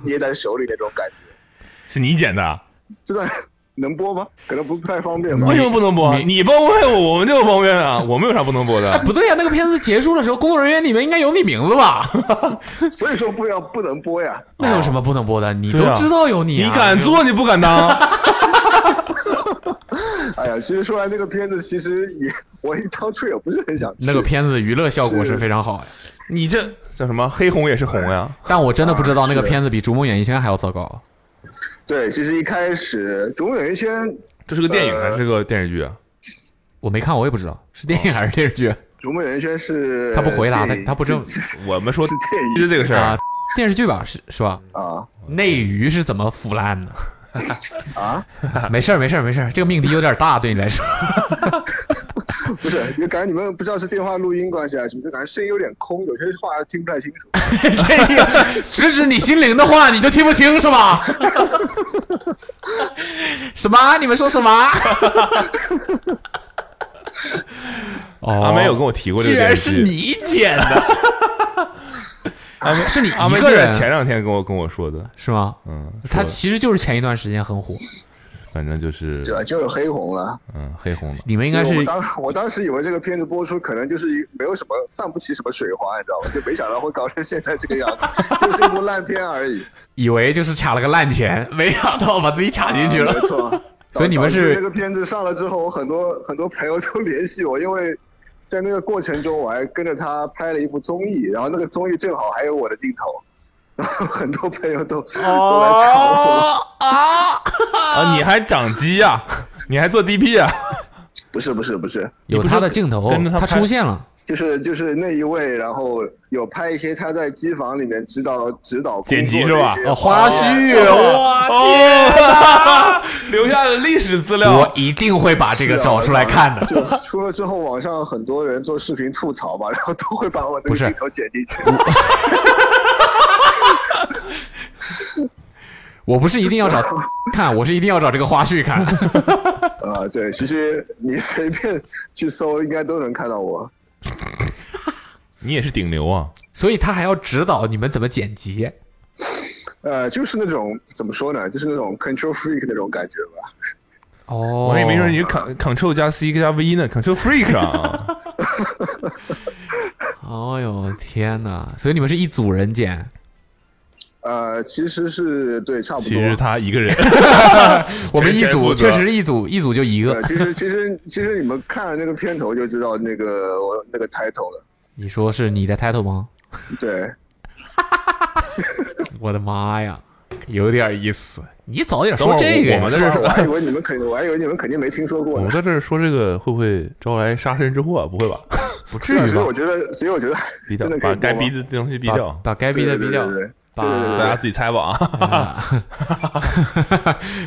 捏在手里那种感觉。
是你剪的，啊
这段能播吗？可能不不太方便吧
为。什么不能播？啊
你
你帮问我，我们就帮问啊，我们有啥不能播的？
不对呀、那个片子结束的时候，工作人员里面应该有你名字吧？
哦
所以说不要不能播呀。
那有什么不能播的？你
对
都
啊
知道有你、
你
啊，
敢做，你不敢 当，
哎呀，其实说来那个片子，其实也我当初也不是很想去
那个片子的娱乐效果是
是
非常好呀，
你这叫什么？黑红也是红呀。
但我真的不知道那个
是
片子比《逐梦演艺圈》还要糟糕。
对，其实一开始《总演艺圈》
这是个电影还
呃
是个电视剧啊？
我没看，我也不知道是
哦
电影还是电 视剧。
逐梦演艺圈是
他不回答，他
电影
他不正
是
我们说
是电影
是这个事儿啊，
电视剧吧？是是吧？
啊
内娱是怎么腐烂的？
啊，
没事儿，没事儿，没事儿。这个命题有点大，对你来说。
不是，就感觉你们不知道是电话录音关系啊什么，就感觉声音有点空，有些话听不太清楚。
这个直指你心灵的话，你就听不清是吧？ 什么？你们说什么？哦，
阿妹有跟我提过这
居
个
然
电
是
视剧，
你 剪的，
阿妹
是你
阿妹
一个人
啊就是前两天跟我跟我说的，
是吗？
嗯，
他
说的
其实就是前一段时间很火，
反正就是
对吧？就是黑红了。
嗯黑红的，
你们应该
就是我当我当时以为这个片子播出可能就是一没有什么犯不起什么水花，你知道吗？就没想到会搞成现在这个样子，就是一部烂片而 已。
以为就是卡了个烂钱， 没想到把自己卡进去了
啊。没错。
所以你们是
导致那个片子上了之后，我很多很多朋友都联系我，因为在那个过程中，我还跟着他拍了一部综艺，然后那个综艺正好还有我的镜头， 然后很多朋友都、都来找我。
啊！
啊，你还长鸡呀、 你还做 DP 啊？
不是不是不是，
有他的镜头
跟着，他
他
拍
出现了。
就是就是那一位，然后有拍一些他在机房里面指导指导工作
剪辑是
的一
吧
些
哦花絮哇啊
天哪！留下了历史资料
我。一定会把这个
是啊
找出来看的。
就出了之后，网上很多人做视频吐槽嘛，然后都会把我那
不
个
是
镜头剪进去。
我不是一定要找看，我是一定要找这个花絮看。
啊、对，其实你随便去搜，应该都能看到我。
你也是顶流啊！
所以他还要指导你们怎么剪辑。
呃，就是那种怎么说呢，就是那种 control freak 那种感觉吧。
哦，
我还以为说你是 Ctrl Ctrl 加 C 加 V 呢，Ctrl Freak 啊！
哦呦天哪！所以你们是一组人剪。
呃，其实是对，差不
其实
多。
他一个人，
哦我们一
全
组
负责
确实是一组，一组就一
呃，
个。
其实其实其实你们看了那个片头就知道那个我那个 title 了。
你说是你的 title 吗？
对，
我的妈呀，有点意思。你早点说
等会儿
这个呀
我们在这
我
儿
还以为你们肯，我还以为你们肯定没听说
我
过
们
呢。
在这儿说这个会不会招来杀身之祸、啊？不 会吧？
不至
对啊，
于
所以我
吧？
觉得，所以我觉得
逼掉
真的，可
把
以
该
播
逼
吗
的东西逼
把
掉，
把该逼的逼
对对
掉
对。对对
把嗯
对对对
大家自己猜吧 啊！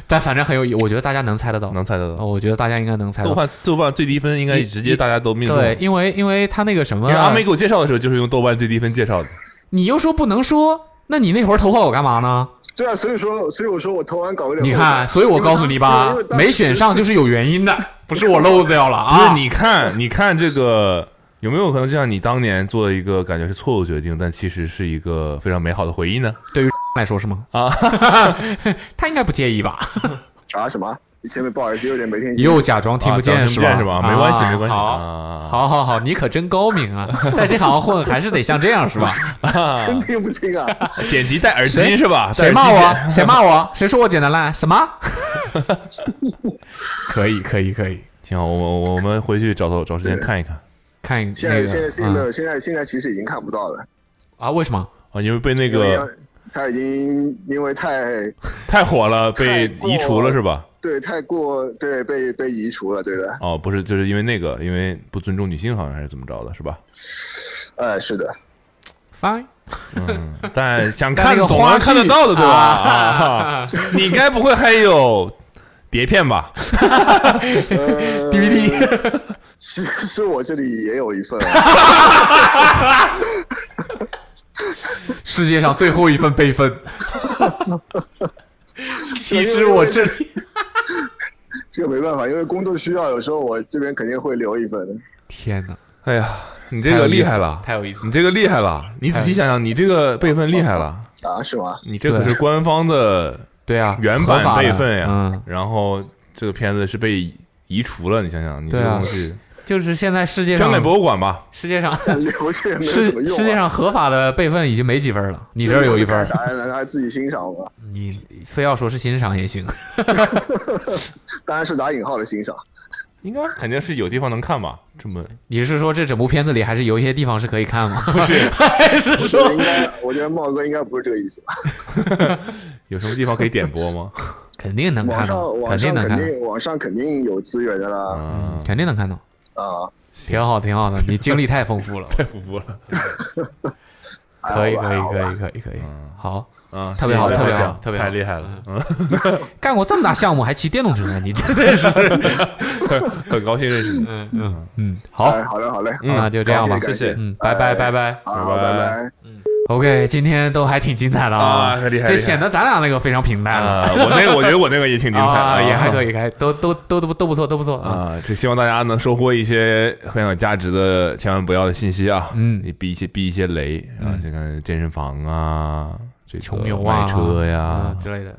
但反正很有意，我觉得大家能猜得到。
能猜得
哦，
到。
我觉得大家应该能猜
豆
到。
瓣豆瓣最低分应该
一
直接大家都命中。
对，因为因为他那个什
因
么
为，阿妹给我介绍的时候就是用豆瓣最低分介绍的。
你又说不能说，那你那会儿投靠我干嘛呢？
对啊，所以说，所以我说我投完稿有点
你
后悔。啊
看，所以我告诉你吧
因为，当
没选上就是有原因的，不是我漏掉了
不
啊。
是，你看，你看这个有没有可能，就像你当年做一个感觉是错误决定，但其实是一个非常美好的回忆呢？
对于来说是吗？
啊，
他应该不介意吧？
啊什么？你前面不好意思，有点没听清。
又假装听不
啊
见
听
是
不见
吧？
是吧？没关系，
啊
没关系。
好，
好，
好，好，好，你可真高 明啊，在这行混还是得像这样是吧？
真听不 清啊！
剪辑戴耳
谁
机是吧？
谁
戴耳机
骂
剪？
我？谁骂我？谁说我剪的烂？什么？ 可以，可以，可以，
行，我我我我们回去找找找时间看一看
看
现
那
在现在现在没
个
有，现在现在其实已经看不到了。
啊啊？为什么？
啊，因为被那
因为要
个
他已经因为太
太火了，被
太过
移除了是吧？
对太过对被被移除了，对的，
哦，不是，就是因为那个，因为不尊重女性，好像还是怎么着的， 是吧？
哎，是的，
fine，
嗯，但想
但那
看
个
总
花
能看得
絮
到的，对吧？
啊
啊 你该不会还有碟片吧？
呃
DVD
其实我这里也有一份啊，
世界上最后一份备 份。其实我这里，
这个没办法，因为工作需要，有时候我这边肯定会留一份的。
天哪，
哎呀，你这个厉害了，
太有意思
你这个厉害了，你仔细想想，你这个备份厉害了，
啊，是吗？
你这可是官方的
对啊，
原
合
版
法的
备份呀。
嗯，
然后这个片子是被移除了，你想想，你这
对
个
啊
东西
就是现在世界
捐
上
给博物馆吧。
世界 上
留着也没有
世
什么用、啊。
世界上合法的备份已经没几份了，你
你
这儿有一份儿，
啥呀？难道还自己欣赏 吗？
你非要说是欣赏也行。
当然是打引号的欣赏。
应该肯定是有地方能看吧？这么
你是说这整部片子里还是有一些地方是可以看吗？不是，还是
我觉得
说
应该，我觉得茂哥应该不是这个意思吧。
有什么地方可以点播 吗？
肯定能
网
看到
上，网
肯定
上
能
肯
看嗯到，
定网上肯定有资源的啦。
啊，
肯定能看到，
啊，
挺好，挺好的，你经历太丰 富了，
太服服了
还
可以，
好吧
可以，
还好
可
吧
以，可以，可以
嗯，
好，
啊！
特别好
谢谢
特别好
大家
特别好
太厉害了，嗯，
干过这么大项目还骑电动车，你真的是，
很高兴认识你，
嗯嗯嗯，好，
哎好嘞，好嘞，
嗯
那就这样吧，
感谢感谢
嗯，拜拜，
哎
拜拜
好，
拜拜
拜拜。
，OK，今天都还挺精彩的
啊厉害厉害
这显得咱俩那个非常平淡
啊
了，，
我那个我觉得我那个也挺精彩
啊，
的，
也还可
以
以，还都都都都都不错，都不错啊，
啊。这希望大家能收获一些很有价值的，千万不要的信息啊。
嗯
你避一些避一些雷啊，这个健身房啊，这个
穷游啊，
卖车呀
嗯，之类的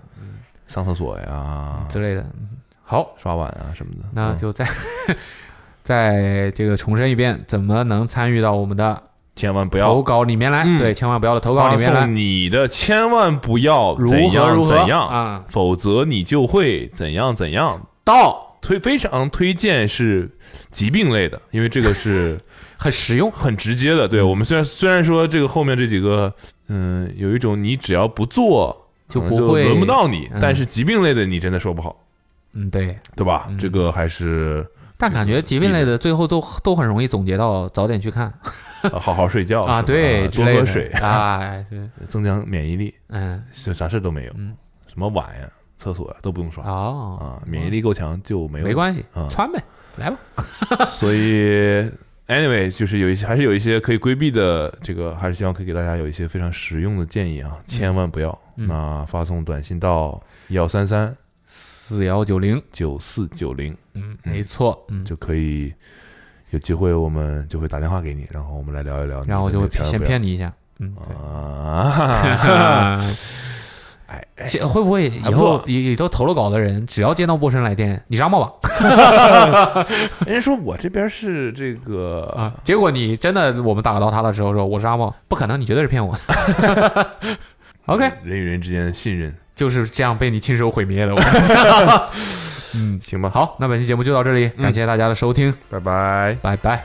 上厕所呀，
之类的，嗯好。
刷碗啊什么的。
那
嗯
就再 再这个重申一遍，怎么能参与到我们的
千万不要
投稿里面来？
嗯
对，千万不要的投稿
发
里面来
送。你的，千万不要
如
怎
何
样
如何
怎样
啊？
否则你就会怎样怎样。
到
推非常推荐是疾病类的，因为这个是
很实用，嗯
很直接的。对我们虽然虽然说这个后面这几个，嗯，有一种你只要不做
就
可能
不会
轮不到你
嗯，
但是疾病类的你真的说不好，
嗯，对。
对吧
嗯？
这个还是
但感觉疾病类的最后都都很容易总结到早点去看
呃好好睡觉
啊，
是吧
对，之
多
类
喝
的
水，
啊，哎 对
增强免疫力，
嗯，
就啥事都没有
嗯，
什么碗呀、厕所呀都不用刷
哦，
啊，免疫力够强就没有
没关系
啊，
穿呗，来吧，
所以，anyway，就是有一些还是有一些可以规避的，这个还是希望可以给大家有一些非常实用的建议啊，千万不要。
嗯
那发送短信到幺三三
四幺九零，
九四九零
嗯，没错，嗯，
就可以，有机会我们就会打电话给你，然后我们来聊一聊你的那个
然后我就会
千万
先
不要
骗你一下，嗯，对。
啊。
这会不会以
哎还不
后
错
以以后投了稿的人，只要接到陌生来电，你张报吧
人家说我这边是这个
啊！ 结果你真的我们打到他的时候说我是张报，不可能，你绝对是骗我的。OK，
人与人之间的信任，
就是这样被你嗯亲手毁灭的。我嗯，
行吧？，
好，那本期节目就到这里，感谢大家的收听，
拜拜。
拜拜。